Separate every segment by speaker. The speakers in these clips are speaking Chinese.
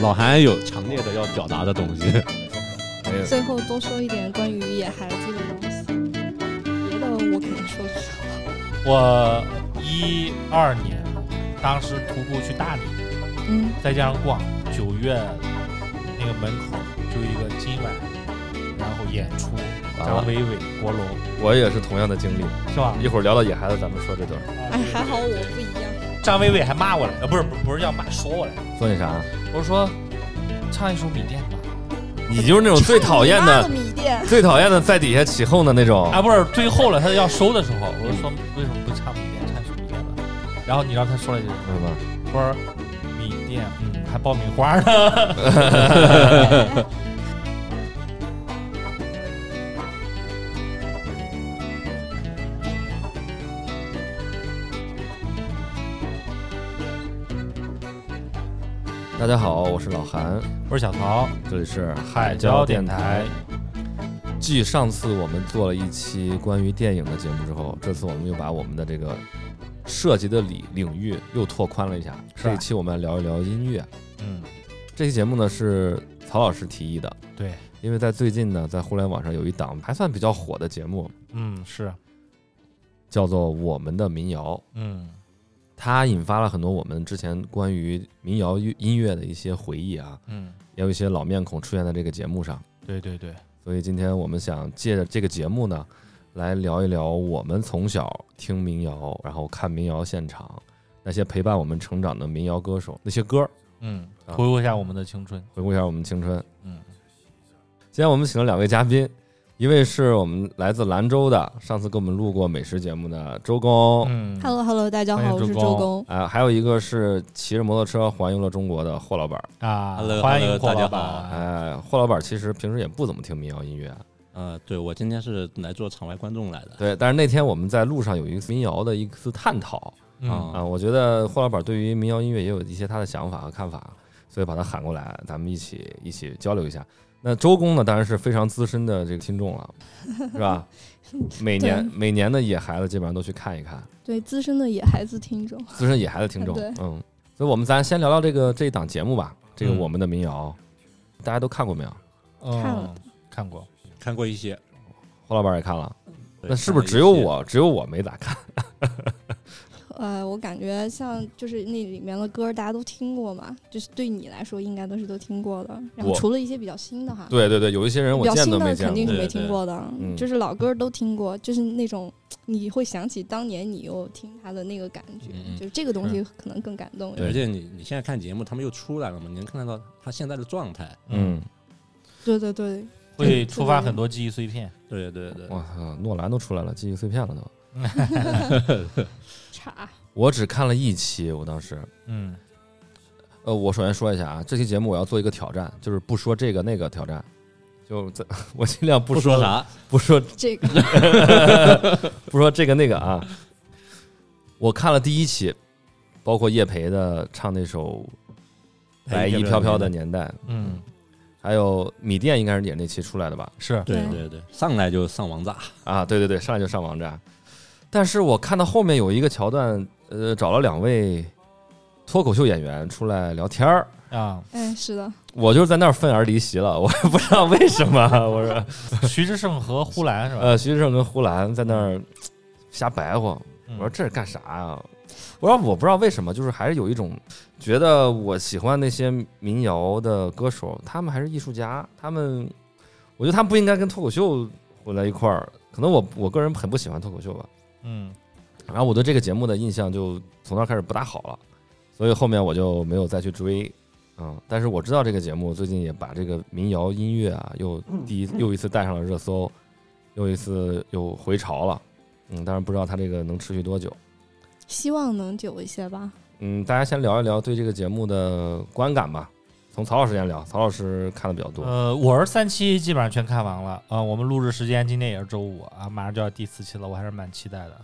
Speaker 1: 老韩有强烈的要表达的东西。
Speaker 2: 没有
Speaker 3: 最后多说一点关于野孩子的东西，别的我肯定说不了。
Speaker 4: 我一二年，当时徒步去大理，
Speaker 3: 嗯，
Speaker 4: 再加上逛九月那个门口就一个今晚，然后演出
Speaker 2: 啊
Speaker 4: 张伟伟、国龙
Speaker 2: 我也是同样的经历。
Speaker 4: 是吧？
Speaker 2: 一会儿聊到野孩子，咱们说这段。
Speaker 3: 哎，还好我不一样。
Speaker 4: 张伟伟还骂我来，呃，不是不是不是要骂说我来，
Speaker 2: 说你啥？
Speaker 4: 我说唱一首缅甸吧，
Speaker 2: 你就是那种最讨厌
Speaker 3: 你妈
Speaker 2: 的
Speaker 3: 的、米店，
Speaker 2: 最讨厌的在底下起哄的那种。
Speaker 4: 啊，不是最后了，他要收的时候，我就说为什么不唱缅甸，唱一首缅甸吧？然后你知道他说了一句什么？
Speaker 2: 是吧？
Speaker 4: 我说缅甸，嗯，还爆米花呢。
Speaker 2: 大家好，我是老韩，
Speaker 4: 我说小曹，
Speaker 2: 这里是
Speaker 4: 海椒电台。
Speaker 2: 继上次我们做了一期关于电影的节目之后，这次我们又把我们的这个涉及的领领域又拓宽了一下。
Speaker 4: 是啊
Speaker 2: 这一期我们来聊一聊音乐。
Speaker 4: 嗯，
Speaker 2: 这期节目呢是曹老师提议的，
Speaker 4: 对，
Speaker 2: 因为在最近呢，在互联网上有一档还算比较火的节目，
Speaker 4: 嗯是，
Speaker 2: 叫做《我们的民谣》，
Speaker 4: 嗯
Speaker 2: 它引发了很多我们之前关于民谣音乐的一些回忆啊，
Speaker 4: 嗯，
Speaker 2: 也有一些老面孔出现在这个节目上。
Speaker 4: 对对对，
Speaker 2: 所以今天我们想借着这个节目呢，来聊一聊我们从小听民谣，然后看民谣现场，那些陪伴我们成长的民谣歌手，那些歌儿，
Speaker 4: 嗯，
Speaker 2: 啊
Speaker 4: 回顾一下我们的青春，
Speaker 2: 回顾一下我们青春。
Speaker 4: 嗯
Speaker 2: 今天我们请了两位嘉宾，一位是我们来自兰州的，上次给我们录过美食节目的周公，
Speaker 4: 嗯
Speaker 3: Hello Hello，大家
Speaker 4: 欢
Speaker 3: 好，
Speaker 4: 迎
Speaker 3: 我是
Speaker 4: 周
Speaker 3: 周
Speaker 4: 公
Speaker 3: 公。
Speaker 2: 啊、还有一个是骑着摩托车环游了中国的霍老板儿。
Speaker 4: 啊
Speaker 1: Hello，
Speaker 4: 欢迎
Speaker 1: hello，
Speaker 4: 霍
Speaker 1: 大
Speaker 4: 老
Speaker 1: 家
Speaker 4: 板，
Speaker 2: 哎，霍老板儿其实平时也不怎么听民谣音乐，
Speaker 1: 呃，对我今天是来做场外观众来的。
Speaker 2: 对，但是那天我们在路上有一次民谣的一次探讨，
Speaker 4: 嗯
Speaker 2: 啊，我觉得霍老板对于民谣音乐也有一些他的想法和看法，所以把他喊过来，咱们一起一起交流一下。那周公呢，当然是非常资深的这个听众了，是吧？每年每年的野孩子基本上都去看一看，
Speaker 3: 对，资深的野孩子听众。
Speaker 2: 资深野孩子听众
Speaker 3: 对，
Speaker 2: 嗯。所以我们咱先聊聊这个这一档节目吧，这个
Speaker 4: 嗯
Speaker 2: 我们的民谣，大家都看过没有？
Speaker 3: 看
Speaker 4: 嗯
Speaker 3: 了，
Speaker 4: 看过，
Speaker 1: 看过一些，
Speaker 2: 霍老板也看了，
Speaker 1: 对
Speaker 2: 那是不是
Speaker 1: 看了一
Speaker 2: 只有
Speaker 1: 些？
Speaker 2: 我只有我没咋看？
Speaker 3: 呃，我感觉像就是那里面的歌大家都听过嘛，就是对你来说应该都是都听过的。然后
Speaker 2: 我
Speaker 3: 除了一些比较新的哈，
Speaker 2: 对对对，有一些人
Speaker 3: 比
Speaker 2: 我
Speaker 3: 较
Speaker 2: 见
Speaker 3: 新
Speaker 2: 都
Speaker 3: 的
Speaker 2: 没见
Speaker 3: 肯
Speaker 2: 过
Speaker 3: 定。是
Speaker 1: 对
Speaker 3: 没
Speaker 1: 对
Speaker 3: 听过的
Speaker 2: 嗯，
Speaker 3: 就是老歌都听过，就是那种你会想起当年你又听他的那个感觉
Speaker 1: 嗯嗯，
Speaker 3: 就是这个东西可能更感动一
Speaker 1: 对而
Speaker 3: 点。
Speaker 1: 且你你现在看节目，他们又出来了嘛，你能看到他现在的状态。
Speaker 2: 嗯，
Speaker 3: 对对对，嗯
Speaker 4: 会触发很多记忆碎片，
Speaker 1: 对对对，
Speaker 2: 我操，嗯诺兰都出来了，记忆碎片了都。
Speaker 3: 差
Speaker 2: 我只看了一期，我当时，
Speaker 4: 嗯
Speaker 2: 呃，我首先说一下啊，这期节目我要做一个挑战，就是不说这个那个挑战，就这 我尽量不
Speaker 1: 不
Speaker 2: 说
Speaker 1: 说，啥，
Speaker 2: 不说
Speaker 3: 这 个
Speaker 2: 不说这个那个啊。我看了第一期，包括叶培的唱那首《
Speaker 1: 哎
Speaker 2: 白衣飘飘的年代》，
Speaker 4: 嗯
Speaker 2: 还有米店应该是也那期出来的吧？
Speaker 4: 是，
Speaker 1: 对
Speaker 3: 对
Speaker 1: 对对，上来就上王炸，
Speaker 2: 啊，对对对，上来就上网站。但是我看到后面有一个桥段，呃，找了两位脱口秀演员出来聊天儿，
Speaker 4: 啊，
Speaker 3: 哎是的，
Speaker 2: 我就是在那儿愤而离席了， 我也不知道为什么。啊我说，
Speaker 4: 徐志胜和呼兰是吧？
Speaker 2: 呃，徐志胜跟呼兰在那儿瞎白活，我
Speaker 4: 嗯
Speaker 2: 说这是干啥呀、我说我不知道为什么，就是还是有一种觉得我喜欢那些民谣的歌手，他们还是艺术家，他们我觉得他们不应该跟脱口秀混在一块儿。可能我我个人很不喜欢脱口秀吧，
Speaker 4: 嗯
Speaker 2: 然后我对这个节目的印象就从那儿开始不大好了，所以后面我就没有再去追。嗯，但是我知道这个节目最近也把这个民谣音乐啊，又第一又一次带上了热搜，又一次又回潮了。嗯，当然不知道它这个能持续多久。
Speaker 3: 希望能久一些吧。
Speaker 2: 嗯，大家先聊一聊对这个节目的观感吧。从曹老师先聊，曹老师看的比较多。
Speaker 4: 呃，我是三期基本上全看完了啊、我们录制时间今天也是周五啊，马上就要第四期了，我还是蛮期待的。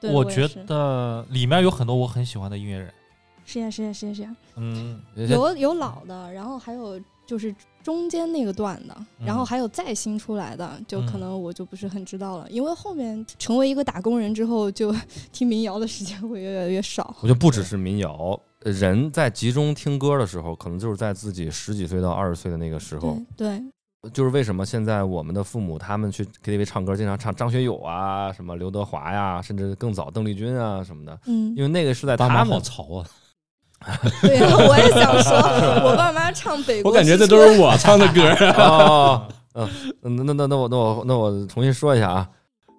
Speaker 3: 对，
Speaker 4: 我
Speaker 3: 也
Speaker 4: 觉
Speaker 3: 是
Speaker 4: 得里面有很多我很喜欢的音乐人，
Speaker 3: 是呀是呀是呀是呀，
Speaker 4: 嗯
Speaker 3: 有有老的，然后还有就是中间那个段的，
Speaker 2: 嗯
Speaker 3: 然后还有再新出来的，就可
Speaker 4: 嗯
Speaker 3: 能我就不是很知道了，因为后面 成为一个打工人之后，就听民谣的时间会越来越少。
Speaker 2: 我觉得不只是民谣，呃人在集中听歌的时候，可能就是在自己十几岁到二十岁的那个时候，
Speaker 3: 对
Speaker 2: 就是为什么现在我们的父母他们去 KTV 唱歌，经常唱张学友啊、什么刘德华呀、甚至更早邓丽君啊什么的，
Speaker 3: 嗯
Speaker 2: 因，为那个是在
Speaker 1: 爸妈
Speaker 2: 他
Speaker 1: 好
Speaker 2: 们
Speaker 1: 潮啊！
Speaker 3: 对 呀、我也想说，我爸妈唱北国，
Speaker 1: 我感觉这都是我唱的歌 啊。
Speaker 2: 哦，嗯，那那那那我那我那我重新说一下啊，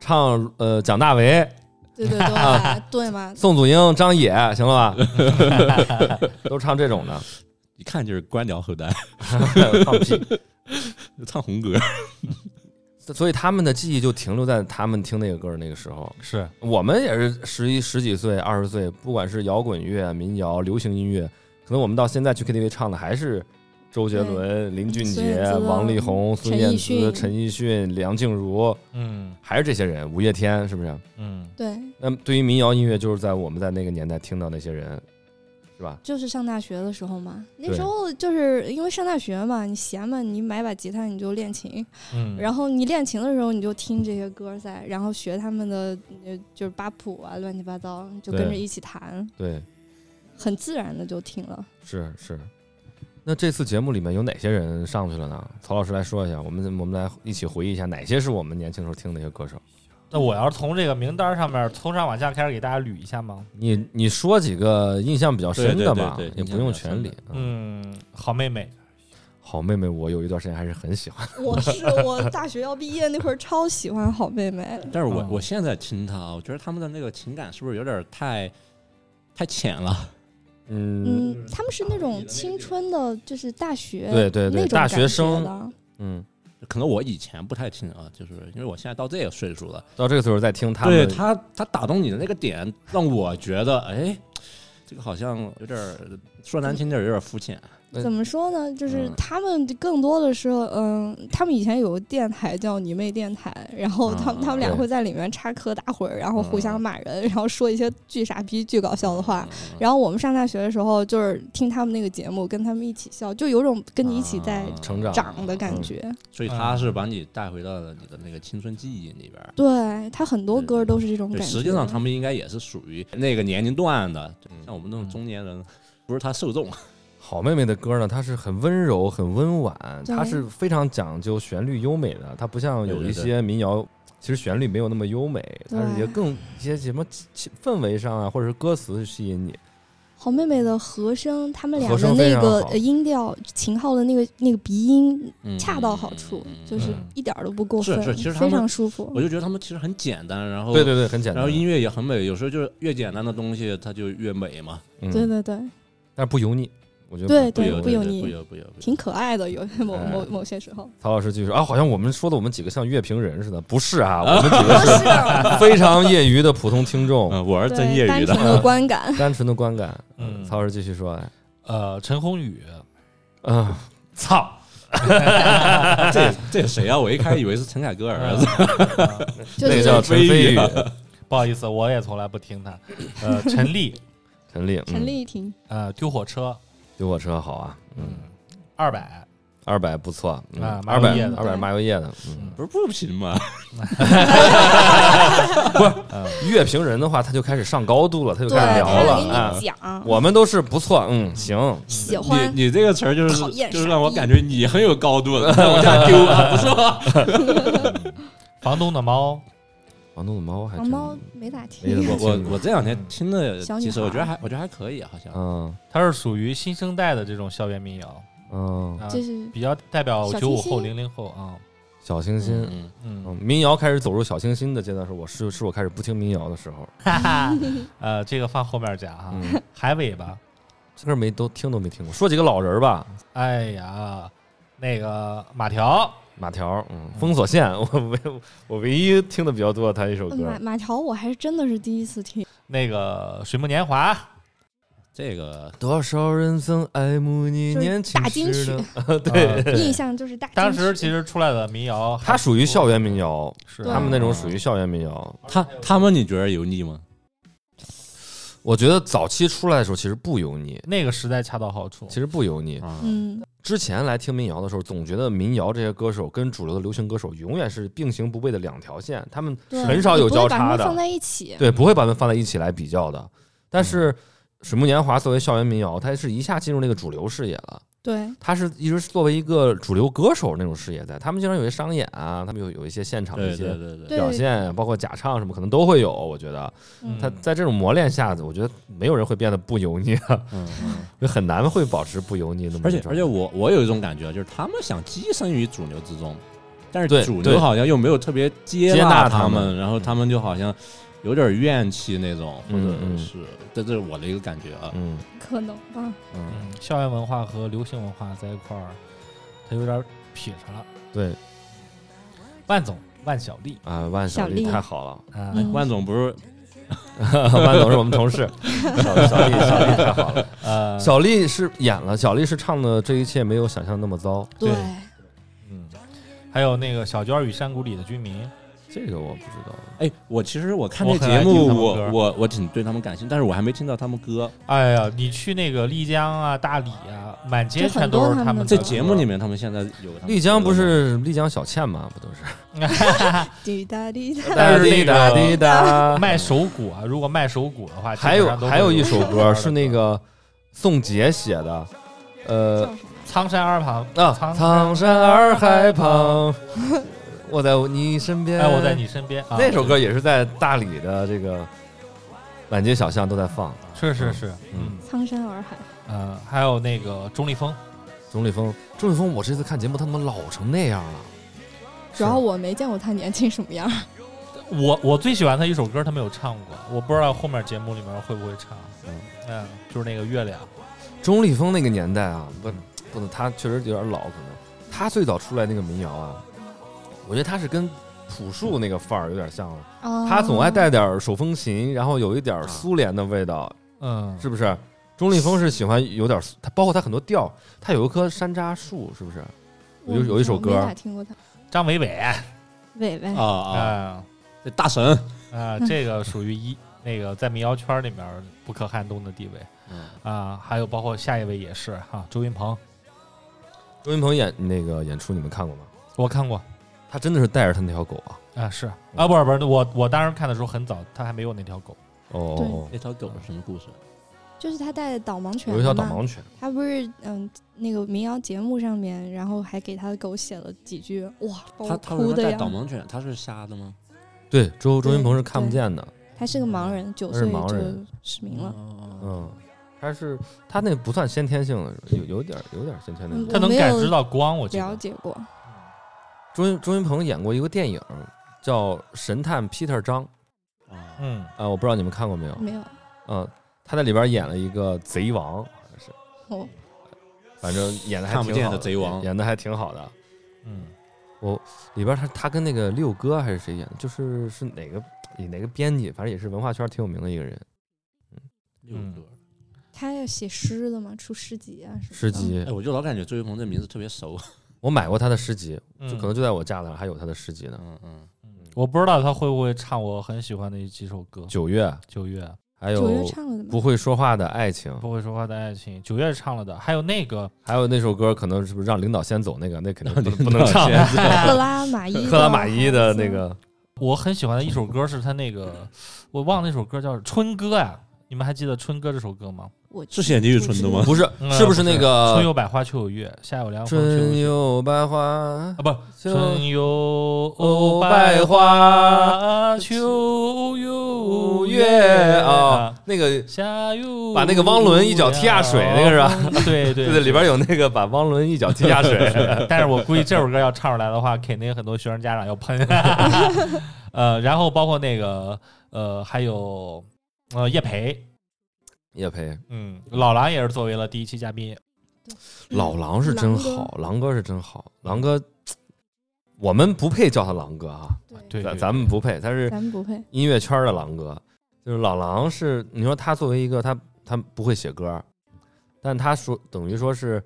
Speaker 2: 唱呃蒋大为、
Speaker 3: 对对对
Speaker 2: 啊
Speaker 3: 对嘛，
Speaker 2: 宋祖英、张也，行了吧？ 都唱这种的，
Speaker 1: 一看就是官僚后代，
Speaker 2: 放屁。
Speaker 1: 唱红歌。
Speaker 2: 所以他们的记忆就停留在他们听那个歌的那个时候。
Speaker 4: 是
Speaker 2: 我们也是十一十几岁、二十岁，不管是摇滚乐、民谣、流行音乐，可能我们到现在去 KTV 唱的还是周杰伦、林俊
Speaker 3: 孙
Speaker 2: 杰
Speaker 3: 燕、姿
Speaker 2: 王力宏、孙
Speaker 3: 陈奕
Speaker 2: 燕姿、
Speaker 3: 迅
Speaker 2: 陈奕迅、梁静茹，
Speaker 4: 嗯
Speaker 2: 还是这些人，五月天是不是？
Speaker 4: 嗯
Speaker 3: 对，
Speaker 2: 那么对于民谣音乐，就是在我们在那个年代听到那些人，是吧？
Speaker 3: 就是上大学的时候嘛，那
Speaker 2: 对
Speaker 3: 时候就是因为上大学嘛，你闲嘛，你买把吉他你就练琴，
Speaker 4: 嗯，
Speaker 3: 然后你练琴的时候你就听这些歌在，然后学他们的呃就是八谱啊，乱七八糟，就跟
Speaker 2: 对
Speaker 3: 着一起弹，
Speaker 2: 对，
Speaker 3: 很自然的就听了。
Speaker 2: 是是。那这次节目里面有哪些人上去了呢？曹老师来说一下，我们我们来一起回忆一下，哪些是我们年轻时候听的那些歌手？
Speaker 4: 那我要是从这个名单上面从上往下开始给大家捋一下吗？
Speaker 2: 你你说几个印象比较深的吧，
Speaker 1: 对对对对
Speaker 2: 也不用全理
Speaker 1: 印象。
Speaker 2: 嗯，
Speaker 4: 嗯，好妹妹，
Speaker 2: 好妹妹，我有一段时间还是很喜欢。
Speaker 3: 我是我大学要毕业那会儿超喜欢好妹妹，
Speaker 1: 但是我、
Speaker 4: 嗯
Speaker 1: 我现在听他，我觉得他们的那个情感是不是有点太太浅了？
Speaker 2: 嗯
Speaker 3: 嗯，他们是那种青春的，就是大学
Speaker 2: 对对对
Speaker 3: 那种
Speaker 2: 大学
Speaker 3: 感觉
Speaker 2: 生
Speaker 3: 的
Speaker 2: 嗯，
Speaker 1: 可能我以前不太听啊，就是因为我现在到这个岁数了，
Speaker 2: 到这个时候再听他
Speaker 1: 对
Speaker 2: 们，
Speaker 1: 他他打动你的那个点，让我觉得哎，这个好像有点儿说难听点儿有点儿肤浅。
Speaker 2: 对
Speaker 3: 怎么说呢？就是
Speaker 1: 嗯
Speaker 3: 他们更多的是，嗯，他们以前有个电台叫“你妹电台”，然后他们、
Speaker 1: 嗯
Speaker 3: 他们俩
Speaker 2: 对
Speaker 3: 会在里面插科打诨，然后互相骂人，然后说一些巨傻逼、巨搞笑的话。
Speaker 1: 嗯
Speaker 3: 然后我们上大学的时候，就是听他们那个节目，跟他们一起笑，就有种跟你一起在
Speaker 1: 嗯
Speaker 2: 成长
Speaker 3: 长的感觉。
Speaker 1: 所以他是把你带回到了你的那个青春记忆里边儿。
Speaker 3: 对他很多歌都是这种
Speaker 1: 对，
Speaker 3: 感觉。
Speaker 1: 实际上他们应该也是属于那个年龄段的，
Speaker 2: 嗯
Speaker 1: 像我们这种中年人，不是他受众。
Speaker 2: 好妹妹的歌呢，它是很温柔、很温婉，
Speaker 3: 对
Speaker 2: 它是非常讲究旋律优美的，它不像有一
Speaker 1: 对对对
Speaker 2: 些民谣，其实旋律没有那么优美，它
Speaker 3: 对
Speaker 2: 是也更一些什么气气氛围上啊，或者是歌词吸引你。
Speaker 3: 好妹妹的和声，他们俩
Speaker 2: 和
Speaker 3: 的
Speaker 2: 声非
Speaker 3: 那
Speaker 2: 常
Speaker 3: 个
Speaker 2: 好
Speaker 3: 呃音调、秦昊的那个那个鼻音
Speaker 1: 嗯
Speaker 3: 恰到好处，就是
Speaker 2: 嗯
Speaker 3: 一点儿都不过
Speaker 1: 是
Speaker 3: 分，
Speaker 1: 是其实他
Speaker 3: 非
Speaker 1: 们
Speaker 3: 常舒服。
Speaker 1: 我就觉得他们其实很简单，然后
Speaker 2: 对对对，很简单。
Speaker 1: 哦然后音乐也很美，有时候就是越简单的东西它就越美嘛。
Speaker 2: 嗯
Speaker 3: 对，对对，
Speaker 2: 但是不油腻，我觉得
Speaker 3: 对
Speaker 2: 不
Speaker 3: 对
Speaker 2: 油
Speaker 1: 不
Speaker 2: 腻。
Speaker 1: 由
Speaker 3: 油腻
Speaker 1: 不由不由不由
Speaker 3: 挺可爱的，有 某某
Speaker 2: 哎
Speaker 3: 某些时 候。
Speaker 2: 曹老师继续说啊，好像我们说的我们几个像乐评人似的，不是 啊，
Speaker 1: 啊
Speaker 2: 我们几
Speaker 3: 不
Speaker 2: 个
Speaker 3: 是
Speaker 2: 是非常业余的普通听众，
Speaker 1: 嗯，我是真业
Speaker 3: 对单
Speaker 1: 余
Speaker 3: 纯
Speaker 1: 的。
Speaker 3: 的观感，
Speaker 2: 单纯的观感。
Speaker 4: 嗯
Speaker 2: 曹老师继续说啊来，
Speaker 4: 呃，陈鸿 宇，
Speaker 2: 嗯，操，
Speaker 1: 这这谁啊？我一开始以为是陈凯歌儿
Speaker 3: 嗯
Speaker 1: 子。
Speaker 4: 呃
Speaker 3: 就
Speaker 2: 那
Speaker 3: 是
Speaker 2: 个叫陈
Speaker 1: 飞
Speaker 2: 飞
Speaker 1: 宇
Speaker 2: 宇，
Speaker 4: 不好意思，我也从来不听他。呃，陈粒，
Speaker 2: 陈立，
Speaker 3: 陈
Speaker 2: 嗯，
Speaker 3: 丽婷，
Speaker 4: 呃，丢火车，
Speaker 2: 丢火车好啊，嗯。
Speaker 4: 嗯，二百，
Speaker 2: 二百不错嗯
Speaker 4: 啊
Speaker 2: 二
Speaker 4: 麻油
Speaker 2: 百
Speaker 4: 叶的
Speaker 2: 二百麻油叶的，嗯，
Speaker 1: 不是不行吗？
Speaker 2: 乐评人的话，他就开始上高度了，他就
Speaker 3: 对，
Speaker 2: 开始聊
Speaker 3: 他
Speaker 2: 了
Speaker 3: 给
Speaker 2: 啊
Speaker 3: 你。讲，
Speaker 2: 我们都是不错，嗯，行，
Speaker 3: 喜欢
Speaker 1: 你你这个词儿就
Speaker 3: 讨
Speaker 1: 是
Speaker 3: 厌
Speaker 1: 就是
Speaker 3: 傻
Speaker 1: 让我
Speaker 3: 逼
Speaker 1: 感觉你很有高度的， 往下丢啊，不错。
Speaker 4: 房东的猫，
Speaker 2: 房东的猫还
Speaker 3: 黄
Speaker 2: 真，
Speaker 3: 猫没咋
Speaker 2: 没
Speaker 3: 听
Speaker 2: 怎，
Speaker 1: 我
Speaker 2: 么
Speaker 1: 我我这两天听了
Speaker 3: 小女
Speaker 1: 几首，我觉得
Speaker 3: 孩
Speaker 1: 还我觉得还可以，啊好像。
Speaker 2: 嗯
Speaker 4: 它是属于新生代的这种校园民谣
Speaker 2: 嗯，
Speaker 4: 啊，
Speaker 3: 就是
Speaker 4: 比较代表
Speaker 3: 小
Speaker 4: 九
Speaker 3: 清
Speaker 4: 五后、
Speaker 3: 新
Speaker 4: 零零后啊，
Speaker 2: 小清新，
Speaker 1: 嗯，
Speaker 4: 嗯
Speaker 2: 嗯，民谣开始走入小清新的阶段时，候，我是是我开始不听民谣的时候，
Speaker 4: 哈哈， 呃，这个放后面讲哈
Speaker 2: 嗯，
Speaker 4: 海尾巴，
Speaker 2: 这歌没都听都没听过。说几个老人吧，
Speaker 4: 哎呀，那个马条，
Speaker 2: 马条，嗯，封锁线， 我唯我唯一听的比较多的他一首歌
Speaker 3: 呃马，马条，我还真的是第一次 听，
Speaker 4: 那个水木年华，
Speaker 1: 这个
Speaker 2: 多少人曾爱慕你
Speaker 3: 就是
Speaker 2: 年轻
Speaker 3: 大金
Speaker 2: 时的
Speaker 3: 曲，
Speaker 4: 对，
Speaker 3: 印象就是大金曲。
Speaker 4: 当时其实出来的民谣还不错，
Speaker 2: 它属于校园民谣，
Speaker 4: 是
Speaker 3: 对
Speaker 2: 他们那种属于校园民谣。
Speaker 1: 他他们你觉得油腻吗？
Speaker 2: 我觉得早期出来的时候其实不油腻，
Speaker 4: 那个时代恰到好处
Speaker 2: 其。实不油腻。
Speaker 1: 啊，
Speaker 3: 嗯，
Speaker 2: 之前来听民谣的时候，总觉得民谣这些歌手跟主流的流行歌手永远是并行不悖的两条线，他们
Speaker 3: 对
Speaker 2: 很少有交叉
Speaker 3: 你不会把它们放
Speaker 2: 的，
Speaker 3: 在一起。
Speaker 2: 对，不会把它们放在一起来比较的。但是水木年华作为校园民谣，它是一下进入那个主流视野了。
Speaker 3: 对，
Speaker 2: 他是一直是作为一个主流歌手那种视野在，他们经常有一些商演啊，他们有有一些现场的一
Speaker 1: 对对
Speaker 2: 些
Speaker 1: 对对
Speaker 3: 对
Speaker 2: 表现，啊包括假唱什么，可能都会有。我觉得
Speaker 3: 嗯
Speaker 2: 他在这种磨练下，我觉得没有人会变得不油腻啊，
Speaker 1: 嗯，嗯
Speaker 2: 就很难会保持不油腻那么
Speaker 1: 而
Speaker 2: 一
Speaker 1: 且
Speaker 2: 个状态。
Speaker 1: 而且我我有一种感觉，就是他们想跻身于主流之中，但
Speaker 2: 对
Speaker 1: 是主
Speaker 2: 对
Speaker 1: 流好像又没有特别接
Speaker 2: 接纳
Speaker 1: 纳
Speaker 2: 他
Speaker 1: 他
Speaker 2: 们
Speaker 1: 们，然后他们就好像有点怨气那种，或者
Speaker 2: 嗯嗯
Speaker 1: 是这这是我的一个感觉啊，
Speaker 2: 嗯，
Speaker 3: 可能吧。
Speaker 1: 嗯
Speaker 4: 嗯，校园文化和流行文化在一块儿，它有点撇上了。
Speaker 2: 对
Speaker 4: 万总，万小丽
Speaker 2: 啊，万
Speaker 3: 小
Speaker 2: 丽
Speaker 3: 丽
Speaker 2: 太好了，
Speaker 4: 啊，
Speaker 3: 嗯
Speaker 1: 万总不是
Speaker 2: 万总是我们同 事，小小丽小丽太好了，
Speaker 4: 呃，
Speaker 2: 小丽是演了，小丽是唱的《这一切没有想象那么糟》，
Speaker 4: 对
Speaker 3: 对，
Speaker 4: 嗯，还有那个小娟与山谷里的居民，
Speaker 2: 这个我不知道。
Speaker 1: 哎，我其实我看
Speaker 4: 我
Speaker 1: 这
Speaker 4: 很
Speaker 1: 节
Speaker 4: 爱听
Speaker 1: 目，
Speaker 4: 他们
Speaker 1: 我
Speaker 4: 歌
Speaker 1: 我我挺对他们感兴趣，但是我还没听到他们歌。
Speaker 4: 哎呀，你去那个丽江啊、大理啊，满街
Speaker 3: 就很
Speaker 4: 全都
Speaker 3: 多
Speaker 4: 是
Speaker 3: 他
Speaker 4: 他们
Speaker 3: 们
Speaker 4: 的
Speaker 3: 的
Speaker 1: 在
Speaker 3: 歌
Speaker 1: 节目里面，他们现在有他们
Speaker 2: 丽江不
Speaker 1: 歌吗
Speaker 2: 是丽江小倩吗？不都 是？
Speaker 3: 滴答滴答，
Speaker 4: 但是那个
Speaker 2: 哒滴 答
Speaker 4: 卖手鼓啊，如果卖手鼓的话，
Speaker 2: 还
Speaker 4: 基
Speaker 2: 有
Speaker 4: 本上都会
Speaker 2: 还有一首
Speaker 4: 小娟
Speaker 2: 歌
Speaker 4: 的
Speaker 2: 是那个宋杰写的，呃
Speaker 3: 叫什么？
Speaker 4: 苍山二旁
Speaker 2: 啊，
Speaker 4: 苍
Speaker 2: 苍山洱海 旁，我在你身边，
Speaker 4: 哎，我在你身边啊，
Speaker 2: 那首歌也是在大理的这个满街小巷都在放。
Speaker 4: 是是是，嗯
Speaker 2: 嗯
Speaker 3: 苍山洱海，
Speaker 4: 呃，还有那个钟立风，
Speaker 2: 钟立风，钟立风，我这次看节目他怎么老成那样了？
Speaker 3: 主要我没见过他年轻什么样。
Speaker 4: 我我最喜欢他一首歌，他没有唱过，我不知道后面节目里面会不会唱，
Speaker 2: 嗯
Speaker 4: 嗯，就是那个月亮，
Speaker 2: 钟立风那个年代啊，不不能，他确实有点老，可能他最早出来那个民谣啊，我觉得他是跟朴树那个范儿有点像了，
Speaker 3: 哦
Speaker 2: 他总爱带点儿手风琴，然后有一点儿苏联的味道，
Speaker 4: 嗯，
Speaker 2: 是不是？钟立风是喜欢有点儿苏，他包括他很多调，他有一棵山楂树，是不是？
Speaker 3: 我
Speaker 2: 有有一首歌
Speaker 3: 我没咋听过他。
Speaker 4: 张伟伟，
Speaker 3: 伟伟，
Speaker 1: 啊啊，
Speaker 4: 啊
Speaker 1: 这大神，
Speaker 4: 啊，这个属于一那个在民谣圈里面不可撼动的地位
Speaker 2: 嗯，
Speaker 4: 啊，还有包括下一位也是哈，周云鹏，
Speaker 2: 周云鹏演那个演出你们看过吗？
Speaker 4: 我看过
Speaker 2: 他真的是带着他那条狗啊！
Speaker 4: 啊，是啊，不是不是，我我当时看的时候很早，他还没有那条狗，
Speaker 2: 哦，
Speaker 1: 那条狗是什么故事？
Speaker 3: 就是他带导盲犬
Speaker 2: 有一条
Speaker 3: 的
Speaker 2: 导
Speaker 3: 嘛。
Speaker 2: 盲犬，
Speaker 3: 他不是嗯那个民谣节目上面，然后还给他的狗写了几句，哇，把
Speaker 1: 他
Speaker 3: 我
Speaker 1: 他
Speaker 3: 哦
Speaker 1: 为什
Speaker 3: 哭
Speaker 1: 么
Speaker 3: 的
Speaker 1: 带
Speaker 3: 呀
Speaker 1: 导。盲犬？他是瞎的吗？
Speaker 2: 对，周周云
Speaker 3: 对
Speaker 2: 鹏是看不
Speaker 3: 对
Speaker 2: 见的。
Speaker 3: 他是个盲人，九
Speaker 2: 他是
Speaker 3: 岁
Speaker 2: 盲
Speaker 3: 就
Speaker 2: 人
Speaker 3: 失明
Speaker 1: 哦
Speaker 3: 了。
Speaker 1: 了，
Speaker 2: 嗯，他是他那不算先天性的，有有点有点先天的。
Speaker 3: 嗯
Speaker 4: 他能
Speaker 3: 我没有
Speaker 4: 感知到光，我记
Speaker 3: 了
Speaker 4: 得，
Speaker 3: 解过，
Speaker 2: 周云周云鹏演过一个电影叫《神探 Peter 张》
Speaker 1: 啊，
Speaker 4: 嗯，
Speaker 2: 啊，我不知道你们看过没有？
Speaker 3: 没有
Speaker 2: 嗯，他在里边演了一个贼王，好像是，
Speaker 3: 哦，
Speaker 2: 反正演的还
Speaker 1: 看不
Speaker 2: 挺
Speaker 1: 见
Speaker 2: 好
Speaker 1: 的贼王
Speaker 2: 演的还挺好的。
Speaker 4: 嗯，
Speaker 2: 里边他他跟那个六哥还是谁演的？就是是哪个哪个编辑，反正也是文化圈挺有名的一个人，
Speaker 1: 六哥。
Speaker 3: 他要写诗的嘛，出诗集啊什么的。
Speaker 2: 诗集
Speaker 1: 哎，。我就老感觉周云鹏这名字特别熟。
Speaker 2: 我买过他的诗集，
Speaker 4: 嗯
Speaker 2: 就可能就在我架子上还有他的诗集呢。
Speaker 1: 嗯嗯，
Speaker 4: 我不知道他会不会唱我很喜欢的一几首歌，
Speaker 2: 九月
Speaker 4: 九月
Speaker 2: 还
Speaker 3: 九
Speaker 2: 有
Speaker 3: 月唱了的
Speaker 2: 不
Speaker 3: 嘛，
Speaker 2: 会说话的爱情，
Speaker 4: 不会说话的爱情，九月唱了的，还有那个
Speaker 2: 还有那首歌，可能是不是让领导先走那个，那肯定不 能不能
Speaker 1: 领导
Speaker 2: 唱。
Speaker 1: 先
Speaker 3: 克拉玛 依，
Speaker 2: 克拉玛依的那，个，
Speaker 4: 我很喜欢的一首歌是他那个，我忘了那首歌叫《春歌》呀，你们还记得《春歌》这首歌吗？
Speaker 3: 我
Speaker 1: 是写李宇春的吗
Speaker 2: 不是
Speaker 4: 嗯
Speaker 2: 是不是那
Speaker 4: 春
Speaker 2: 个呃
Speaker 4: 有百花，秋有月，夏有凉风，秋有
Speaker 2: 春
Speaker 4: 雪
Speaker 2: 有百花
Speaker 4: 啊，不，
Speaker 2: 秋
Speaker 4: 春有
Speaker 2: 有
Speaker 4: 百
Speaker 2: 百花
Speaker 4: 花，秋有
Speaker 2: 月啊，，那个
Speaker 4: 夏有
Speaker 2: 把那个汪伦一脚踢下水那个是吧
Speaker 4: 吧？ 对对
Speaker 2: 对对，里边有那个把汪伦 一脚踢下水。
Speaker 4: 但是我估计这首歌要唱出来的话，肯定很多学生家长要喷。 呃，然后包括那个呃，还有呃叶培，
Speaker 2: 叶培，
Speaker 4: 嗯，老狼也是作为了第一期嘉宾，
Speaker 2: 老狼是真好，狼哥是真好，狼哥，我们不配叫他狼哥啊，
Speaker 4: 对，
Speaker 2: 咱
Speaker 4: 对
Speaker 2: 咱们不配，他是
Speaker 3: 咱们不配，
Speaker 2: 音乐圈的狼哥，就是老狼是你说他作为一个他他不会写歌，但他说等于说是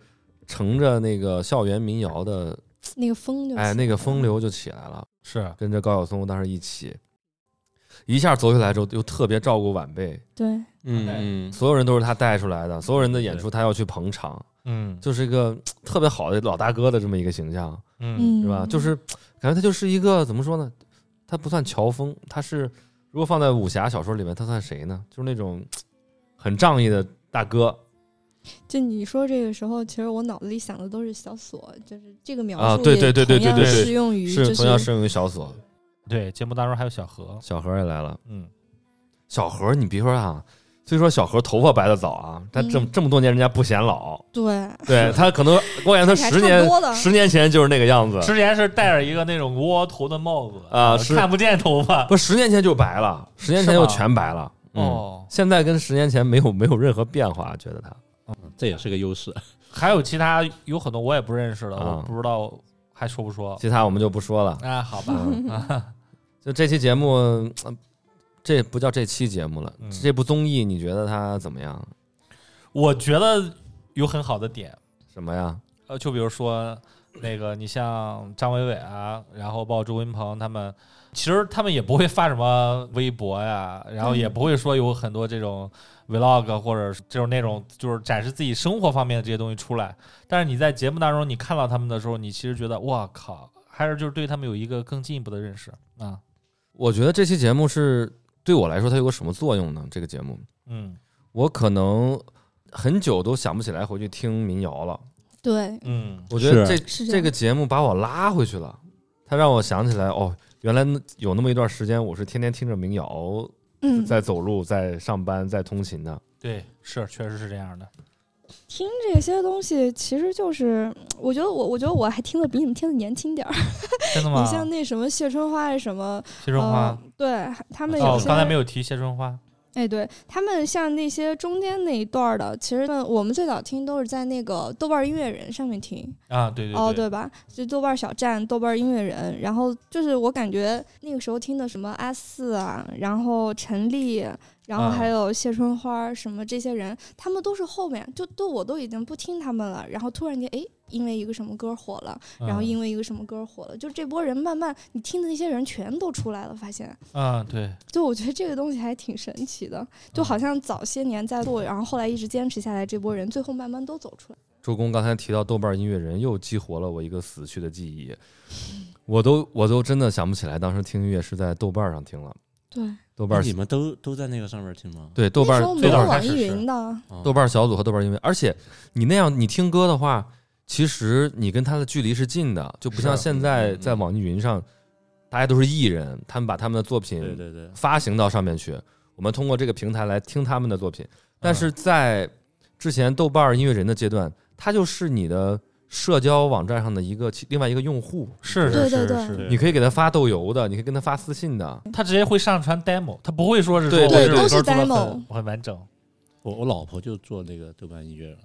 Speaker 2: 乘着那个校园民谣的
Speaker 3: 那个风就
Speaker 2: 哎
Speaker 3: 起
Speaker 2: 那个
Speaker 3: 来
Speaker 2: 风
Speaker 3: 了，
Speaker 2: 流就起来了，
Speaker 4: 是
Speaker 2: 跟着高晓松当时一起，一下走起来之后又特别照顾晚辈，
Speaker 3: 对，
Speaker 1: 嗯嗯，
Speaker 2: 所有人都是他带出来的，所有人的演出他要去捧场，
Speaker 4: 嗯
Speaker 2: 就是一个特别好的老大哥的这么一个形象，
Speaker 4: 嗯
Speaker 3: 嗯，
Speaker 2: 是吧？就是感觉他就是一个怎么说呢？他不算乔峰，他是如果放在武侠小说里面，他算谁呢？就是那种很仗义的大哥
Speaker 3: 就你说这个时候，其实我脑子里想的都是小锁，就是这个描述
Speaker 2: 啊对对对对对
Speaker 3: 也同样
Speaker 2: 对
Speaker 3: 适用于就是
Speaker 2: 同样适用于小锁，
Speaker 4: 对，节目当中还有小何，
Speaker 2: 小何也来了。
Speaker 4: 嗯，
Speaker 2: 小何，你别说啊，虽说小何头发白的早啊，但这么
Speaker 3: 嗯
Speaker 2: 这么多年人家不显老，
Speaker 3: 对
Speaker 2: 对他可能我感觉他
Speaker 3: 还
Speaker 2: 十
Speaker 3: 差
Speaker 2: 年
Speaker 3: 不多的
Speaker 2: 十年前就是那个样子，
Speaker 4: 之前是戴着一个那种窝头的帽子呃
Speaker 2: 啊是
Speaker 4: 看不见头发。
Speaker 2: 不十年前就白了，十年前
Speaker 4: 是
Speaker 2: 就
Speaker 4: 吗
Speaker 2: 全白了。嗯，
Speaker 4: 哦，
Speaker 2: 现在跟十年前没有没有任何变化，觉得他
Speaker 1: 嗯这也是个优势。
Speaker 4: 还有其他有很多我也不认识的，
Speaker 2: 啊
Speaker 4: 我不知道还说不说。
Speaker 2: 其他我们就不说了。
Speaker 4: 啊，好吧，啊
Speaker 2: 就这期节目，呃这不叫这期节目了，
Speaker 4: 嗯
Speaker 2: 这部综艺你觉得它怎么样？
Speaker 4: 我觉得有很好的点，
Speaker 2: 什么呀？
Speaker 4: 呃，就比如说那个，你像张伟伟啊，然后包括周云鹏他们，其实他们也不会发什么微博呀，然后也
Speaker 3: 嗯
Speaker 4: 不会说有很多这种 vlog 或者是这种那种就是展示自己生活方面的这些东西出来。但是你在节目当中你看到他们的时候，你其实觉得哇靠，还是就是对他们有一个更进一步的认识啊，
Speaker 2: 我觉得这期节目是对我来说它有个什么作用呢？这个节目，
Speaker 4: 嗯
Speaker 2: 我可能很久都想不起来回去听民谣了。
Speaker 3: 对，
Speaker 4: 嗯
Speaker 2: 我觉得这
Speaker 1: 是
Speaker 3: 是
Speaker 2: 这
Speaker 3: 样
Speaker 2: 个节目把我拉回去了，它让我想起来哦，原来那有那么一段时间我是天天听着民谣
Speaker 3: 嗯，
Speaker 2: 在走路、在上班、在通勤的。
Speaker 4: 对，是确实是这样的，
Speaker 3: 听这些东西其实就是，我觉得我我觉得我还听的比你们听的年轻点儿。
Speaker 4: 真的吗
Speaker 3: 你？像那什么谢春花啊什么，
Speaker 4: 谢春花
Speaker 3: 呃，对他们呃有
Speaker 4: 哦，
Speaker 3: 些
Speaker 4: 刚才没有提谢春花，
Speaker 3: 哎，对他们像那些中间那一段儿的，其实呢我们最早听都是在那个豆瓣儿音乐人上面听，
Speaker 4: 啊，对对
Speaker 3: 哦，对吧？就豆瓣儿小站、豆瓣儿音乐人，然后就是我感觉那个时候听的什么阿四啊，然后陈粒，然后还
Speaker 4: 啊
Speaker 3: 有谢春花儿什么这些人，他们都是后面就都我都已经不听他们了，然后突然间哎，因为一个什么歌火了，然后
Speaker 4: 嗯
Speaker 3: 因为一个什么歌火了，就这波人慢慢你听的那些人全都出来了，发现。
Speaker 4: 啊，对，
Speaker 3: 就我觉得这个东西还挺神奇的，就
Speaker 4: 嗯
Speaker 3: 好像早些年在做，然后后来一直坚持下来，这波人最后慢慢都走出来。
Speaker 2: 周公刚才提到豆瓣音乐人，又激活了我一个死去的记忆。我都我都真的想不起来，当时听音乐是在豆瓣上听了。
Speaker 3: 对，
Speaker 2: 豆瓣
Speaker 1: 那哎你们都都在那个上面听吗？
Speaker 2: 对豆
Speaker 3: 那
Speaker 2: 瓣
Speaker 3: 时候没
Speaker 4: 最
Speaker 3: 有
Speaker 4: 早开
Speaker 3: 网
Speaker 4: 始
Speaker 3: 易
Speaker 4: 是
Speaker 3: 云的，
Speaker 1: 哦
Speaker 2: 豆瓣小组和豆瓣音乐，而且你那样你听歌的话，其实你跟他的距离是近的，就不像
Speaker 4: 是
Speaker 2: 现在
Speaker 1: 嗯嗯
Speaker 2: 在网易云上，大家都是艺人，他们把他们的作
Speaker 1: 对
Speaker 2: 品
Speaker 1: 对对，
Speaker 2: 发行到上面去，我们通过这个平台来听他们的作品。
Speaker 1: 嗯
Speaker 2: 但是在之前豆瓣音乐人的阶段，它就是你的社交网站上的一个其另外一个用户，
Speaker 4: 是
Speaker 3: 对对
Speaker 4: 是是
Speaker 3: 对
Speaker 4: 是，
Speaker 1: 对
Speaker 2: 你可以给他发豆油的，你可以跟他发私信的。
Speaker 4: 他直接会上传 demo，他不会说是说
Speaker 2: 对
Speaker 4: 我
Speaker 2: 对
Speaker 4: 这首
Speaker 3: 都
Speaker 4: 歌
Speaker 3: 是
Speaker 4: 做的
Speaker 3: demo
Speaker 4: 很很完整。
Speaker 1: 我我老婆就做那个豆瓣音乐了，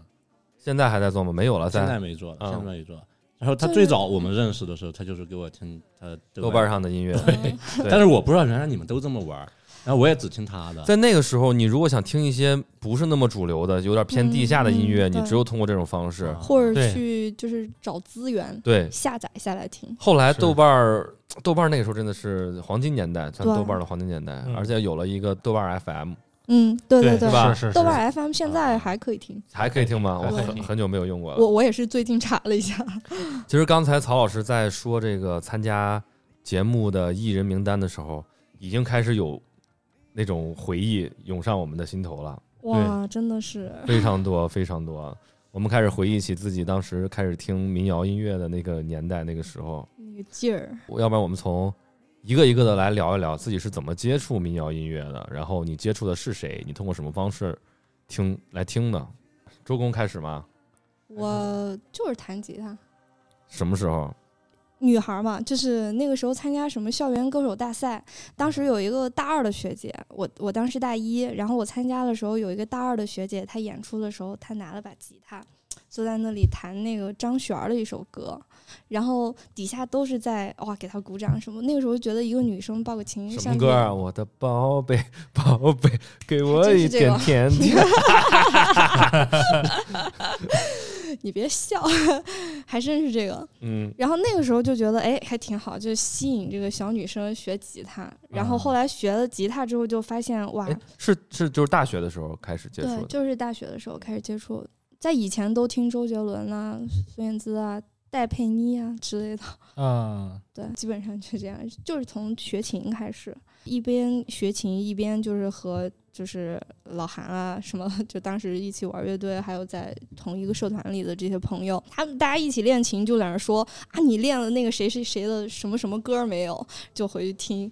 Speaker 2: 现在还在做吗？没有了，
Speaker 1: 现啊在啊
Speaker 2: 在
Speaker 1: 没做了，
Speaker 2: 嗯
Speaker 1: 现在没做了。然后她
Speaker 3: 就是
Speaker 1: 最早我们认识的时候，她就是给我听她的
Speaker 2: 豆
Speaker 1: 豆
Speaker 2: 瓣
Speaker 1: 瓣，
Speaker 2: 上的音 乐。
Speaker 3: 嗯
Speaker 2: 对
Speaker 1: 但是我不知道原来你们都这么玩儿，然后我也只听她的。
Speaker 2: 在那个时候，你如果想听一些不是那么主流的、有点偏地下的音乐，
Speaker 3: 嗯嗯对
Speaker 2: 你只有通过这种方式。
Speaker 1: 啊
Speaker 3: 或者
Speaker 4: 对
Speaker 3: 去就是找资源
Speaker 2: 对，
Speaker 3: 下载下来听。
Speaker 2: 后来
Speaker 4: 是
Speaker 2: 豆瓣儿，豆瓣儿那个时候真的是黄金年代，算
Speaker 3: 对
Speaker 2: 豆瓣儿的黄金年代，
Speaker 4: 嗯
Speaker 2: 而且有了一个豆瓣儿 FM，
Speaker 3: 嗯，对对
Speaker 4: 是，
Speaker 2: 吧
Speaker 4: 是是
Speaker 3: 豆
Speaker 4: 是啊
Speaker 3: 瓣 FM 现在还可以听，
Speaker 2: 还可以听吗？
Speaker 4: 还
Speaker 2: 我
Speaker 4: 可以
Speaker 2: 很
Speaker 4: 听
Speaker 2: 很久没有用过了。
Speaker 3: 我我也是最近查了一下，
Speaker 2: 其实刚才曹老师在说这个参加节目的艺人名单的时候，已经开始有那种回忆涌上我们的心头 了，
Speaker 3: 哇，真的是
Speaker 2: 非常多，非常多。我们开始回忆起自己当时开始听民谣音乐的那个年代，那个时候。
Speaker 3: 那个劲儿。
Speaker 2: 我要不然我们从一个一个的来聊一聊自己是怎么接触民谣音乐的，然后你接触的是谁，你通过什么方式听来听的？周公开始吗？
Speaker 4: 嗯
Speaker 3: 我就是弹吉他，
Speaker 2: 什么时候？
Speaker 3: 女孩儿嘛，就是那个时候参加什么校园歌手大赛，当时有一个大二的学姐，我我当时大一，然后我参加的时候有一个大二的学姐，她演出的时候，她拿了把吉他，坐在那里弹那个张悬儿的一首歌，然后底下都是在哇给她鼓掌什么，那个时候觉得一个女生抱个琴
Speaker 2: 什
Speaker 3: 像
Speaker 2: 么歌
Speaker 3: 你
Speaker 2: 啊？我的宝贝， 宝贝，给我
Speaker 3: 还真
Speaker 2: 一
Speaker 3: 是这个
Speaker 2: 点甜甜。
Speaker 3: 你别笑， 还真是这个。
Speaker 2: 嗯，
Speaker 3: 然后那个时候就觉得，哎，还挺好，就吸引这个小女生学吉他。然后
Speaker 2: 嗯
Speaker 3: 后来学了吉他之后，就发现哇，
Speaker 2: 哎，是是，就是大学的时候开始接
Speaker 3: 对，
Speaker 2: 触的。
Speaker 3: 就是大学的时候开始接触，在以前都听周杰伦啊、孙燕姿啊、戴佩妮啊之类的，
Speaker 4: 嗯，
Speaker 3: 对，基本上就这样，就是从学琴开始。一边学琴一边就是和就是老韩啊什么，就当时一起玩乐队，还有在同一个社团里的这些朋友，他们大家一起练琴，就在那儿说啊，你练了那个谁谁谁的什么什么歌没有？就回去听，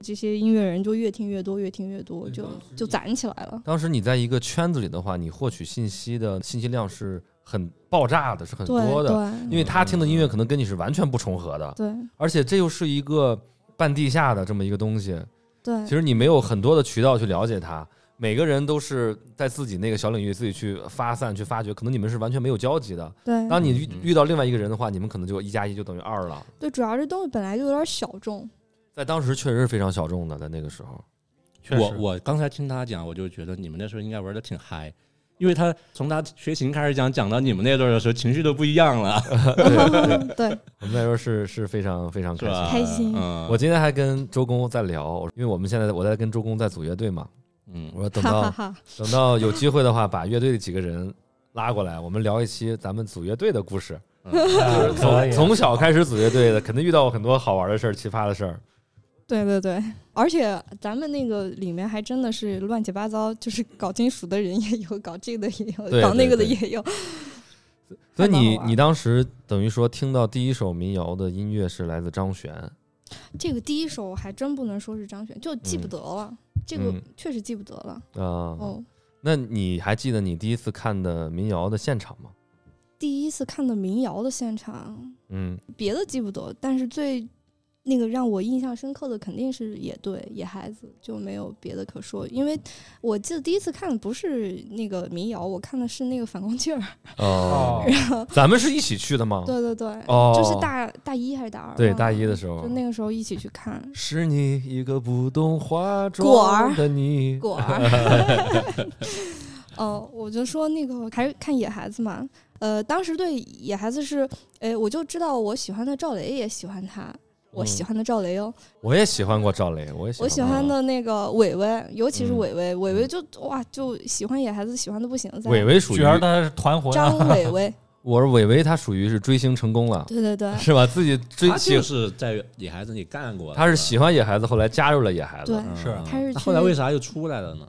Speaker 3: 这些音乐人就越听越多，越听越多，就就攒起来了。
Speaker 2: 当时你在一个圈子里的话，你获取信息的信息量是很爆炸的，是很
Speaker 3: 对
Speaker 2: 多的，
Speaker 3: 对
Speaker 2: 因为他听的音乐可能跟你是完全不重合的，
Speaker 3: 对
Speaker 2: 而且这又是一个半地下的这么一个东西，
Speaker 3: 对
Speaker 2: 其实你没有很多的渠道去了解它。每个人都是在自己那个小领域自己去发散、去发掘，可能你们是完全没有交集的。
Speaker 3: 对
Speaker 2: 当你遇
Speaker 1: 嗯嗯
Speaker 2: 遇到另外一个人的话，你们可能就一加一就等于二了。
Speaker 3: 对，主要这东西本来就有点小 众，
Speaker 2: 在当时确实是非常小众的，在那个 时候，
Speaker 4: 确
Speaker 1: 我
Speaker 4: 实
Speaker 1: 我刚才听他讲，我就觉得你们那时候应该玩的挺嗨，因为他从他学琴开始讲，讲到你们那段的时候，情绪都不一样了，
Speaker 3: 对
Speaker 2: 我们那时候是是非常非常
Speaker 1: 是
Speaker 2: 开心。
Speaker 1: 吧？
Speaker 3: 开心
Speaker 1: 嗯，
Speaker 2: 我今天还跟周公在聊，因为我们现在我在跟周公在组乐队嘛，
Speaker 1: 嗯
Speaker 2: 我说等
Speaker 3: 哈哈
Speaker 2: 到
Speaker 3: 哈，
Speaker 2: 等到有机会的话，把乐队的几个人拉过来，我们聊一期咱们组乐队的故事。
Speaker 4: 啊可以
Speaker 2: 从小开始组乐队的，肯定遇到过很多好玩的事儿、奇葩的事儿。
Speaker 3: 对对对，而且咱们那个里面还真的是乱七八糟，就是搞金属的人也有，搞这个的也有，
Speaker 2: 对
Speaker 3: 搞那个的
Speaker 2: 对
Speaker 3: 也有，
Speaker 2: 所
Speaker 3: 还
Speaker 2: 以
Speaker 3: 蛮好
Speaker 2: 你
Speaker 3: 玩
Speaker 2: 你当时等于说听到第一首民谣的音乐是来自张悬，
Speaker 3: 这个第一首还真不能说是张悬，就记不得了，这个
Speaker 2: 嗯
Speaker 3: 确实记不得了。
Speaker 2: 啊、
Speaker 3: 哦，
Speaker 2: 那你还记得你第一次看的民谣的现场吗？
Speaker 3: 第一次看的民谣的现场，
Speaker 2: 嗯，
Speaker 3: 别的记不得，但是最那个让我印象深刻的肯定是《野队》《野孩子》，就没有别的可说。因为我记得第一次看的不是那个民谣，我看的是那个反光镜儿。
Speaker 2: 哦
Speaker 4: 哦，
Speaker 2: 咱们是一起去的吗？
Speaker 3: 对对对，
Speaker 2: 哦
Speaker 3: 就是大大一还是大二？
Speaker 2: 对
Speaker 3: 忘了
Speaker 2: 大一的时候啊
Speaker 3: 就那个时候一起去 看。
Speaker 2: 是你一个不懂化
Speaker 3: 果儿
Speaker 2: 妆的你，嗯
Speaker 3: 果儿。 哦，我就说那个还是看野孩子嘛。呃，当时对野孩子是，哎，我就知道我喜欢的赵雷也喜欢他，我喜
Speaker 2: 嗯
Speaker 3: 欢的赵雷哦，
Speaker 2: 我也喜欢过赵雷，我也喜
Speaker 3: 我
Speaker 2: 欢
Speaker 3: 喜
Speaker 2: 过
Speaker 3: 欢的那个伟伟，尤其是
Speaker 2: 嗯
Speaker 3: 伟伟，伟伟就哇就喜欢野孩子，喜欢的不行。在
Speaker 2: 伟伟属于
Speaker 4: 觉，得他是团魂啊，
Speaker 3: 张 伟伟，
Speaker 2: 我是伟伟，他属于是追星成功了，
Speaker 3: 对对对
Speaker 2: 是吧？自己追
Speaker 1: 他
Speaker 2: 星
Speaker 1: 就，是在野孩子里干过的，
Speaker 2: 他是喜欢野孩子，后来加入了野孩
Speaker 3: 对
Speaker 2: 子，，
Speaker 1: 嗯
Speaker 4: 是
Speaker 3: 他是
Speaker 1: 那
Speaker 3: 去
Speaker 1: 后来为啥又出来了呢？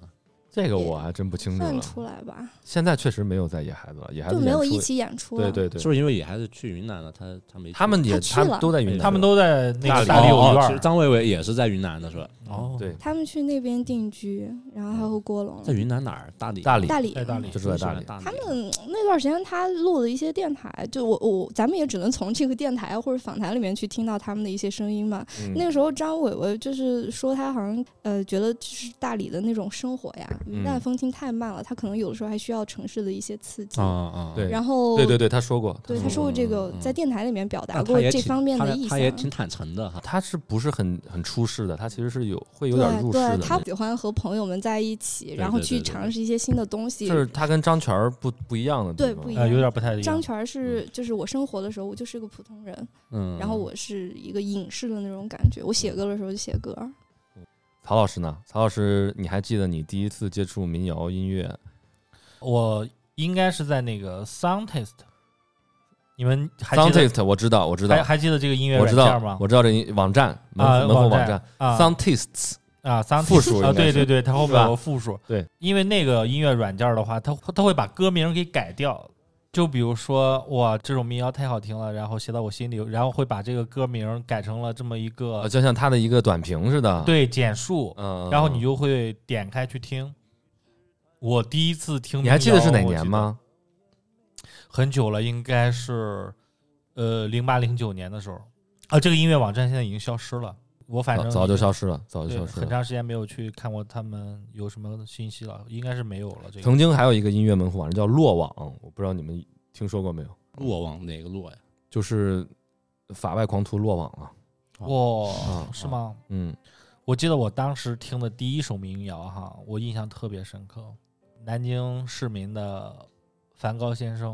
Speaker 2: 这个我还真不清楚
Speaker 3: 算
Speaker 2: 了。
Speaker 3: 出来吧，
Speaker 2: 现在确实没有在野孩子了，野孩子
Speaker 3: 就没有
Speaker 2: 演出
Speaker 3: 一起演出
Speaker 2: 对
Speaker 3: 了。
Speaker 2: 对对
Speaker 1: 是，不是因为野孩子去云南了，他他没去
Speaker 2: 他们也
Speaker 3: 他去
Speaker 2: 他
Speaker 3: 了
Speaker 2: 们都在云南，
Speaker 4: 他们都在那
Speaker 2: 大
Speaker 4: 个
Speaker 2: 理
Speaker 4: 大理有
Speaker 1: 哦
Speaker 4: 院
Speaker 1: 哦
Speaker 4: 儿
Speaker 1: 是张伟伟也是在云南的是吧？
Speaker 4: 哦
Speaker 2: 对
Speaker 3: 他们去那边定居，然后还
Speaker 2: 嗯
Speaker 3: 有郭龙，
Speaker 1: 在云南哪儿？大理。
Speaker 2: 大理
Speaker 3: 大理，
Speaker 4: 在大理
Speaker 2: 就住在大理。
Speaker 1: 大理。
Speaker 3: 他们那段时间，他录了一些电台，就我我咱们也只能从这个电台或者访谈里面去听到他们的一些声音嘛。
Speaker 2: 嗯
Speaker 3: 那个时候，张伟伟就是说他好像呃觉得就是大理的那种生活呀，云淡风轻太慢了，他可能有的时候还需要城市的一些刺激。
Speaker 1: 啊啊，
Speaker 2: 对
Speaker 3: 然后
Speaker 2: 对对对，他说过，
Speaker 3: 对他说过这个
Speaker 1: 嗯嗯
Speaker 3: 在电台里面表达
Speaker 1: 但
Speaker 3: 过
Speaker 1: 他也
Speaker 3: 这
Speaker 1: 挺
Speaker 3: 方面的意向
Speaker 1: 他他。也挺坦诚的哈。
Speaker 2: 他是不是很很出世的？他其实是有会有点
Speaker 3: 对
Speaker 2: 入世
Speaker 3: 对，
Speaker 2: 的
Speaker 3: 他
Speaker 2: 那，
Speaker 3: 喜欢和朋友们在一起，然后
Speaker 1: 对对
Speaker 3: 去
Speaker 1: 对对
Speaker 3: 尝试一些新的东西
Speaker 2: 就。是他跟张全儿不不一样的地
Speaker 3: 对
Speaker 2: 方
Speaker 3: 不一样
Speaker 4: 呃有点不太一
Speaker 3: 张
Speaker 4: 样。
Speaker 3: 全是就是我生活的时候，我就是个普通人，
Speaker 1: 嗯，
Speaker 3: 然后我是一个影视的那种感觉，我写歌的时候就写歌，
Speaker 2: 曹老师呢？曹老师，你还记得你第一次接触民谣音乐？
Speaker 4: 我应该是在那个 Sound Test，你们还
Speaker 2: s o u
Speaker 4: 记
Speaker 2: n d t a
Speaker 4: 得
Speaker 2: s t 我知道，我知道
Speaker 4: 还，还记得这个音乐
Speaker 2: 我
Speaker 4: 软
Speaker 2: 知
Speaker 4: 件
Speaker 2: 道
Speaker 4: 吗，？
Speaker 2: 我知道这网站门
Speaker 4: 啊
Speaker 2: 门户网站
Speaker 4: 网站
Speaker 2: s
Speaker 4: 啊
Speaker 2: o u n d t a s t
Speaker 4: 啊，三
Speaker 2: 复数
Speaker 4: 啊，
Speaker 2: 应该是
Speaker 4: 对对对，它后
Speaker 2: 是
Speaker 4: 面
Speaker 2: 吧
Speaker 4: 有个复数。
Speaker 2: 对，
Speaker 4: 因为那个音乐软件的话，它会它会把歌名给改掉。就比如说，哇，这种民谣太好听了，然后写到我心里，然后会把这个歌名改成了这么一个
Speaker 2: 呃就像他的一个短评似的。，
Speaker 4: 对简述，
Speaker 2: 嗯，
Speaker 4: 然后你就会点开去听。我第一次听，
Speaker 2: 你还记得是哪年？吗？
Speaker 4: 很久了，应该是呃零八零九年的时候。啊，这个音乐网站现在已经消失了，我反
Speaker 2: 早
Speaker 4: 正
Speaker 2: 早就
Speaker 4: 已经
Speaker 2: 消失了，早就
Speaker 4: 对，
Speaker 2: 消失
Speaker 4: 很
Speaker 2: 了。
Speaker 4: 长时间没有去看过他们有什么信息了，应该是没有了。这个
Speaker 2: 曾经还有一个音乐门户网站叫落网，我不知道你们听说过没有？
Speaker 3: 嗯
Speaker 1: 落往哪个落呀？
Speaker 2: 就是法外狂徒落网了。
Speaker 4: 哇、
Speaker 2: 啊
Speaker 4: 是吗？
Speaker 2: 嗯，
Speaker 4: 我记得我当时听的第一首民谣哈，我印象特别深刻，南京市民的梵高先生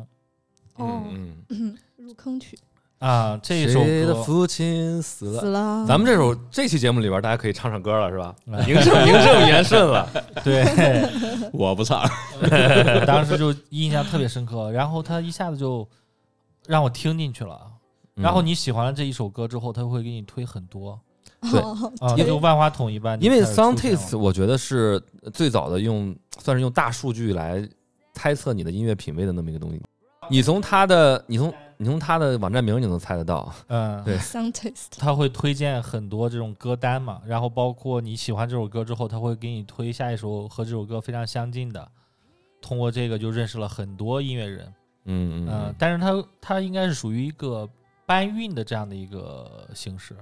Speaker 3: 哦，
Speaker 2: 嗯，
Speaker 3: 嗯入坑曲
Speaker 4: 啊，这首
Speaker 2: 谁的
Speaker 4: 歌
Speaker 2: 父亲死了？
Speaker 3: 死了，
Speaker 2: 咱们这首这期节目里边，大家可以唱唱歌了，是 吧？
Speaker 4: 啊
Speaker 2: 名正名正言顺了。
Speaker 4: 对，
Speaker 1: 我 不唱。
Speaker 4: 我啊当时就印象特别深刻，然后他一下子就
Speaker 2: 嗯
Speaker 4: 让我听进去了。然后你喜欢了这一首歌之后，他会给你推很多，
Speaker 2: 对
Speaker 3: 哦
Speaker 4: 啊，
Speaker 3: 对
Speaker 4: 就万花筒一般就
Speaker 2: 因
Speaker 4: 开
Speaker 2: 为
Speaker 4: 始出现了。
Speaker 2: Soundtaste 我觉得是最早的用，算是用大数据来猜测你的音乐品味的那么一个东西。你从它的，你从你从它的网站名你能猜得到，
Speaker 4: 嗯，
Speaker 2: 对
Speaker 3: s o u n d t a s t
Speaker 4: 他会推荐很多这种歌单嘛，然后包括你喜欢这首歌之后，他会给你推下一首和这首歌非常相近的。通过这个就认识了很多音乐人，
Speaker 2: 嗯
Speaker 4: 嗯，
Speaker 2: 嗯
Speaker 4: 但是他他应该是属于一个搬运的这样的一个形式，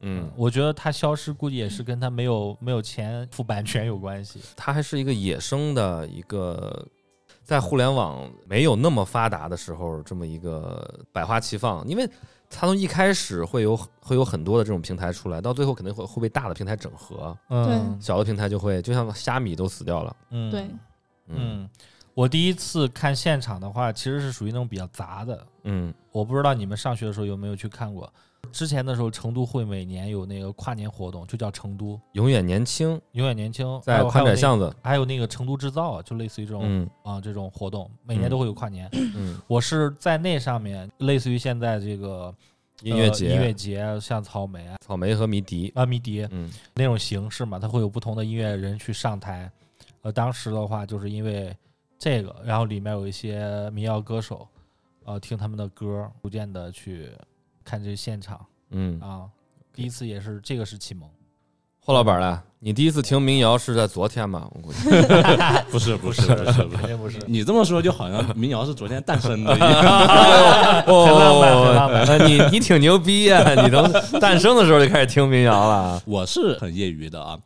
Speaker 2: 嗯，
Speaker 4: 我觉得他消失估计也是跟他没有没有钱付版权有关系，
Speaker 2: 它还是一个野生的一个，在互联网没有那么发达的时候，这么一个百花齐放。因为它从一开始会有会有很多的这种平台出来，到最后肯定会会被大的平台整合，
Speaker 4: 嗯，
Speaker 2: 小的平台就会就像虾米都死掉了。
Speaker 4: 嗯，
Speaker 3: 对，
Speaker 4: 嗯，我第一次看现场的话，其实是属于那种比较杂的，
Speaker 2: 嗯
Speaker 4: 我不知道你们上学的时候有没有去看过。之前的时候，成都会每年有那个跨年活动，就叫成都
Speaker 2: 永远年轻，
Speaker 4: 永远年轻，还
Speaker 2: 在
Speaker 4: 有
Speaker 2: 宽窄，巷子。
Speaker 4: 还有那还有那个成都制造，就类似于这种啊、
Speaker 2: 嗯
Speaker 4: 这种活动，每年都会有跨年。
Speaker 2: 嗯，
Speaker 4: 我是在那上面，类似于现在这个
Speaker 2: 音乐
Speaker 4: 呃
Speaker 2: 节、
Speaker 4: 音乐节，像草莓啊、
Speaker 2: 草莓和迷笛。
Speaker 4: 啊迷笛
Speaker 2: 嗯
Speaker 4: 那种形式嘛，它会有不同的音乐人去上台。呃，当时的话，就是因为这个，然后里面有一些民谣歌手，呃，听他们的歌，逐渐的去看这现场
Speaker 2: 嗯，
Speaker 4: 啊。第一次也是这个是启蒙，
Speaker 2: 霍老板呢？你第一次听民谣是在昨天吧？我估计。
Speaker 1: 不是 不是不是嗯不
Speaker 4: 肯
Speaker 1: 是，
Speaker 4: 定不是
Speaker 1: 你这么说就好像民谣是昨天诞生的 一
Speaker 2: 哎
Speaker 1: 样。
Speaker 4: 很浪漫
Speaker 2: 哦，你你挺牛逼呀、 你从诞生的时候就开始听民谣了。
Speaker 1: 我是很业余的啊，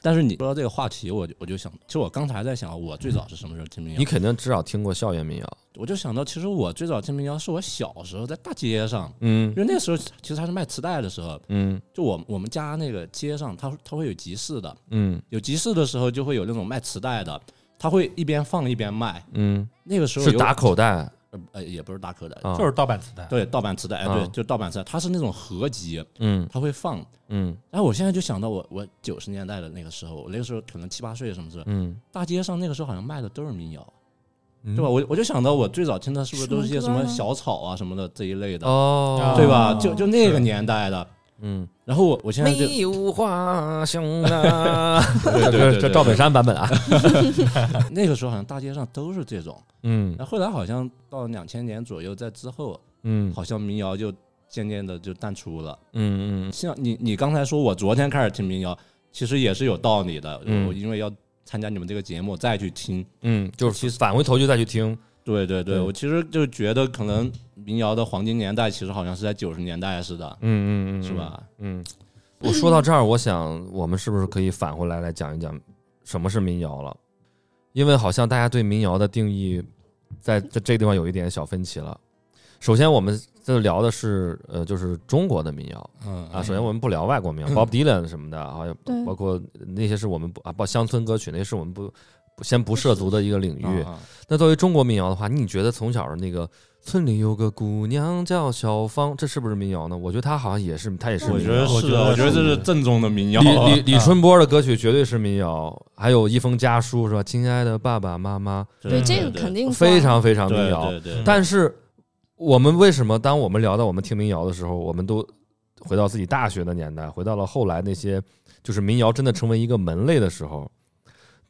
Speaker 1: 但是你说到这个话题，我就我就想，其实我刚才在想，我最早是什么时候听民谣？
Speaker 2: 你肯定至少听过校园民谣，
Speaker 1: 我就想到，其实我最早听民谣是我小时候在大街上，
Speaker 2: 嗯
Speaker 1: 因为那时候其实还是卖磁带的时候，
Speaker 2: 嗯
Speaker 1: 就我我们家那个街上，它它会有集市的，
Speaker 2: 嗯
Speaker 1: 有集市的时候就会有那种卖磁带的，他会一边放一边卖。
Speaker 2: 嗯，
Speaker 1: 那个时候
Speaker 2: 是
Speaker 1: 有
Speaker 2: 打口袋
Speaker 1: 呃呃也不是打口袋，
Speaker 2: 啊，
Speaker 4: 就是盗版磁带。
Speaker 1: 对盗版磁带，哎对，
Speaker 2: 啊
Speaker 1: 就盗版磁带，它是那种合集，
Speaker 2: 嗯
Speaker 1: 它会放。
Speaker 2: 嗯
Speaker 1: 然后我现在就想到我我九十年代的那个时候，我那个时候可能七八岁什么时候，
Speaker 2: 嗯，
Speaker 1: 大街上那个时候好像卖的都是民谣，
Speaker 2: 对
Speaker 1: 对吧？？我我就想到我最早听的是不是
Speaker 3: 什么
Speaker 1: 都是一些什
Speaker 3: 歌
Speaker 1: 么
Speaker 3: 呢
Speaker 1: 小草啊什么的这一类的，
Speaker 2: 哦，
Speaker 1: 对吧？
Speaker 4: 哦
Speaker 1: 就就那个
Speaker 4: 是
Speaker 1: 年代的。
Speaker 2: 嗯，
Speaker 1: 然后我我现在就
Speaker 2: 没有花香啊，
Speaker 1: 对对对
Speaker 2: 这赵本山版本啊，
Speaker 1: 那个时候好像大街上都是这种，
Speaker 2: 嗯
Speaker 1: 然后后来好像到两千年左右，在之后
Speaker 2: 嗯
Speaker 1: 好像民谣就渐渐的就淡出了。
Speaker 2: 嗯嗯
Speaker 1: 像你你刚才说我昨天开始听民谣，其实也是有道理的。
Speaker 2: 嗯
Speaker 1: 我因为要参加你们这个节目再去听，
Speaker 2: 嗯，就是返回头去再去听，
Speaker 1: 对对对，
Speaker 2: 嗯
Speaker 1: 我其实就觉得可能民谣的黄金年代其实好像是在九十年代似的，
Speaker 2: 嗯嗯嗯，
Speaker 1: 是？吧？
Speaker 2: 嗯，我说到这儿，我想我们是不是可以返回来来讲一讲什么是民谣了？因为好像大家对民谣的定义在在这个地方有一点小分歧了。首先，我们这聊的是呃，就是中国的民谣
Speaker 1: 嗯
Speaker 2: 啊。首先，我们不聊外国民谣，Bob Dylan 什么的，还有
Speaker 3: 对
Speaker 2: 包括那些是我们不啊，包乡村歌曲，那些是我们不不先不涉足的一个领域。
Speaker 1: 啊
Speaker 2: 那作为中国民谣的话，你觉得从小的那个村里有个姑娘叫小芳，这是不是民谣呢？我觉得它好像也是，它也是民谣。
Speaker 1: 我觉得
Speaker 4: 我
Speaker 1: 是
Speaker 4: 觉得
Speaker 1: 啊，我觉得这
Speaker 4: 是
Speaker 1: 是正宗的民谣。
Speaker 2: 李李李
Speaker 4: 啊
Speaker 2: 春波的歌曲绝对是民谣，还有一封家书是吧？亲爱的爸爸妈妈，
Speaker 3: 对这个肯定
Speaker 2: 非
Speaker 3: 算
Speaker 2: 常非常
Speaker 1: 对
Speaker 2: 民谣。嗯
Speaker 1: 对对，
Speaker 2: 但是我们为什么当我们聊到我们听民谣的时候，我们都回到自己大学的年代，回到了后来那些就是民谣真的成为一个门类的时候，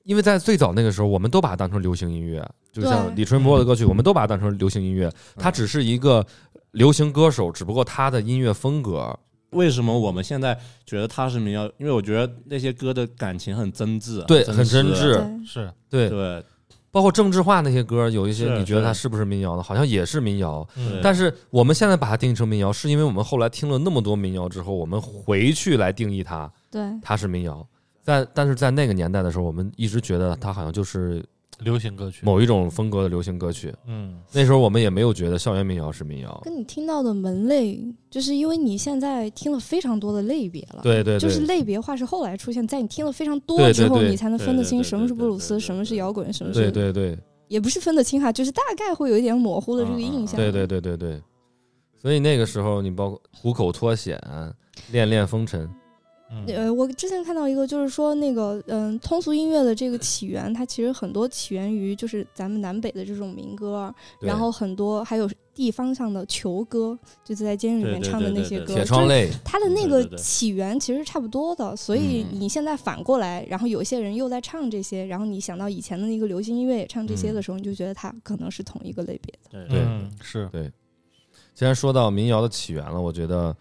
Speaker 2: 因为在最早那个时候，我们都把它当成流行音乐，就像
Speaker 3: 对
Speaker 2: 李春波的歌曲，我们都把它当成流行音乐，
Speaker 1: 嗯
Speaker 2: 它只是一个流行歌手，只不过他的音乐风格，
Speaker 1: 为什么我们现在觉得他是民谣？因为我觉得那些歌的感情很真挚，
Speaker 2: 对，很真
Speaker 1: 实。
Speaker 3: 对
Speaker 2: 挚，
Speaker 4: 是，
Speaker 2: 对。
Speaker 1: 对，
Speaker 2: 包括郑智化那些歌，有一些
Speaker 1: 是
Speaker 2: 你觉得它
Speaker 1: 是
Speaker 2: 是不是民谣呢？好像也是民谣。
Speaker 1: 对
Speaker 4: 嗯，
Speaker 2: 但是我们现在把它定义成民谣，是因为我们后来听了那么多民谣之后，我们回去来定义它，
Speaker 3: 对
Speaker 2: 它是民谣。在但是在那个年代的时候，我们一直觉得它好像就是
Speaker 4: 流行歌曲，
Speaker 2: 某一种风格的流行歌曲。
Speaker 4: 嗯，
Speaker 2: 那时候我们也没有觉得校园民谣是民谣。
Speaker 3: 跟你听到的门类，就是因为你现在听了非常多的类别了。
Speaker 2: 对对对，
Speaker 3: 就是类别化是后来出现在你听了非常多
Speaker 2: 对对
Speaker 3: 之后，
Speaker 2: 对
Speaker 3: 你才能分得
Speaker 1: 对对
Speaker 3: 清
Speaker 1: 对
Speaker 3: 什么是布鲁
Speaker 1: 对对
Speaker 3: 斯，
Speaker 1: 对
Speaker 3: 什么是摇滚，什么
Speaker 2: 对
Speaker 3: 是
Speaker 2: 对对
Speaker 3: 也不是分得清哈，就是大概会有一点模糊的这个印象。
Speaker 2: 啊对对对对对。所以那个时候，你包括虎口脱险、恋恋风尘，
Speaker 4: 嗯
Speaker 3: 呃，我之前看到一个，就是说那个，嗯，通俗音乐的这个起源，它其实很多起源于就是咱们南北的这种民歌，
Speaker 2: 对
Speaker 3: 然后很多还有地方上的球歌，就是在监狱里面
Speaker 1: 对对
Speaker 3: 唱的
Speaker 1: 对
Speaker 3: 那
Speaker 1: 对
Speaker 3: 些
Speaker 1: 对
Speaker 3: 歌，
Speaker 2: 铁窗泪，
Speaker 3: 它的那
Speaker 1: 对
Speaker 3: 个
Speaker 1: 对对
Speaker 3: 起源其实差不多的，所以
Speaker 2: 嗯
Speaker 3: 你现在反过来，然后有一些人又在唱这些，然后你想到以前的那个流行音乐也唱这些的时候，你就觉得它可能是同一个类别的。
Speaker 1: 对
Speaker 2: 对
Speaker 4: 嗯是
Speaker 2: 既然说到民谣的起源了，我觉得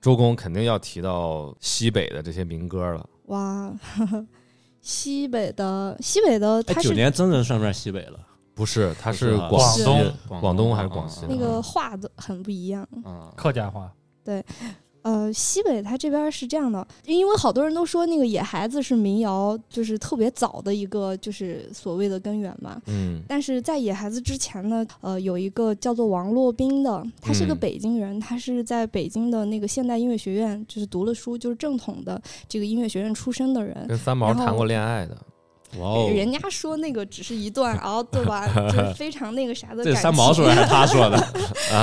Speaker 2: 周公肯定要提到西北的这些民歌了。
Speaker 3: 哇， 西北的西北的，
Speaker 1: 哎，
Speaker 3: 它
Speaker 1: 九
Speaker 3: 是
Speaker 1: 年真的算不算西北了？
Speaker 2: 不是，它
Speaker 1: 不
Speaker 2: 是
Speaker 1: 是啊
Speaker 2: 广西
Speaker 4: 广东
Speaker 2: 广东还是广西
Speaker 3: 那个话的很不一样。
Speaker 2: 啊，
Speaker 4: 客家话，
Speaker 3: 呃，西北它这边是这样的，因为好多人都说那个野孩子是民谣，就是特别早的一个就是所谓的根源嘛。
Speaker 2: 嗯
Speaker 3: 但是在野孩子之前呢，呃，有一个叫做王洛宾的，他是个
Speaker 2: 嗯
Speaker 3: 北京人，他是在北京的那个现代音乐学院，就是读了书，就是正统的这个音乐学院出身的人。
Speaker 2: 跟三毛
Speaker 3: 呃然后
Speaker 2: 谈过恋爱的，
Speaker 1: 哇哦，
Speaker 3: 人家说那个只是一段，哦，对 吧？就是非常那个啥的
Speaker 1: 这
Speaker 3: 感情。
Speaker 1: 是三毛说的还是他说的？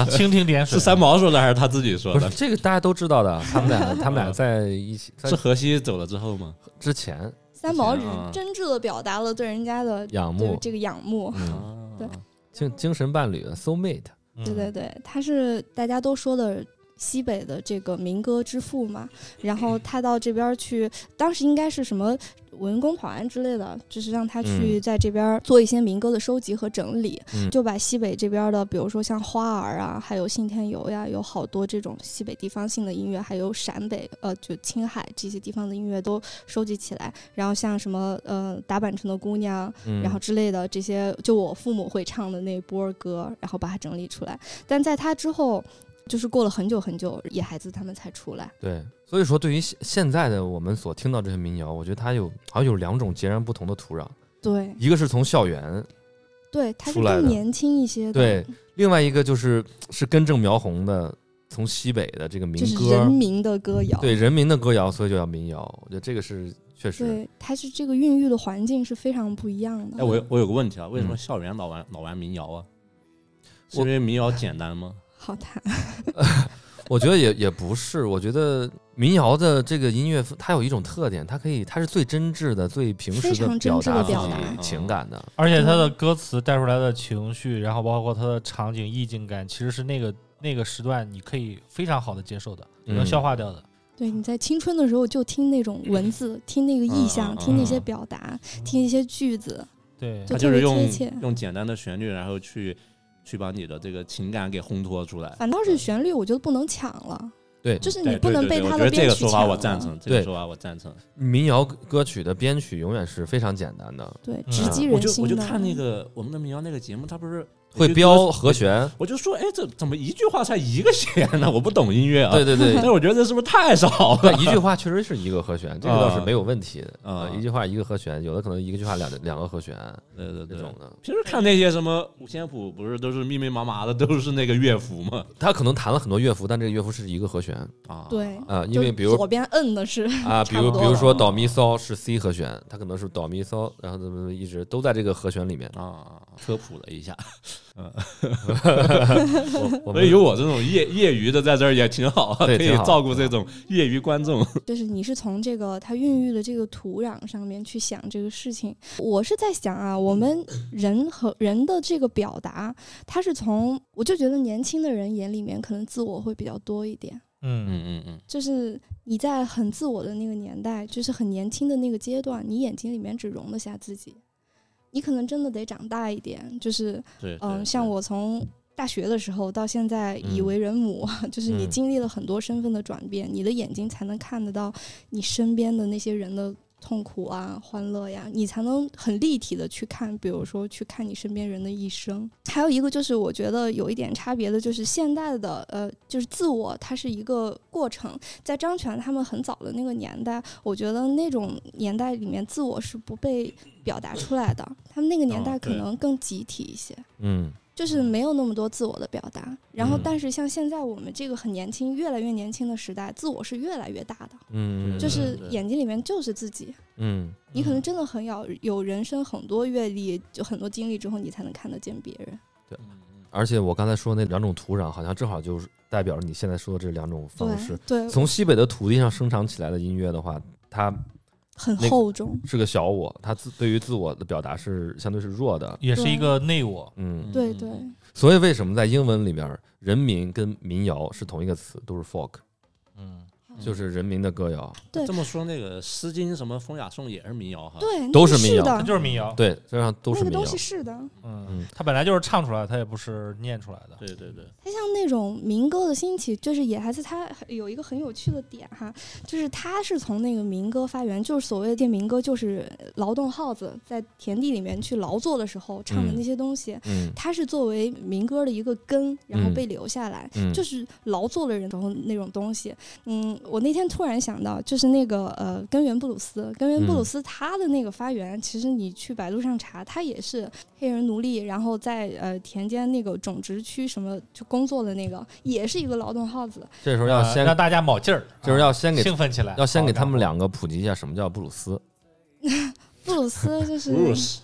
Speaker 4: 蜻蜓点水
Speaker 1: 啊是三毛说的还是他自己说
Speaker 2: 不是
Speaker 1: 的？
Speaker 2: 这个大家都知道的。他们 俩他们俩在一起，在
Speaker 1: 是荷西走了之后吗？
Speaker 2: 之前
Speaker 3: 三毛只
Speaker 1: 之前啊
Speaker 3: 是真挚的表达了对人家的
Speaker 2: 仰
Speaker 3: 就是
Speaker 2: 慕，
Speaker 3: 这个仰慕。
Speaker 2: 嗯，
Speaker 1: 啊
Speaker 3: 对
Speaker 2: 精精神伴侣 soul mate，
Speaker 3: 对对
Speaker 4: 嗯
Speaker 3: 对，他是大家都说的西北的这个民歌之父嘛。然后他到这边儿去，当时应该是什么文工保安之类的，就是让他去在这边儿做一些民歌的收集和整理，
Speaker 2: 嗯
Speaker 3: 就把西北这边儿的，比如说像花儿啊，还有信天游呀，有好多这种西北地方性的音乐，还有陕北呃就青海这些地方的音乐都收集起来。然后像什么呃达坂城的姑娘，
Speaker 2: 嗯
Speaker 3: 然后之类的这些，就我父母会唱的那一波歌，然后把它整理出来。但在他之后，就是过了很久很久，野孩子他们才出来。
Speaker 2: 对，所以说对于现现在的我们所听到这些民谣，我觉得它有好像有两种截然不同的土壤，
Speaker 3: 对
Speaker 2: 一个是从校园，
Speaker 3: 对，他是
Speaker 2: 出来的
Speaker 3: 更年轻一些的，
Speaker 2: 对，另外一个就是是根正苗红的从西北的这个民
Speaker 3: 就是
Speaker 2: 歌
Speaker 3: 人，民的歌谣。
Speaker 2: 对人民的歌谣，所以就叫民谣。我觉得这个是确实，
Speaker 3: 对，它是这个孕育的环境是非常不一样的。
Speaker 1: 哎，我有我有个问题啊，为什么
Speaker 2: 嗯
Speaker 1: 校园老玩老玩民谣啊？是
Speaker 2: 我
Speaker 1: 因为民谣简单吗？
Speaker 3: 好谈，
Speaker 2: 我觉得也也不是，我觉得民谣的这个音乐它有一种特点，它可以它是最真挚的、最平
Speaker 3: 非
Speaker 2: 时
Speaker 3: 常
Speaker 2: 的
Speaker 3: 真
Speaker 2: 表
Speaker 3: 挚地
Speaker 2: 达自
Speaker 3: 表哦
Speaker 2: 己
Speaker 1: 达
Speaker 2: 情感的。
Speaker 4: 而且他
Speaker 3: 嗯
Speaker 4: 的歌词带出来的情绪，然后包括他的场景意境感，其实是那个那个时段你可以非常好的接受的，
Speaker 2: 嗯
Speaker 4: 能消化掉的。
Speaker 3: 对，你在青春的时候就听那种文字，听那个意象，
Speaker 1: 嗯嗯
Speaker 3: 听那些
Speaker 2: 嗯
Speaker 3: 表达，听一些句子，
Speaker 4: 对
Speaker 3: 就
Speaker 1: 它
Speaker 3: 特
Speaker 1: 是
Speaker 3: 别
Speaker 1: 用
Speaker 3: 贴切
Speaker 1: 用简单的旋律，然后去去把你的这个情感给烘托出来。
Speaker 3: 反倒是旋律，我觉得不能抢了，
Speaker 2: 对，
Speaker 3: 就是
Speaker 1: 对
Speaker 3: 你不
Speaker 1: 对
Speaker 3: 能
Speaker 1: 对
Speaker 3: 被
Speaker 1: 对
Speaker 3: 他
Speaker 1: 我觉
Speaker 3: 的
Speaker 1: 得这
Speaker 3: 编
Speaker 1: 个
Speaker 3: 曲
Speaker 1: 说法
Speaker 3: 抢
Speaker 1: 我
Speaker 3: 了。
Speaker 1: 赞成，这个
Speaker 2: 对
Speaker 1: 说法我赞成。
Speaker 2: 民谣歌曲的编曲永远是非常简单的，
Speaker 3: 对，
Speaker 4: 嗯
Speaker 3: 直击
Speaker 1: 我
Speaker 3: 人
Speaker 1: 就
Speaker 3: 心
Speaker 1: 我
Speaker 3: 的。
Speaker 1: 就看那个我们的民谣那个节目，它不是
Speaker 2: 会飙和，弦。
Speaker 1: 我就说哎，这怎么一句话才一个弦呢？ 我不懂音乐啊。
Speaker 2: 对对对，
Speaker 1: 但是我觉得这是不是太 少了？
Speaker 2: 对，一句话确实是一个和弦，这个倒是没有问题的。
Speaker 1: 啊
Speaker 2: 呃一句话一个和弦，有的可能一个句话两两个和弦
Speaker 1: 对对
Speaker 2: 这
Speaker 1: 对，
Speaker 2: 种的。
Speaker 1: 平时看那些什么五线谱，不是都是密密麻麻的，都是那个乐符吗？
Speaker 2: 他可能弹了很多乐符，但这个乐符是一个和弦
Speaker 1: 啊，。
Speaker 3: 对
Speaker 2: 啊，因
Speaker 3: 哦就
Speaker 2: 为比如
Speaker 3: 左边摁的是，
Speaker 2: 啊，比
Speaker 3: 差
Speaker 2: 如
Speaker 3: 不多
Speaker 2: 比如
Speaker 3: 了
Speaker 2: 说哆咪嗦是 C 和弦，它可能是哆咪嗦，然后怎么怎么一直都在这个和弦里面
Speaker 1: 啊，科普了一下。
Speaker 2: 我我
Speaker 1: 所以
Speaker 2: 们
Speaker 1: 有我这种业业余的在这儿也挺好啊，可
Speaker 2: 对
Speaker 1: 以
Speaker 2: 挺好
Speaker 1: 照顾这种业余观众。
Speaker 3: 就是你是从这个它孕育的这个土壤上面去想这个事情。我是在想啊，我们人和人的这个表达，它是从我就觉得年轻的人眼里面可能自我会比较多一点，
Speaker 4: 嗯，
Speaker 1: 嗯嗯
Speaker 3: 就是你在很自我的那个年代，就是很年轻的那个阶段，你眼睛里面只容得下自己。你可能真的得长大一点，就是
Speaker 1: 嗯，对，
Speaker 3: 嗯，
Speaker 1: 对
Speaker 3: 像，我从大学的时候到现在已
Speaker 2: 嗯
Speaker 3: 为人母， 就是你
Speaker 2: 嗯
Speaker 3: 经历了很多身份的转变，你的眼睛才能看得到你身边的那些人的痛苦啊、欢乐呀，你才能很立体的去看，比如说去看你身边人的一生。还有一个就是，我觉得有一点差别的就是现代的呃，就是自我，它是一个过程。在张全他们很早的那个年代，我觉得那种年代里面，自我是不被表达出来的，他们那个年
Speaker 1: 哦
Speaker 3: 代可
Speaker 1: 对
Speaker 3: 能更集体一些。
Speaker 2: 嗯
Speaker 3: 就是没有那么多自我的表达。然后
Speaker 2: 嗯，
Speaker 3: 但是像现在我们这个很年轻、越来越年轻的时代，自我是越来越大的，
Speaker 2: 嗯，
Speaker 3: 就
Speaker 1: 对
Speaker 3: 是
Speaker 1: 对
Speaker 3: 眼睛里面就是自己。
Speaker 2: 嗯
Speaker 3: 你可能真的很要有人生很多阅历，就很多经历之后，你才能看得见别人。
Speaker 1: 嗯嗯
Speaker 2: 而且我刚才说那两种土壤，好像正好就是代表着你现在说的这两种方式。
Speaker 3: 对对，
Speaker 2: 从西北的土地上生长起来的音乐的话，它
Speaker 3: 很
Speaker 2: 那个
Speaker 3: 厚重。
Speaker 2: 是个小我，它自对于自我的表达是相对是弱的。
Speaker 4: 也是一个内我。
Speaker 2: 嗯，
Speaker 3: 对
Speaker 4: 嗯
Speaker 3: 对，
Speaker 2: 所以为什么在英文里边，人民跟民谣是同一个词，都是 folk，
Speaker 4: 嗯，
Speaker 2: 就是人民的歌谣。
Speaker 3: 对
Speaker 1: 这么说，那个《诗经》什么《风雅颂》也是民谣哈。
Speaker 3: 对，那
Speaker 2: 都
Speaker 3: 个
Speaker 2: 是民谣
Speaker 4: 它
Speaker 3: 的，
Speaker 4: 就是民谣。
Speaker 2: 对，实际上都是
Speaker 3: 那个
Speaker 2: 民
Speaker 3: 东
Speaker 2: 谣。
Speaker 3: 西是的，
Speaker 4: 嗯
Speaker 2: 嗯，
Speaker 4: 它本来就是唱出来的，它也不是念出来的。
Speaker 1: 对对对，
Speaker 3: 它像那种民歌的兴起，就是野孩子，它有一个很有趣的点哈，就是它是从那个民歌发源，就是所谓的民歌，就是劳动号子在田地里面去劳作的时候唱的
Speaker 2: 嗯
Speaker 3: 那些东西，
Speaker 2: 嗯
Speaker 3: 它是作为民歌的一个根，然后
Speaker 2: 嗯
Speaker 3: 被留下来，
Speaker 2: 嗯，
Speaker 3: 就是劳作的人然后那种东西。嗯，我那天突然想到，就是那个呃，根源布鲁斯，根源布鲁
Speaker 2: 嗯
Speaker 3: 斯它的那个发源，其实你去百度上查，它也是黑人奴隶，然后在呃田间那个种植区什么就工作的那个，也是一个劳动号子。
Speaker 2: 这时候要
Speaker 4: 呃
Speaker 2: 先
Speaker 4: 让，大家卯劲儿，啊
Speaker 2: 就是要先给
Speaker 4: 兴奋起来，
Speaker 2: 要先给他
Speaker 4: 好
Speaker 2: 们两个普及一下什么叫布鲁斯。
Speaker 3: 布鲁斯 就是
Speaker 1: Bruce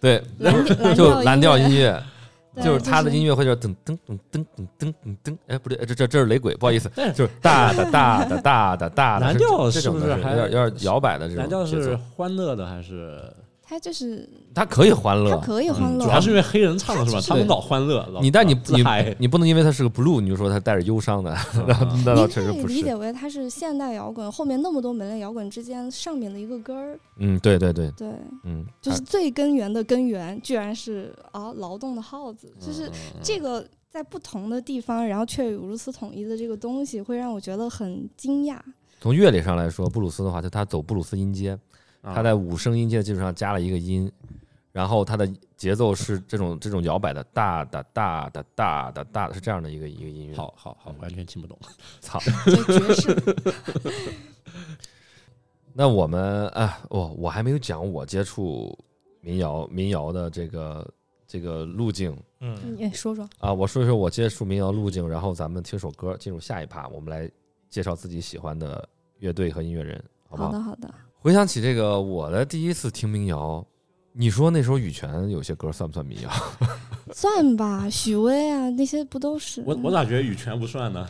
Speaker 2: 对，
Speaker 3: 蓝调
Speaker 2: 就蓝调
Speaker 3: 音
Speaker 2: 音乐，
Speaker 3: 乐，
Speaker 2: 就是他的音
Speaker 3: 乐。
Speaker 2: 乐会就是噔噔噔噔噔噔噔噔，哎，不对，这这这是雷鬼，不好意思，
Speaker 1: 但
Speaker 2: 就是大的大的大的大的，
Speaker 1: 蓝调
Speaker 2: 是这这种
Speaker 1: 是不
Speaker 2: 的
Speaker 1: 是
Speaker 2: 有
Speaker 1: 还
Speaker 2: 点有点摇摆的这种
Speaker 1: 蓝调
Speaker 2: 节
Speaker 1: 是
Speaker 2: 奏
Speaker 1: 欢乐的还是？
Speaker 3: 他就是
Speaker 2: 它可以欢
Speaker 3: 他
Speaker 2: 乐，
Speaker 3: 可以欢
Speaker 2: 嗯
Speaker 3: 乐，
Speaker 1: 主要是因为黑人唱的是吧？他们老欢乐，老
Speaker 2: 你但你
Speaker 1: 老自
Speaker 2: 你
Speaker 1: 嗨
Speaker 2: 你不能因为它是个 blue，你就说它带着忧伤的， 那倒
Speaker 3: 你
Speaker 2: 确
Speaker 3: 嗯可
Speaker 2: 实
Speaker 3: 以
Speaker 2: 不
Speaker 3: 理
Speaker 2: 是。
Speaker 3: 解为它是现代摇滚后面那么多门类摇滚之间上面的一个根儿，
Speaker 2: 嗯，对对对，
Speaker 3: 对，
Speaker 2: 嗯，
Speaker 3: 就是最根源的根源，居然是啊劳动的号子，就是这个在不同的地方，然后却有如此统一的这个东西，会让我觉得很惊讶。
Speaker 2: 从乐理上来说，布鲁斯的话，就他走布鲁斯音阶，
Speaker 1: 啊
Speaker 2: 他在五声音阶的基础上加了一个音，然后他的节奏是这种这种摇摆的大的大的大的大的，是这样的一个一个音乐。，
Speaker 1: 好好好，完全听不懂。
Speaker 2: 操！
Speaker 3: 对爵士，
Speaker 2: 那我们啊，我我还没有讲我接触民谣民谣的这个这个路径
Speaker 4: 嗯，
Speaker 3: 你说说，
Speaker 2: 啊，我说一说我接触民谣路径，然后咱们听首歌，进入下一趴，我们来介绍自己喜欢的乐队和音乐人，好不
Speaker 3: 好
Speaker 2: 好？
Speaker 3: 的好的，
Speaker 2: 回想起这个我的第一次听民谣，你说那时候羽泉有些歌算不算民谣？
Speaker 3: 算吧，许巍啊那些不都是？嗯
Speaker 1: 我我咋觉得羽泉不算呢？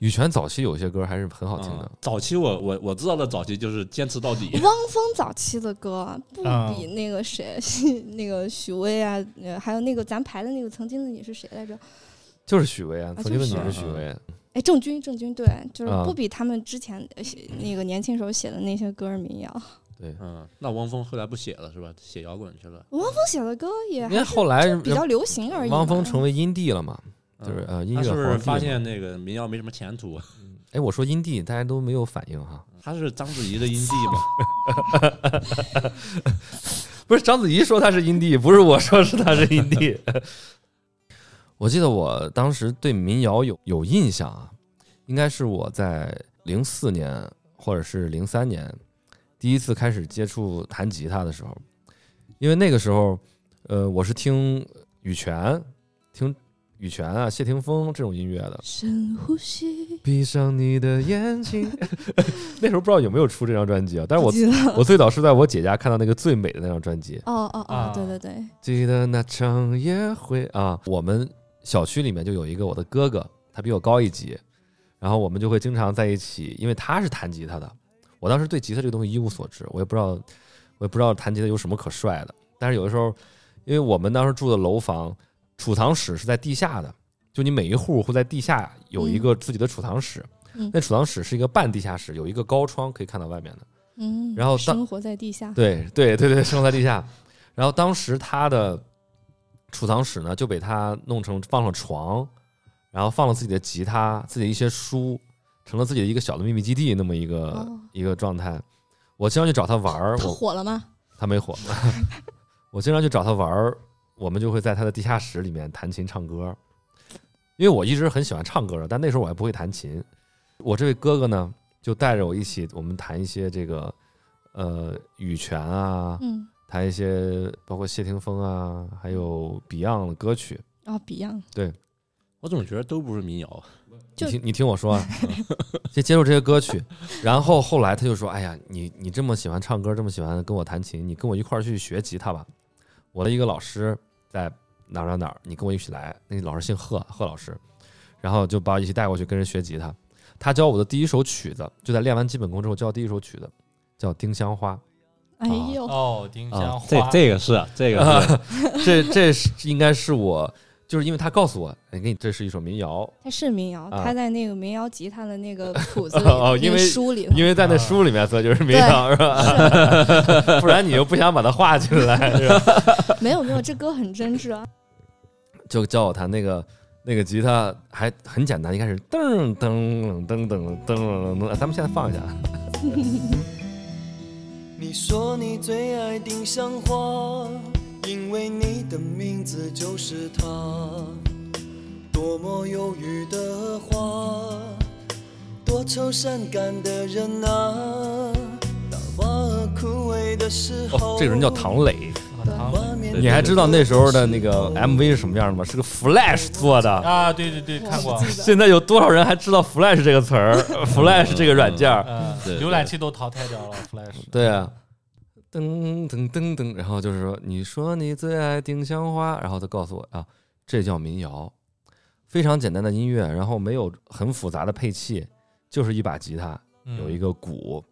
Speaker 2: 羽泉早期有些歌还是很好听的
Speaker 1: 嗯。早期我我我知道的早期就是坚持到底，
Speaker 3: 汪峰早期的歌不
Speaker 4: 啊
Speaker 3: 比那个谁， 那个许巍啊，呃还有那个咱排的那个曾经的你是谁来着？
Speaker 2: 就是许巍啊，曾经的你
Speaker 3: 就是
Speaker 1: 是
Speaker 2: 许巍，
Speaker 3: 哎，郑钧，郑钧，对，就是
Speaker 2: 啊
Speaker 3: 不比他们之前呃写那个年轻时候写的那些歌儿民谣。
Speaker 2: 对。
Speaker 1: 嗯，那汪峰后来不写了是吧？写摇滚去了，
Speaker 3: 汪峰写的歌也
Speaker 2: 因
Speaker 3: 还
Speaker 2: 为后来
Speaker 3: 比较流行而已嘛。
Speaker 2: 哎呃汪峰成为音帝了嘛，
Speaker 1: 嗯
Speaker 2: 就是呃音
Speaker 1: 他
Speaker 2: 乐
Speaker 1: 是不
Speaker 2: 皇
Speaker 1: 是
Speaker 2: 帝
Speaker 1: 发
Speaker 2: 嘛。
Speaker 1: 现那个民谣没什么前途？啊
Speaker 2: 哎，我说音帝，大家都没有反应哈。
Speaker 1: 他是章子怡的音帝 嘛？
Speaker 2: 不是章子怡说他是音帝，不是我说是他是 音帝。我记得我当时对民谣有有印象啊，应该是我在零四年或者是零三年第一次开始接触弹吉他的时候，因为那个时候，呃，我是听羽泉、听羽泉啊、谢霆锋这种音乐的。
Speaker 3: 深呼吸，
Speaker 2: 闭上你的眼睛， 那时候不知道有没有出这张专辑啊，但是我
Speaker 3: 记得。
Speaker 2: 我最早是在我姐家看到那个最美的那张专辑，
Speaker 3: 哦哦哦
Speaker 4: 啊，
Speaker 3: 对对对，
Speaker 2: 记得那场约会啊，我们小区里面就有一个我的哥哥，他比我高一级，然后我们就会经常在一起，因为他是弹吉他的，我当时对吉他这个东西一无所知，我也不知道，我也不知道弹吉他有什么可帅的。但是有的时候，因为我们当时住的楼房储藏室是在地下的，就你每一户会在地下有一个自己的储藏室，
Speaker 3: 嗯
Speaker 2: 那储藏室是一个半地下室，有一个高窗可以看到外面的。
Speaker 3: 嗯。
Speaker 2: 然后当
Speaker 3: 生活在地下，
Speaker 2: 对对对对，生活在地下。然后当时他的储藏室呢，就被他弄成放了床，然后放了自己的吉他、自己的一些书，成了自己的一个小的秘密基地那么一个、
Speaker 3: 哦
Speaker 2: 一个状态。我经常去找他玩儿，
Speaker 3: 他
Speaker 2: 我
Speaker 3: 火了吗？
Speaker 2: 他没火。 我经常去找他玩儿，我们就会在他的地下室里面弹琴唱歌。因为我一直很喜欢唱歌的，但那时候我还不会弹琴。我这位哥哥呢，就带着我一起，我们弹一些这个呃羽泉啊，
Speaker 3: 嗯，
Speaker 2: 弹一些包括谢霆锋啊，还有 Beyond 的歌曲。
Speaker 3: 哦，Beyond，
Speaker 1: 我总觉得都不是民谣，啊
Speaker 3: 就
Speaker 2: 你听，你听我说啊，先接受这些歌曲，然后后来他就说：“哎呀，你你这么喜欢唱歌，这么喜欢跟我弹琴，你跟我一块儿去学吉他吧。”我的一个老师在哪儿哪儿哪儿，你跟我一起来。那老师姓贺，贺老师，然后就把我一起带过去跟人学吉他。他教我的第一首曲子，就在练完基本功之后教第一首曲子，叫《丁香花》。
Speaker 3: 哎
Speaker 2: 啊
Speaker 3: 呦，
Speaker 4: 哦，丁香花，
Speaker 1: 这这个是这 个是，
Speaker 2: 这这是应该是我，就是因为他告诉我，哎，给你这是一首民谣，
Speaker 3: 它是民谣，
Speaker 2: 啊
Speaker 3: 它在那个民谣吉他的那个 谱子里，
Speaker 2: 哦因
Speaker 3: 那个
Speaker 2: 为
Speaker 3: 书里头，
Speaker 2: 因为在那书里面，所以就是民谣是吧？ 不然你又不想把它画进 来，是吧？
Speaker 1: 啊
Speaker 3: 没有没有，这歌很真挚啊。
Speaker 2: 就教我弹那个那个吉他，还很简单，一开始噔噔噔噔噔噔噔，咱们现在放一下。
Speaker 5: 你说你最爱丁香花，因为你的名字就是它。多么忧郁的花，多愁善感的人啊，当花儿枯萎的时候，
Speaker 2: 哦，这个人叫唐磊，
Speaker 4: 唐
Speaker 5: 画面
Speaker 2: 你还知道那时候的那个 MV 是什么样的吗？是个 Flash 做的。
Speaker 4: 啊，对对对，
Speaker 3: 我
Speaker 4: 看过
Speaker 3: 不，记得
Speaker 2: 现在有多少人还知道 Flash 这个词 儿？Flash 这个软件儿，
Speaker 4: 嗯，
Speaker 1: 对
Speaker 4: 浏览器都淘汰掉了 Flash，
Speaker 2: 对啊，噔噔噔噔，然后就是说，你说你最爱丁香花，然后他告诉我啊，这叫民谣，非常简单的音乐，然后没有很复杂的配器，就是一把吉他，
Speaker 4: 嗯
Speaker 2: 有一个鼓，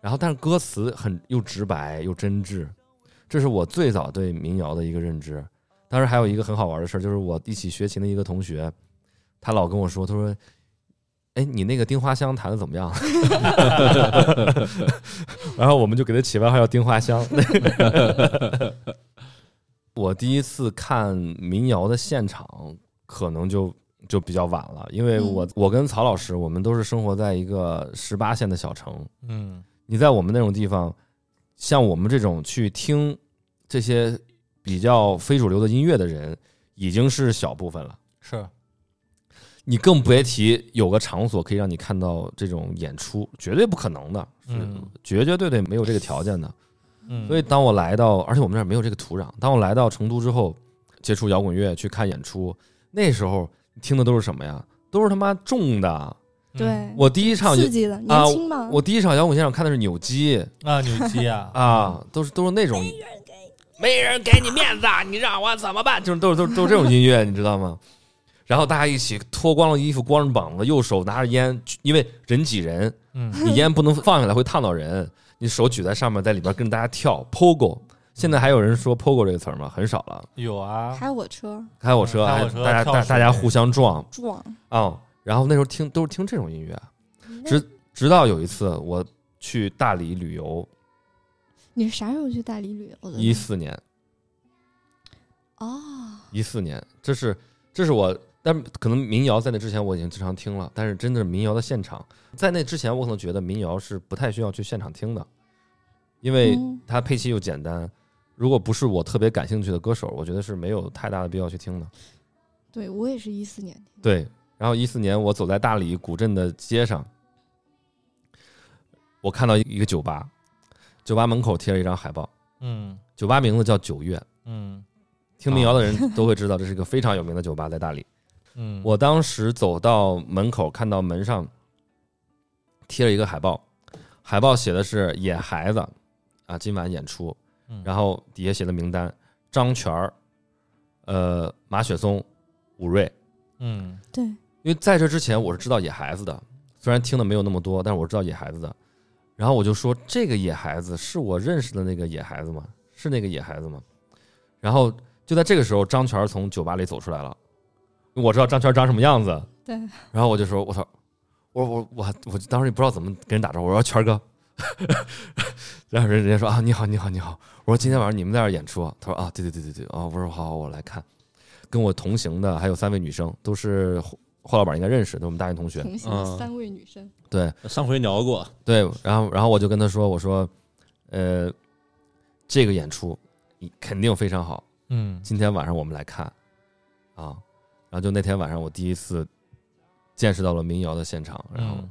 Speaker 2: 然后但是歌词很又直白又真挚，这是我最早对民谣的一个认知。当时还有一个很好玩的事儿，就是我一起学琴的一个同学，她老跟我说，她说：“哎，你那个丁花香弹的怎么样？” 然后我们就给她起外号叫丁花香。我第一次看民谣的现场，可能就就比较晚了，因为我、
Speaker 3: 嗯
Speaker 2: 我跟曹老师，我们都是生活在一个十八线的小城，
Speaker 4: 嗯
Speaker 2: 你在我们那种地方，像我们这种去听这些比较非主流的音乐的人，已经是小部分了。
Speaker 4: 是
Speaker 2: 你更别提有个场所可以让你看到这种演出，绝对不可能的，是
Speaker 4: 嗯
Speaker 2: 绝绝对对没有这个条件的。
Speaker 4: 嗯，
Speaker 2: 所以当我来到，而且我们这儿没有这个土壤，当我来到成都之后，接触摇滚乐去看演出，那时候听的都是什么呀？都是他妈重的。
Speaker 4: 嗯
Speaker 3: 对，
Speaker 2: 我第一场
Speaker 3: 刺激的，
Speaker 2: 啊
Speaker 3: 年轻嘛，
Speaker 2: 我第一场摇滚现场看的是扭机
Speaker 4: 啊，扭机啊，
Speaker 2: 啊，都是都是那种没人给你面子，啊你让我怎么办？就是都是都是都是这种音乐，你知道吗？然后大家一起脱光了衣服，光着膀子，右手拿着烟，因为人挤人，
Speaker 4: 嗯
Speaker 2: 你烟不能放下来会烫到人，你手举在上面，在里边跟着大家跳 pogo。现在还有人说 pogo 这个词儿吗？很少了。
Speaker 4: 有啊，
Speaker 3: 开我车
Speaker 2: 开火车，
Speaker 4: 嗯开
Speaker 2: 还
Speaker 4: 火车
Speaker 2: 大家
Speaker 4: 跳
Speaker 2: 大
Speaker 4: 水
Speaker 2: 大家互相撞
Speaker 3: 撞，
Speaker 2: 啊、然后那时候听都是听这种音乐，
Speaker 3: 那
Speaker 2: 直直到有一次我去大理旅游，
Speaker 3: 你是啥时候去大理旅游的呢？
Speaker 2: 一四年，
Speaker 3: 哦，
Speaker 2: 一四年，这是这是我，但可能民谣在那之前我已经经常听了，但是真的是民谣的现场，在那之前我可能觉得民谣是不太需要去现场听的，因为
Speaker 3: 嗯
Speaker 2: 它配器又简单，如果不是我特别感兴趣的歌手，我觉得是没有太大的必要去听的。
Speaker 3: 对我也是一四年听的，
Speaker 2: 对，然后一四年我走在大理古镇的街上，我看到一个酒吧，酒吧门口贴了一张海报，
Speaker 4: 嗯
Speaker 2: 酒吧名字叫九月，
Speaker 4: 嗯
Speaker 2: 听民谣的人都会知道这是一个非常有名的酒吧，在大理。
Speaker 4: 嗯，
Speaker 2: 我当时走到门口，看到门上贴了一个海报，海报写的是“野孩子”，啊，今晚演出，
Speaker 4: 嗯
Speaker 2: 然后底下写的名单：张全儿、呃，马雪松、武瑞。
Speaker 4: 嗯
Speaker 3: 对，
Speaker 2: 因为在这之前我是知道野孩子的，虽然听的没有那么多，但是我知道野孩子的。然后我就说，这个野孩子是我认识的那个野孩子吗？是那个野孩子吗？然后就在这个时候，张全儿从酒吧里走出来了。我知道张全儿长什么样子，
Speaker 3: 对，
Speaker 2: 然后我就说：“我操！”我我我我当时也不知道怎么跟人打招呼，我说：“全儿哥。” 然后人人家说：“啊，你好，你好，你好。”我说：“今天晚上你们在这儿演出啊？”他说：“啊，对对对对对。”啊，我说：“好，好我来看。”跟我同行的还有三位女生，都是霍霍老板应该认识，都是我们大学 同学。
Speaker 3: 同行
Speaker 1: 嗯
Speaker 3: 三位女生，
Speaker 2: 对
Speaker 1: 上回聊过，
Speaker 2: 对，然后然后我就跟他说：“我说，呃，这个演出你肯定非常好，
Speaker 4: 嗯
Speaker 2: 今天晚上我们来看啊。”然后就那天晚上，我第一次见识到了民谣的现场，然后。
Speaker 4: 嗯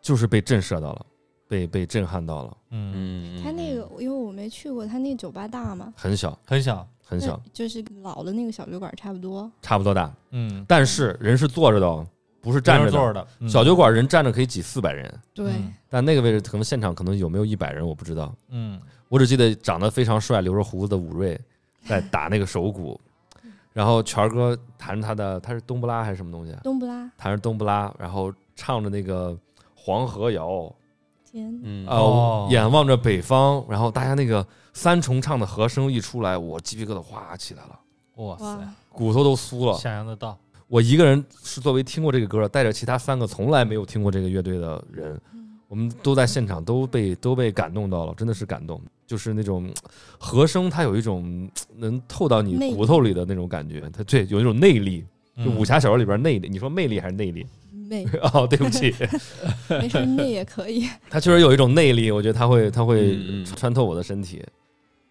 Speaker 2: 就是被震慑到了，被被震撼到了，
Speaker 4: 嗯，
Speaker 1: 嗯，
Speaker 3: 他那个因为我没去过，他那酒吧大嘛，
Speaker 2: 很小
Speaker 4: 很小，
Speaker 2: 很小，
Speaker 3: 就是老的那个小酒馆差不多。
Speaker 2: 差不多大，
Speaker 4: 嗯，
Speaker 2: 但是人是坐着的，哦，不是站着
Speaker 4: 人坐
Speaker 2: 的。
Speaker 4: 着的，嗯
Speaker 2: 小酒馆人站着可以挤四百人，
Speaker 3: 对，
Speaker 4: 嗯
Speaker 2: 但那个位置可能现场可能有没有一百人我不知道，
Speaker 4: 嗯
Speaker 2: 我只记得长得非常帅、留着胡子的武瑞在打那个手鼓，然后权儿哥弹着他的，他是冬不拉还是什么东西啊？
Speaker 3: 冬不拉，
Speaker 2: 弹着冬不拉，然后唱着那个黄河谣，
Speaker 3: 天哪，
Speaker 1: 嗯
Speaker 2: 呃，
Speaker 4: 哦
Speaker 2: 眼望着北方，然后大家那个三重唱的和声一出来，我鸡皮疙瘩哗起来了，
Speaker 4: 哇
Speaker 3: 哇
Speaker 4: 塞，，
Speaker 2: 骨头都酥了。
Speaker 4: 想象得到，
Speaker 2: 我一个人是作为听过这个歌的，带着其他三个从来没有听过这个乐队的人，我们都在现场都被都被感动到了，真的是感动，就是那种和声，它有一种能透到
Speaker 3: 魅
Speaker 2: 你
Speaker 3: 力
Speaker 2: 骨头里的那种感觉，
Speaker 1: 嗯
Speaker 2: 它对有一种内力，就武
Speaker 4: 嗯
Speaker 2: 侠小说里边内力，你说魅力还是内力？
Speaker 3: 美，
Speaker 2: 哦，对不 起，
Speaker 3: 没事，那也可以。
Speaker 2: 它确实有一种内力，我觉得它会它
Speaker 1: 嗯嗯
Speaker 2: 会穿透我的身体。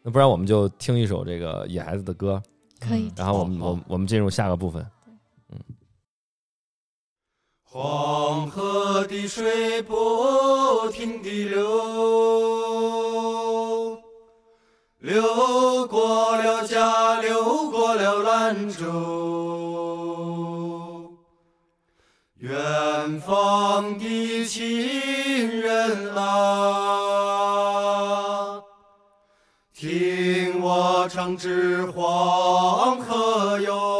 Speaker 2: 那不然我们就听一首这个野孩子的歌，
Speaker 3: 可以
Speaker 4: 嗯
Speaker 2: 然后我们
Speaker 1: 好好
Speaker 2: 我们我们进入下个部分。
Speaker 5: 黄河的水不停地流，流过了家，流过了兰州。远方的亲人啊，听我唱支黄河谣。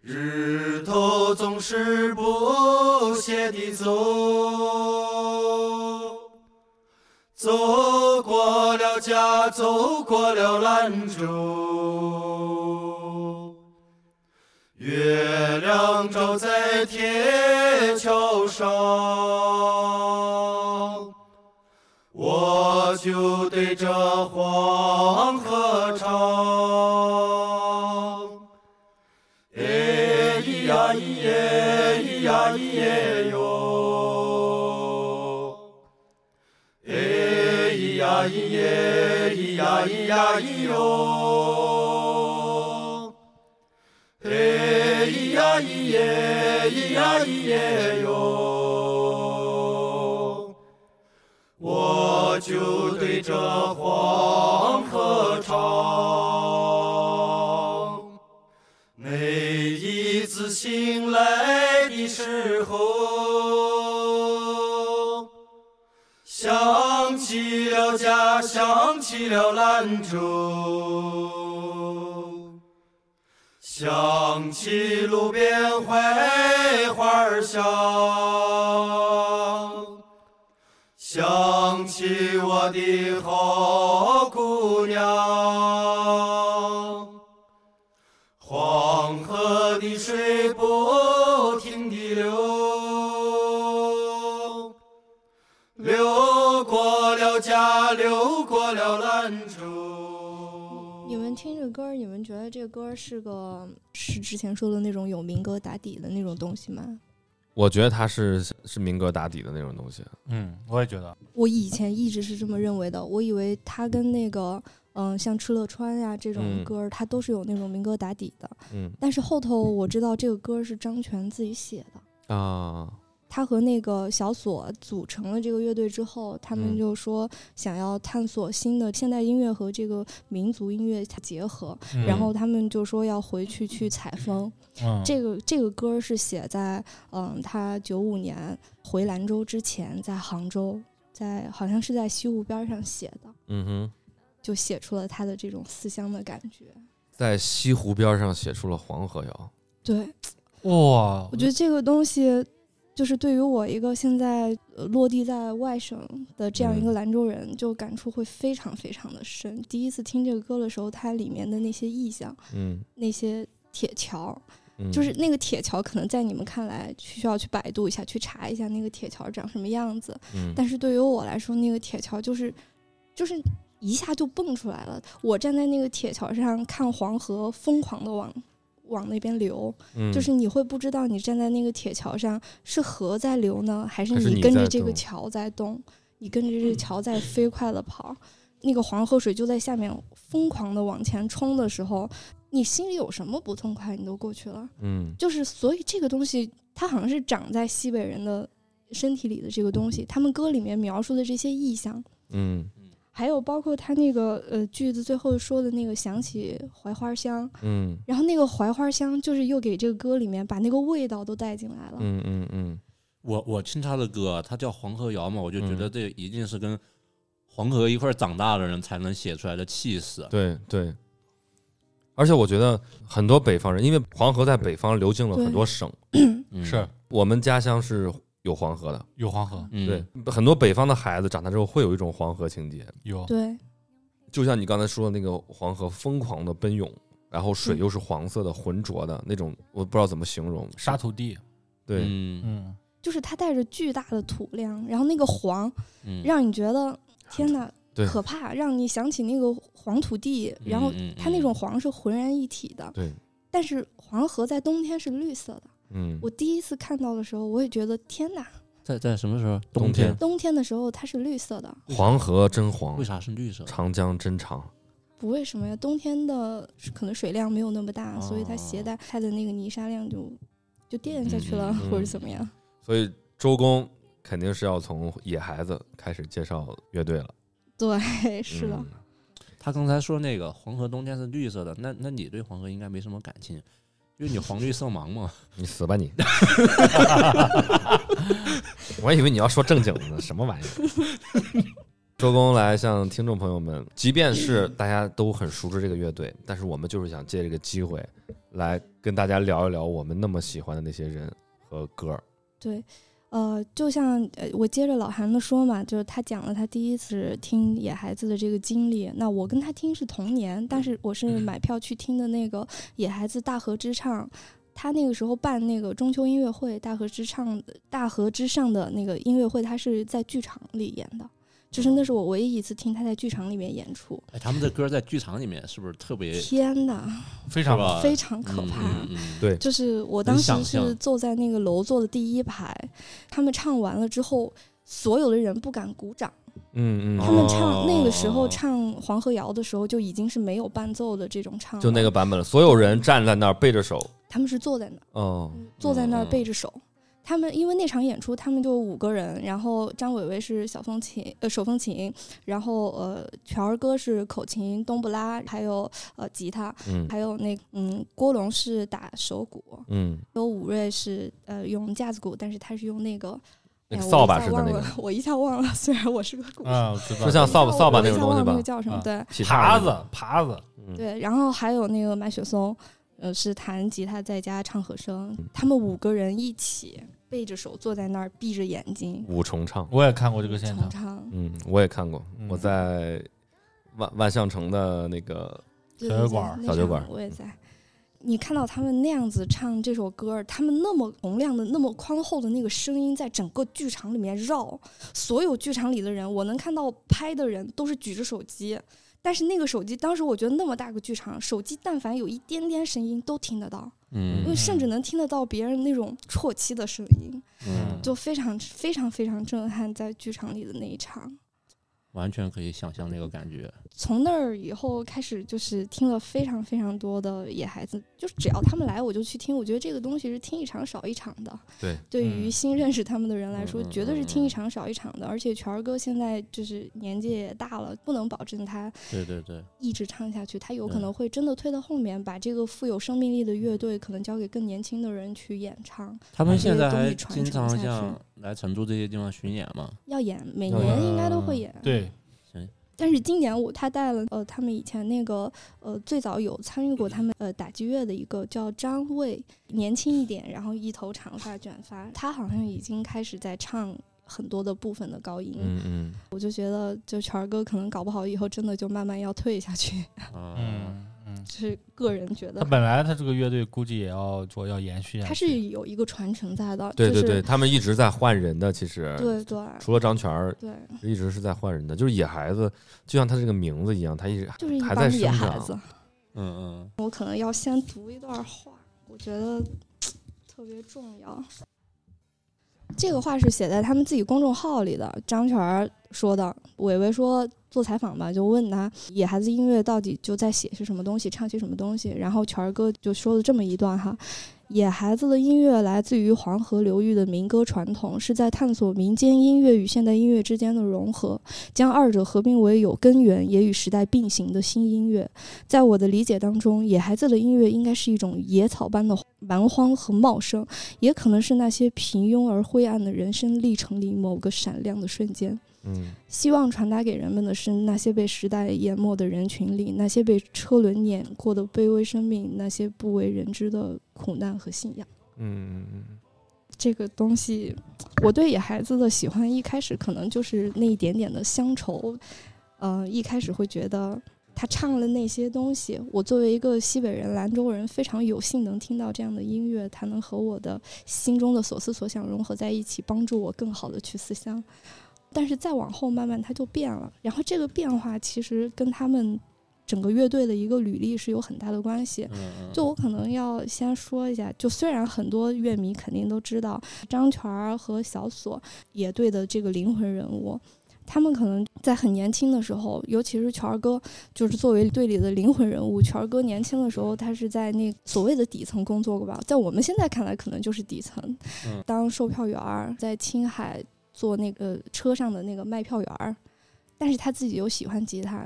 Speaker 5: 日头总是不歇地走，走过了家，走过了兰州，月亮照在铁桥上，我就对着黄河唱。哎咿呀咿耶咿呀咿耶哟，哎咿呀咿耶咿呀咿呀咿哟，哎咿呀咿耶咿呀咿耶哟，我就对着黄河唱。每一次醒来的时候，想起了家，想起了兰州，想起路边槐花香，想起我的好姑娘。黄河的水不停地流，流过了家，流过了兰州。
Speaker 3: 你们听着歌儿，你们觉得这歌儿是个是之前说的那种有民歌打底的那种东西吗？
Speaker 2: 我觉得它是是民歌打底的那种东西，
Speaker 4: 嗯，我也觉得，
Speaker 3: 我以前一直是这么认为的，我以为它跟那个嗯、像《敕勒川》呀这种
Speaker 2: 嗯
Speaker 3: 歌儿，它都是有那种民歌打底的。
Speaker 2: 嗯
Speaker 3: 但是后头我知道这个歌儿是张全自己写的，
Speaker 2: 啊，
Speaker 3: 他和那个小锁组成了这个乐队之后，他们
Speaker 2: 嗯
Speaker 3: 就说想要探索新的现代音乐和这个民族音乐结合，
Speaker 4: 嗯
Speaker 3: 然后他们就说要回去去采风。
Speaker 4: 嗯
Speaker 3: 这个这个歌是写在嗯，他九五年回兰州之前，在杭州，在好像是在西湖边上写的，
Speaker 2: 嗯哼，
Speaker 3: 就写出了他的这种思乡的感觉。
Speaker 2: 在西湖边上写出了《黄河谣》。
Speaker 3: 对，
Speaker 4: 哇，
Speaker 2: 嗯
Speaker 3: 我觉得这个东西，就是对于我一个现在呃落地在外省的这样一个
Speaker 2: 嗯
Speaker 3: 兰州人，就感触会非常非常的深。第一次听这个歌的时候，它里面的那些意象，
Speaker 2: 嗯，
Speaker 3: 那些铁桥，
Speaker 2: 嗯
Speaker 3: 就是那个铁桥，可能在你们看来需要去百度一下，去查一下那个铁桥长什么样子。
Speaker 2: 嗯
Speaker 3: 但是对于我来说，那个铁桥就是，就是。一下就蹦出来了。我站在那个铁桥上看黄河疯狂的往往那边流，
Speaker 2: 嗯
Speaker 3: 就是你会不知道你站在那个铁桥上是河在流呢，还是
Speaker 2: 还是
Speaker 3: 你
Speaker 2: 你
Speaker 3: 跟
Speaker 2: 在
Speaker 3: 着这个
Speaker 2: 动嗯
Speaker 3: 桥在动，你跟着这个桥在飞快的跑。那个黄河水就在下面疯狂的往前冲的时候，你心里有什么不痛快，你都过去了。
Speaker 2: 嗯
Speaker 3: 就是所以这个东西，它好像是长在西北人的身体里的这个东西，他们歌里面描述的这些意象，
Speaker 2: 嗯
Speaker 3: 还有包括他那个呃句子最后说的那个想起槐花香，
Speaker 2: 嗯
Speaker 3: 然后那个槐花香就是又给这个歌里面把那个味道都带进来了。
Speaker 2: 嗯嗯嗯，
Speaker 1: 我我听他的歌，啊他叫黄河谣嘛，我就觉得这一定是跟黄河一块儿长大的人才能写出来的气势。啊
Speaker 2: 对对，而且我觉得很多北方人，因为黄河在北方流经了很多省，
Speaker 1: 嗯
Speaker 4: 是
Speaker 2: 我们家乡是有黄河的，
Speaker 4: 有黄河，
Speaker 1: 嗯
Speaker 2: 对，很多北方的孩子长大之后会有一种黄河情结，
Speaker 4: 有
Speaker 3: 对，
Speaker 2: 就像你刚才说的那个黄河疯狂的奔涌，然后水又是黄色的、浑浊的那种，我不知道怎么形容。
Speaker 4: 沙土地，
Speaker 2: 对，
Speaker 1: 嗯
Speaker 4: 嗯，
Speaker 3: 就是它带着巨大的土量，然后那个黄
Speaker 1: 嗯
Speaker 3: 让你觉得天哪，
Speaker 2: 对
Speaker 3: 可怕，让你想起那个黄土地，然后
Speaker 1: 嗯嗯
Speaker 3: 它那种黄是浑然一体的，
Speaker 2: 对，
Speaker 3: 但是黄河在冬天是绿色的。
Speaker 2: 嗯，
Speaker 3: 我第一次看到的时候，我也觉得天哪，
Speaker 1: 在在什么时候？
Speaker 2: 冬天
Speaker 3: 冬天的时候它是绿色的，
Speaker 2: 黄河真黄
Speaker 1: 为，啥是绿色的？
Speaker 2: 长江真长。
Speaker 3: 不为什么呀？冬天的可能水量没有那么大，所以它携
Speaker 1: 哦
Speaker 3: 带它的那个泥沙量就就垫下去了，
Speaker 1: 嗯
Speaker 2: 嗯
Speaker 3: 或者怎么样。
Speaker 2: 所以周公肯定是要从野孩子开始介绍乐队了。
Speaker 3: 对，是的，
Speaker 2: 嗯
Speaker 1: 他刚才说那个黄河冬天是绿色的，那那你对黄河应该没什么感情，因为你黄绿色盲嘛。
Speaker 2: 你死吧你！ 我还以为你要说正经的呢，什么玩意儿？ 周公来向听众朋友们，即便是大家都很熟知这个乐队，但是我们就是想借这个机会，来跟大家聊一聊我们那么喜欢的那些人和歌儿。
Speaker 3: 对。呃，就像呃，我接着老韩的说嘛，就是他讲了他第一次听野孩子的这个经历。那我跟他听是同年，但是我是买票去听的那个野孩子大河之唱。他那个时候办那个中秋音乐会，大河之唱的大河之上的那个音乐会，他是在剧场里演的，就是那是我唯一一次听他在剧场里面演出。
Speaker 1: 哎，他们的歌在剧场里面是不是特别
Speaker 3: 天哪，
Speaker 4: 非常
Speaker 1: 是吧
Speaker 3: 非常可怕！
Speaker 1: 嗯嗯嗯
Speaker 2: 对
Speaker 3: 就是我当
Speaker 1: 能
Speaker 3: 时
Speaker 1: 想
Speaker 3: 是
Speaker 1: 象
Speaker 3: 坐在那个楼座的第一排，他们唱完了之后，所有的人不敢鼓掌。
Speaker 2: 嗯嗯，
Speaker 3: 他们唱、
Speaker 1: 哦
Speaker 3: 那个时候唱黄河谣的时候，就已经是没有伴奏的这种唱了，
Speaker 2: 就那个版本了，所有人站在那儿背着手，
Speaker 3: 他们是坐在那儿，
Speaker 2: 嗯，
Speaker 3: 坐在那儿
Speaker 1: 嗯
Speaker 3: 背着手。他们因为那场演出，他们就五个人，然后张伟伟是小风琴，呃手风琴，然后呃全儿哥是口琴、冬不拉，还有呃吉他，
Speaker 2: 嗯
Speaker 3: 还有那嗯郭龙是打手鼓，
Speaker 2: 嗯，
Speaker 3: 有武瑞是呃用架子鼓，但是他是用那个
Speaker 2: 那
Speaker 3: 哎
Speaker 2: 个
Speaker 3: 呀
Speaker 2: 扫把似
Speaker 3: 我一下
Speaker 2: 的
Speaker 3: 忘
Speaker 2: 那个
Speaker 3: 了， 我一下忘了。虽然我是个鼓手，
Speaker 4: 嗯，我知道
Speaker 2: 就像扫把扫把那
Speaker 3: 那
Speaker 2: 种东西
Speaker 3: 那
Speaker 2: 吧嗯
Speaker 3: 个，叫什么？
Speaker 4: 啊
Speaker 3: 对
Speaker 2: 劈叉
Speaker 4: 耙
Speaker 2: 那个，
Speaker 4: 子耙子，
Speaker 2: 嗯
Speaker 3: 对，然后还有那个麦雪松，呃，是弹吉他在家唱和声
Speaker 2: 嗯，
Speaker 3: 他们五个人一起背着手坐在那儿，闭着眼睛
Speaker 2: 五重唱。
Speaker 4: 我也看过这个现
Speaker 3: 重
Speaker 4: 场，
Speaker 3: 唱。
Speaker 2: 嗯，我也看过，
Speaker 4: 嗯
Speaker 2: 我在万万象城的那个，
Speaker 3: 对
Speaker 4: 小
Speaker 3: 对
Speaker 4: 酒
Speaker 3: 对
Speaker 2: 儿
Speaker 4: 馆
Speaker 3: 那
Speaker 2: 小酒
Speaker 3: 场
Speaker 2: 馆儿嗯
Speaker 3: 我也在。你看到他们那样子唱这首歌，他们那么洪亮的、那么宽厚的那个声音，在整个剧场里面绕，所有剧场里的人，我能看到拍的人都是举着手机，但是那个手机，当时我觉得那么大个剧场，手机但凡有一点点声音都听得到，因为
Speaker 1: 嗯
Speaker 3: 甚至能听得到别人那种啜泣的声音，
Speaker 1: 嗯，
Speaker 3: 就非常非常非常震撼，在剧场里的那一场。
Speaker 1: 完全可以想象那个感觉。
Speaker 3: 从那儿以后开始，就是听了非常非常多的野孩子，就是只要他们来，我就去听。我觉得这个东西是听一场少一场的。
Speaker 2: 对，
Speaker 3: 对于新认识他们的人来说，
Speaker 1: 嗯嗯
Speaker 3: 绝对是听一场少一场的。而且全儿哥现在就是年纪也大了，不能保证他
Speaker 1: 对对对，
Speaker 3: 一直唱下去，他有
Speaker 1: 对嗯
Speaker 3: 可能会真的推到后面，把这个富有生命力的乐队可能交给更年轻的人去演唱。
Speaker 1: 他们
Speaker 3: 把这
Speaker 1: 现
Speaker 3: 个
Speaker 1: 在
Speaker 3: 东
Speaker 1: 还
Speaker 3: 西传
Speaker 1: 经
Speaker 3: 承
Speaker 1: 常
Speaker 3: 下去
Speaker 1: 像来成都这些地方巡演 嘛。
Speaker 3: 要演，每
Speaker 2: 要
Speaker 3: 年
Speaker 2: 演
Speaker 3: 应该都
Speaker 1: 嗯
Speaker 3: 会演。
Speaker 4: 对，
Speaker 3: 但是今年我他带了呃他们以前那个呃最早有参与过他们呃打击乐的一个叫张卫，年轻一点，然后一头长发卷发，他好像已经开始在唱很多的部分的高音，
Speaker 2: 嗯嗯，
Speaker 3: 我就觉得就全儿哥可能搞不好以后真的就慢慢要退下去，
Speaker 1: 啊，
Speaker 4: 嗯嗯，
Speaker 3: 就是个人觉
Speaker 4: 他
Speaker 3: 得
Speaker 4: 本来他这个乐队估计也要说要延续下去，
Speaker 3: 他是有一个传承在的，
Speaker 2: 对对
Speaker 3: 就
Speaker 2: 对，
Speaker 3: 是
Speaker 2: 他们一直在换人的，其实，
Speaker 3: 对对
Speaker 2: 除了张全儿，
Speaker 3: 对，
Speaker 2: 一直是在换人的，就是野孩子，就像他这个名字一样，他一直
Speaker 3: 就是一
Speaker 2: 还在
Speaker 3: 帮野
Speaker 2: 生
Speaker 3: 孩
Speaker 2: 长啊
Speaker 3: 子。。
Speaker 1: 嗯
Speaker 3: 我可能要先读一段话，我觉得特别重要。这个话是写在他们自己公众号里的，张全儿说的。伟伟说做采访吧，就问他野孩子音乐到底就在写些什么东西，唱些什么东西。然后全儿哥就说了这么一段哈：野孩子的音乐来自于黄河流域的民歌传统，是在探索民间音乐与现代音乐之间的融合，将二者合并为有根源也与时代并行的新音乐。在我的理解当中，野孩子的音乐应该是一种野草般的蛮荒和茂盛，也可能是那些平庸而灰暗的人生历程里某个闪亮的瞬间。
Speaker 2: 嗯
Speaker 3: 希望传达给人们的是那些被时代淹没的人群里，那些被车轮碾过的卑微生命，那些不为人知的苦难和信仰。
Speaker 2: 嗯嗯
Speaker 3: 这个东西，我对野孩子的喜欢，一开始可能就是那一点点的乡愁，呃，一开始会觉得他唱了那些东西，我作为一个西北人、兰州人，非常有幸能听到这样的音乐，它能和我的心中的所思所想融合在一起，帮助我更好的去思乡。但是再往后慢慢它就变了，然后这个变化其实跟他们整个乐队的一个履历是有很大的关系。
Speaker 1: 嗯
Speaker 3: 就我可能要先说一下，就虽然很多乐迷肯定都知道张全儿和小锁野队的这个灵魂人物。他们可能在很年轻的时候，尤其是全儿哥，就是作为队里的灵魂人物。全儿哥年轻的时候，他是在那所谓的底层工作过吧，在我们现在看来，可能就是底层，
Speaker 1: 嗯
Speaker 3: 当售票员儿，在青海做那个车上的那个卖票员儿。但是他自己又喜欢吉他，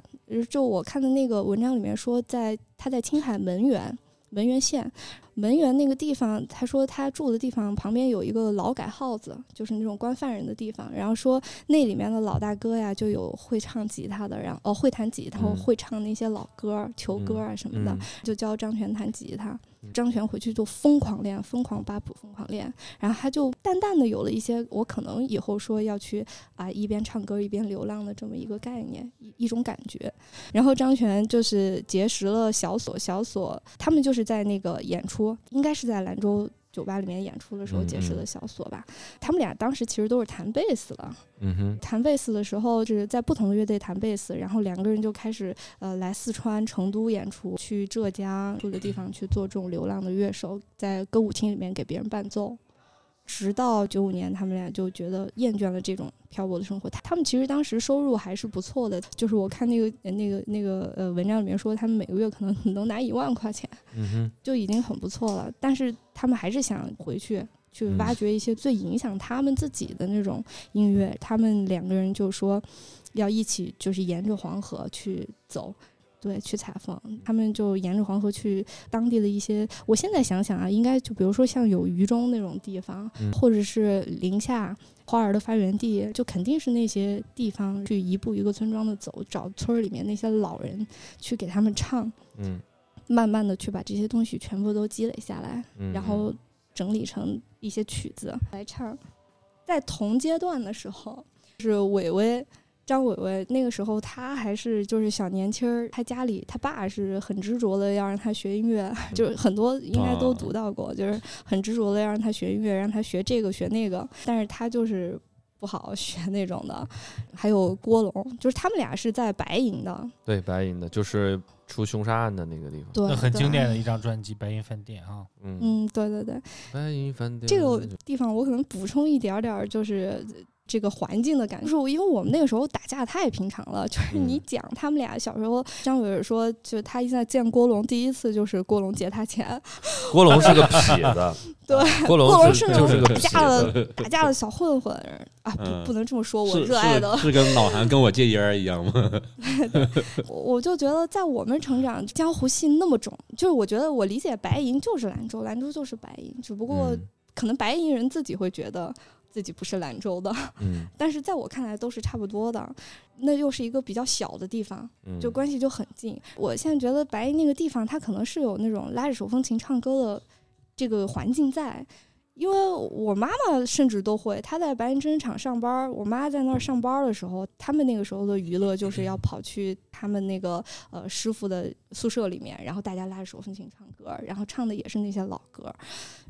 Speaker 3: 就我看的那个文章里面说在，他在青海门源，门源县，门源那个地方，他说他住的地方旁边有一个劳改号子，就是那种关犯人的地方。然后说那里面的老大哥呀，就有会唱吉他的，然后哦会弹吉他，
Speaker 2: 嗯
Speaker 3: 会唱那些老歌儿、球歌儿啊什么的，
Speaker 2: 嗯
Speaker 3: 就教张全弹吉他
Speaker 2: 嗯。
Speaker 3: 张全回去就疯狂练，疯狂扒谱，疯狂练。然后他就淡淡的有了一些我可能以后说要去啊一边唱歌一边流浪的这么一个概念，一一种感觉。然后张全就是结识了小锁，小锁他们就是在那个演出，应该是在兰州酒吧里面演出的时候
Speaker 2: 嗯
Speaker 3: 结识
Speaker 2: 嗯
Speaker 3: 的小锁吧。他们俩当时其实都是弹贝斯的，
Speaker 2: 嗯哼，
Speaker 3: 弹贝斯的时候，就是在不同的乐队弹贝斯，然后两个人就开始呃来四川、成都演出，去浙江住的地方去做这种流浪的乐手，在歌舞厅里面给别人伴奏。直到九五年，他们俩就觉得厌倦了这种漂泊的生活。他他们其实当时收入还是不错的，就是我看那个呃那个那个呃文章里面说，他们每个月可能 能拿一万块钱，
Speaker 2: 嗯哼，
Speaker 3: 就已经很不错了。但是他们还是想回去去
Speaker 2: 嗯
Speaker 3: 挖掘一些最影响他们自己的那种音乐。他们两个人就说要一起，就是沿着黄河去走。对，去采访，他们就沿着黄河去当地的一些。我现在想想啊，应该就比如说像有榆中那种地方，
Speaker 2: 嗯
Speaker 3: 或者是宁夏花儿的发源地，就肯定是那些地方去一步一个村庄的走，找村儿里面那些老人去给他们唱，
Speaker 2: 嗯
Speaker 3: 慢慢的去把这些东西全部都积累下来，
Speaker 2: 嗯，
Speaker 3: 然后整理成一些曲子来唱。在同阶段的时候，是伟伟。张伟伟那个时候，他还是就是小年轻儿，他家里他爸是很执着的要让他学音乐，
Speaker 4: 嗯
Speaker 3: 就是很多应该
Speaker 4: 啊
Speaker 3: 都读到过，就是很执着的要让他学音乐，让他学这个学那个，但是他就是不好 学那种的。还有郭龙，就是他们俩是在白银的，
Speaker 2: 对白银的，就是出凶杀案的那个地方，
Speaker 3: 对，
Speaker 4: 那很
Speaker 3: 嗯对
Speaker 4: 经典的一张专辑《白银饭店》啊，
Speaker 2: 嗯，
Speaker 3: 嗯，对对对，
Speaker 2: 白银饭店
Speaker 3: 这个地方我可能补充一点儿点儿，就是这个环境的感觉。就是因为我们那个时候打架太平常了，就是
Speaker 2: 嗯
Speaker 3: 你讲他们俩小时候，张伟伟说，就是他现在见郭龙第一次就是郭龙劫他钱，
Speaker 2: 郭龙是个痞 子，啊
Speaker 3: 对，郭
Speaker 2: 郭
Speaker 3: 龙
Speaker 2: 龙
Speaker 3: 是那
Speaker 2: 就
Speaker 3: 种
Speaker 2: 是个
Speaker 3: 打架的
Speaker 2: 痞 子，
Speaker 3: 打架的小混混儿啊，
Speaker 1: 嗯
Speaker 3: 不不能这么说，我
Speaker 1: 是
Speaker 3: 热爱的
Speaker 1: 是是跟老韩跟我戒烟儿一样 吗？
Speaker 3: 我我就觉得在我们成长，江湖戏那么重，就是我觉得我理解白银就是兰州，兰州就是白银，只不过
Speaker 2: 嗯
Speaker 3: 可能白银人自己会觉得自己不是兰州的，
Speaker 2: 嗯
Speaker 3: 但是在我看来都是差不多的。那又是一个比较小的地方，
Speaker 2: 嗯，
Speaker 3: 就关系就很近。我现在觉得白银那个地方，它可能是有那种拉着手风琴唱歌的这个环境在。因为我妈妈甚至都会，她在白银针织厂上班儿，我妈在那儿上班儿的时候，他们那个时候的娱乐就是要跑去他们那个呃师傅的宿舍里面，然后大家拉着手风琴唱歌，然后唱的也是那些老歌，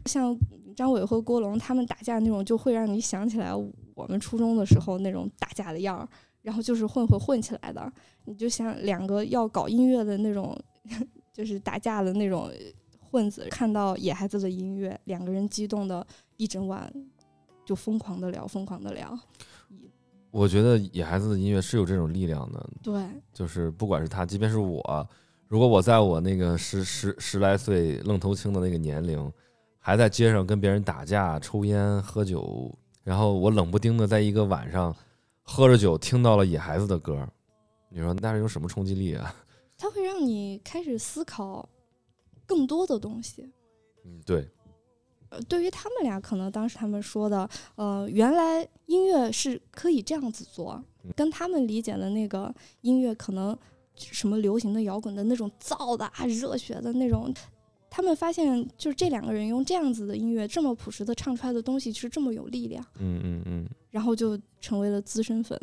Speaker 3: 像张伟和郭龙他们打架那种，就会让你想起来我们初中的时候那种打架的样儿，然后就是混混混起来的。你就像两个要搞音乐的那种， 就是打架的那种混子，看到野孩子的音乐，两个人激动的一整晚就疯狂的聊，疯狂的聊。
Speaker 2: 我觉得野孩子的音乐是有这种力量的，
Speaker 3: 对，
Speaker 2: 就是不管是他，即便是我，如果我在我那个十十十来岁愣头青的那个年龄，还在街上跟别人打架、抽烟、喝酒，然后我冷不丁的在一个晚上喝着酒听到了野孩子的歌，你说那是有什么冲击力啊？
Speaker 3: 它会让你开始思考更多的东西。
Speaker 2: 嗯，对，
Speaker 3: 呃对于他们俩，可能当时他们说的，呃，原来音乐是可以这样子做，跟他们理解的那个音乐可能什么流行的摇滚的那种燥的啊、热血的那种，他们发现就是这两个人用这样子的音乐，这么朴实的唱出来的东西是这么有力量，
Speaker 2: 嗯嗯嗯，
Speaker 3: 然后就成为了资深粉。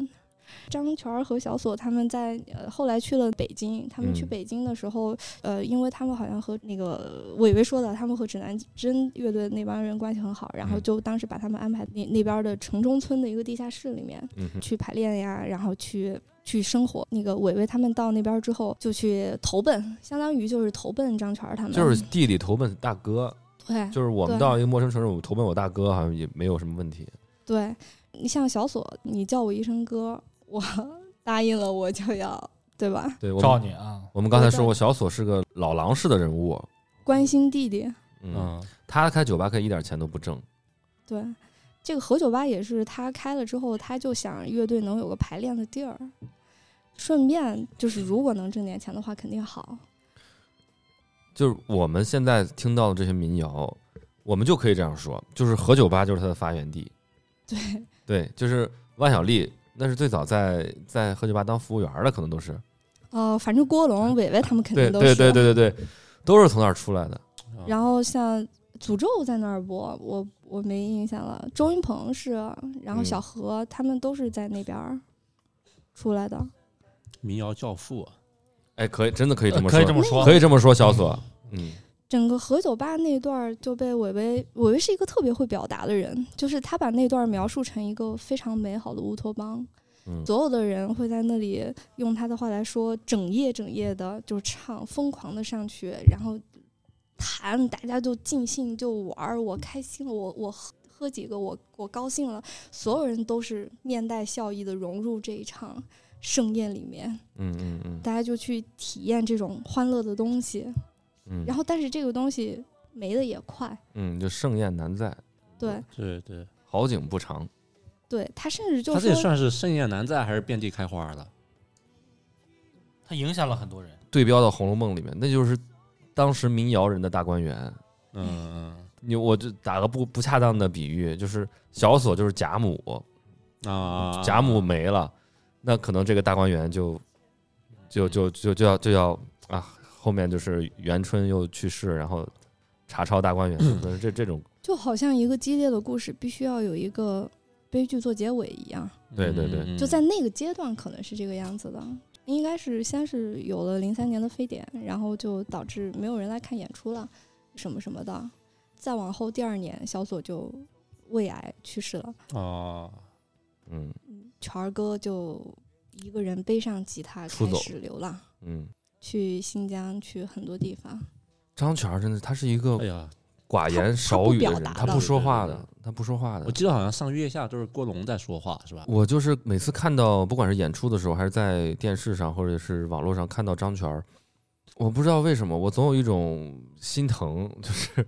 Speaker 3: 张全儿和小锁他们在呃后来去了北京，他们去
Speaker 2: 嗯
Speaker 3: 北京的时候，呃，因为他们好像和那个伟伟说的，他们和指南针乐队那帮人关系很好，然后
Speaker 2: 嗯
Speaker 3: 就当时把他们安排那那边儿的城中村的一个地下室里面，
Speaker 2: 嗯哼
Speaker 3: 去排练呀，然后去去生活。那个伟伟他们到那边之后，就去投奔，相当于就是投奔张全儿他们。
Speaker 2: 就是地里投奔大哥，
Speaker 3: 对
Speaker 2: 就是我们
Speaker 3: 嗯对
Speaker 2: 到一个陌生城市，我投奔我大哥，好像也没有什么问题。
Speaker 3: 对，你像小锁，你叫我一声哥，我 答应了，我就要对吧？
Speaker 2: 对，我
Speaker 4: 照
Speaker 2: 们
Speaker 4: 你啊，
Speaker 2: 我们刚才说过，小锁是个老狼式的人物，
Speaker 3: 关心弟弟，
Speaker 2: 嗯，
Speaker 1: 嗯，
Speaker 2: 他开酒吧可以一点钱都不挣，
Speaker 3: 对。这个何酒吧也是他开了之后，他就想乐队能有个排练的地儿，顺便就是如果能挣点钱的话，肯定好。
Speaker 2: 就是我们现在听到的这些民谣，我们就可以这样说，就是何酒吧就是它的发源地。
Speaker 3: 对，
Speaker 2: 对，就是万晓利，那是最早在在何酒吧当服务员儿的，可能都是。
Speaker 3: 呃，反正郭龙、伟伟他们肯
Speaker 2: 对
Speaker 3: 定都
Speaker 2: 对
Speaker 3: 是。
Speaker 2: 对对对对，都是从那儿出来的。
Speaker 3: 然后像诅咒在那儿播，我我没印象了。周云鹏是，然后
Speaker 2: 嗯
Speaker 3: 小何、他们都是在那边儿出来的。
Speaker 1: 民谣教父啊，
Speaker 2: 哎，可以，真的可以这么说，
Speaker 4: 呃可以这么说，
Speaker 2: 可以这么说，小锁，嗯，
Speaker 3: 整个何酒吧那段儿就被伟伟，伟伟是一个特别会表达的人，就是他把那段儿描述成一个非常美好的乌托邦，
Speaker 2: 嗯
Speaker 3: 所有的人会在那里用他的话来说，整夜整夜的就唱，疯狂的上去，然后弹，大家就尽兴就玩儿，我开心了，我我喝喝几个，我我高兴了，所有人都是面带笑意的融入这一场盛宴里面，
Speaker 2: 嗯嗯嗯
Speaker 3: 大家就去体验这种欢乐的东西。
Speaker 2: 嗯，
Speaker 3: 然后但是这个东西没的也快，
Speaker 2: 嗯，就盛宴难在，
Speaker 3: 对
Speaker 1: 对对，
Speaker 2: 好景不长。
Speaker 3: 对，他甚至就
Speaker 1: 他这也
Speaker 3: 说，
Speaker 1: 算是盛宴难在还是遍地开花了？
Speaker 4: 它影响了很多人。
Speaker 2: 对标到《红楼梦》里面，那就是当时民谣人的大观园。
Speaker 1: 嗯
Speaker 2: 你我就打个不不恰当的比喻，就是小锁就是贾母，
Speaker 1: 嗯啊，
Speaker 2: 贾母没了，那可能这个大观园就就就就就要就要啊，后面就是元春又去世，然后查抄大观园， 就是这这种，
Speaker 3: 就好像一个激烈的故事必须要有一个悲剧做结尾一样，
Speaker 2: 对对对
Speaker 1: 嗯
Speaker 3: 就在那个阶段可能是这个样子的。应该是先是有了零三年的非典，然后就导致没有人来看演出了，什么什么的。再往后第二年，小左就胃癌去世了，
Speaker 1: 哦，
Speaker 2: 嗯
Speaker 3: 全儿哥就一个人背上吉他
Speaker 2: 出
Speaker 3: 开
Speaker 2: 走
Speaker 3: 始流浪，
Speaker 2: 嗯。
Speaker 3: 去新疆，去很多地方。
Speaker 2: 张全儿真的，他是一个
Speaker 1: 哎呀，
Speaker 2: 寡言
Speaker 3: 他
Speaker 2: 少语的
Speaker 3: 他不
Speaker 2: 人，
Speaker 3: 表达
Speaker 2: 他
Speaker 3: 的
Speaker 2: 不说话
Speaker 1: 对对
Speaker 2: 的，他不说话的
Speaker 1: 我。记得好像上月下都是郭龙在说话是吧？
Speaker 2: 我就是每次看到，不管是演出的时候，还是在电视上或者是网络上看到张全儿，我不知道为什么，我总有一种心疼，就是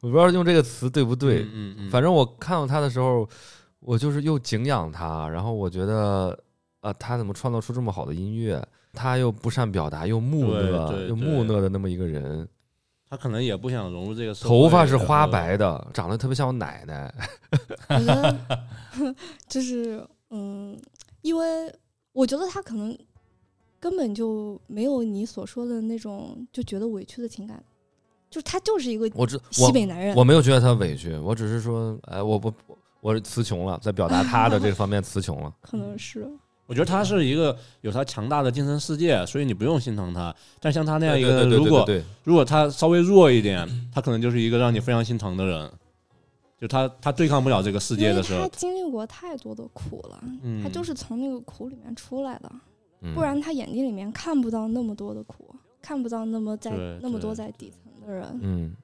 Speaker 2: 我不知道用这个词对不对，
Speaker 1: 嗯嗯嗯，
Speaker 2: 反正我看到他的时候，我就是又敬仰他，然后我觉得，呃，他怎么创造出这么好的音乐？他又不善表达，又木
Speaker 1: 对
Speaker 2: 讷，
Speaker 1: 对
Speaker 2: 又
Speaker 1: 对
Speaker 2: 木讷的那么一个人，
Speaker 1: 他可能也不想融入这个社会。
Speaker 2: 头发是花
Speaker 1: 然后
Speaker 2: 白的，长得特别像我奶奶。
Speaker 3: 我觉得 就是嗯，因为我觉得他可能根本就没有你所说的那种就觉得委屈的情感，就是他就是一个
Speaker 2: 我知
Speaker 3: 西
Speaker 2: 我
Speaker 3: 北男人。
Speaker 2: 我没有觉得他委屈，我只是说，哎，我不，我词穷了，在表达他的这方面词穷了。
Speaker 3: 可能是
Speaker 1: 我觉得他是一个有他强大的精神世界，所以你不用心疼他。但像他那样一个
Speaker 2: 对
Speaker 1: 人，
Speaker 2: 对对
Speaker 1: 如果
Speaker 2: 对对
Speaker 1: 如果他稍微弱一点，他可能就是一个让你非常心疼的人。就他他对抗不了这个世
Speaker 3: 因
Speaker 1: 界
Speaker 3: 为
Speaker 1: 的时
Speaker 3: 他
Speaker 1: 候，
Speaker 3: 经历过太多的苦了，
Speaker 1: 嗯，
Speaker 3: 他就是从那个苦里面出来的，
Speaker 2: 嗯
Speaker 3: 不然他眼睛里面看不到那么多的苦，看不到那么在
Speaker 1: 对
Speaker 3: 那么多
Speaker 1: 对
Speaker 3: 在底层的人。
Speaker 2: 嗯，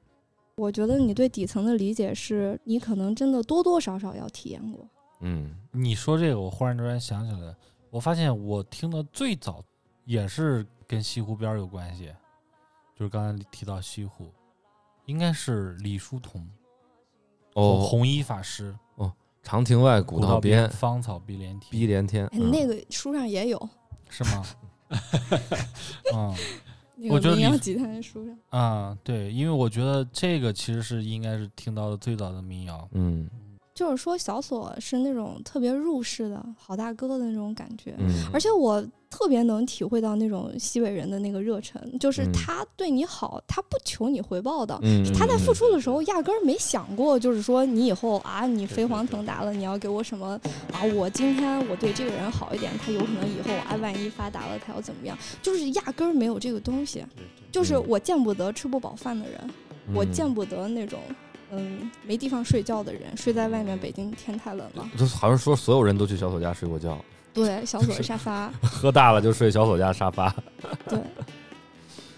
Speaker 3: 我觉得你对底层的理解是你可能真的多多少少要体验过。
Speaker 2: 嗯
Speaker 4: 你说这个，我忽然之间想起来，我发现我听的最早也是跟西湖边儿有关系，就是刚才提到西湖，应该是李叔同
Speaker 2: 哦，
Speaker 4: 红衣法师，
Speaker 2: 长亭外，古道边，
Speaker 4: 芳草碧连
Speaker 2: 碧
Speaker 4: 天，
Speaker 1: 嗯
Speaker 2: 连天。
Speaker 3: 哎，
Speaker 2: 嗯
Speaker 3: 那个书上也有，
Speaker 4: 是吗？嗯，
Speaker 3: 那
Speaker 4: 我觉
Speaker 3: 个
Speaker 4: 得
Speaker 3: 民谣
Speaker 4: 你
Speaker 3: 吉他的书上。
Speaker 4: 啊，对，因为我觉得这个其实是应该是听到的最早的民谣，
Speaker 2: 嗯
Speaker 3: 就是说，小锁是那种特别入世的好大哥的那种感觉，
Speaker 2: 嗯，
Speaker 3: 而且我特别能体会到那种西北人的那个热忱，就是
Speaker 2: 嗯
Speaker 3: 他对你好，他不求你回报的，
Speaker 2: 嗯
Speaker 3: 他在付
Speaker 2: 出
Speaker 3: 出的时候压根儿没想过，就是说你以后啊，你
Speaker 1: 对
Speaker 3: 飞
Speaker 1: 对
Speaker 3: 黄
Speaker 1: 对
Speaker 3: 腾达了，你要给我什么啊？我今天我对这个人好一点，他有可能以后啊，万一发达了，他要怎么样？就是压根儿没有这个东西，
Speaker 1: 对对
Speaker 3: 就是
Speaker 2: 嗯
Speaker 3: 我见不得吃不饱饭的人，我见不得那种嗯没地方睡觉的人，睡在外面，北京天太冷了。
Speaker 2: 就好像说所有人都去小锁家睡过觉，
Speaker 3: 对，小左沙发。
Speaker 2: 喝大了就睡小锁家沙发。
Speaker 3: 对，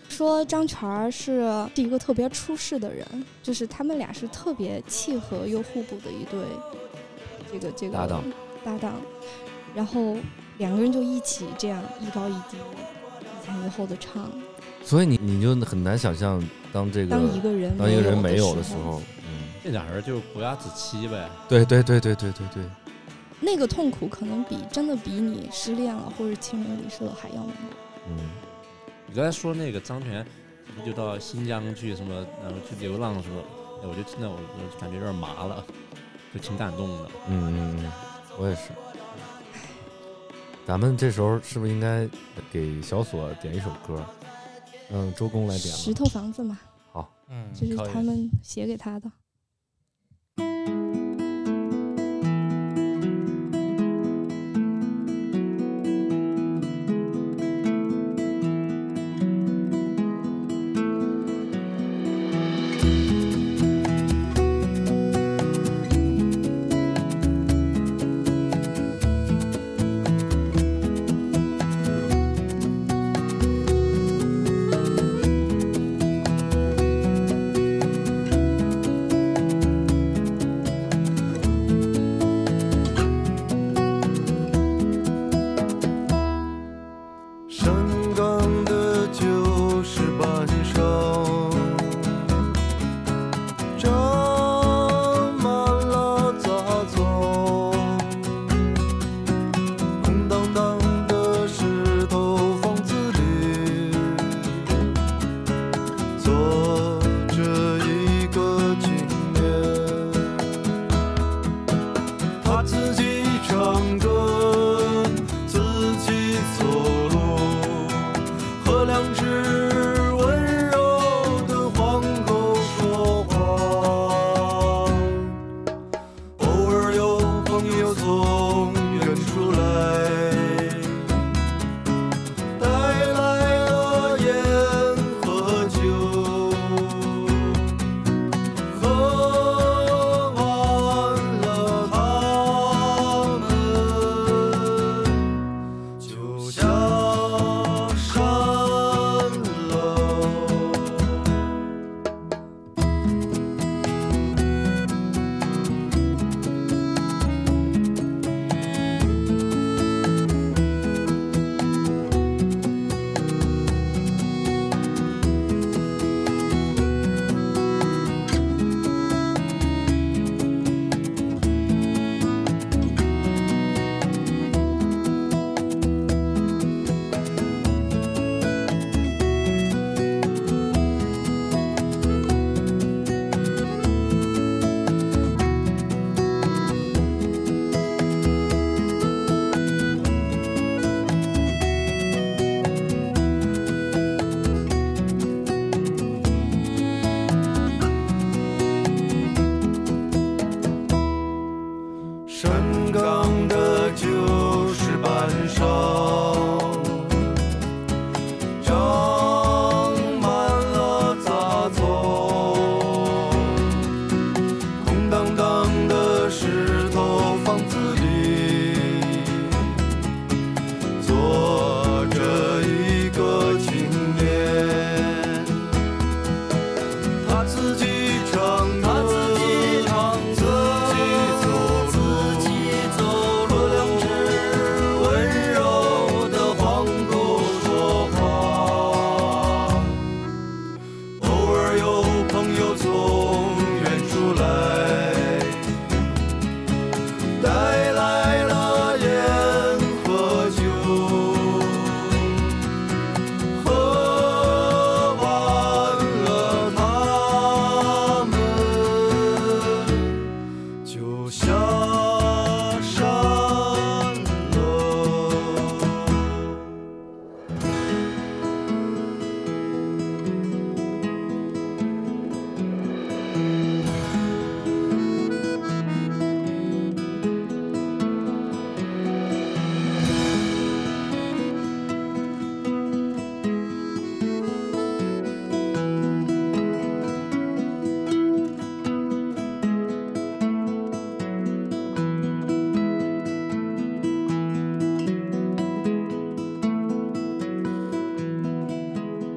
Speaker 3: 说张全儿是是一个特别出世的人，就是他们俩是特别契合又互补的一对，这个这个
Speaker 2: 搭档
Speaker 3: 搭档，然后两个人就一起这样一高一低，一前一后的唱，
Speaker 2: 所以你你就很难想象当这个
Speaker 3: 当一个人
Speaker 2: 当一个人没有
Speaker 3: 的
Speaker 2: 的时，候，嗯，
Speaker 1: 这俩人就是伯牙子期呗，
Speaker 2: 对对对对对对对，
Speaker 3: 那个痛苦可能比真的比你失恋了或者亲人离世了还要难。
Speaker 2: 嗯
Speaker 1: 你刚才说那个张全，就到新疆去什么，然后去流浪什么，哎，我就听到我我感觉有点麻了，就挺感动的。
Speaker 2: 嗯嗯嗯，我也是。咱们这时候是不是应该给小锁点一首歌？嗯，周公来点吧。
Speaker 3: 石头房子嘛，
Speaker 4: 嗯，
Speaker 3: 这是
Speaker 4: 可以
Speaker 3: 他们写给他的。
Speaker 6: 我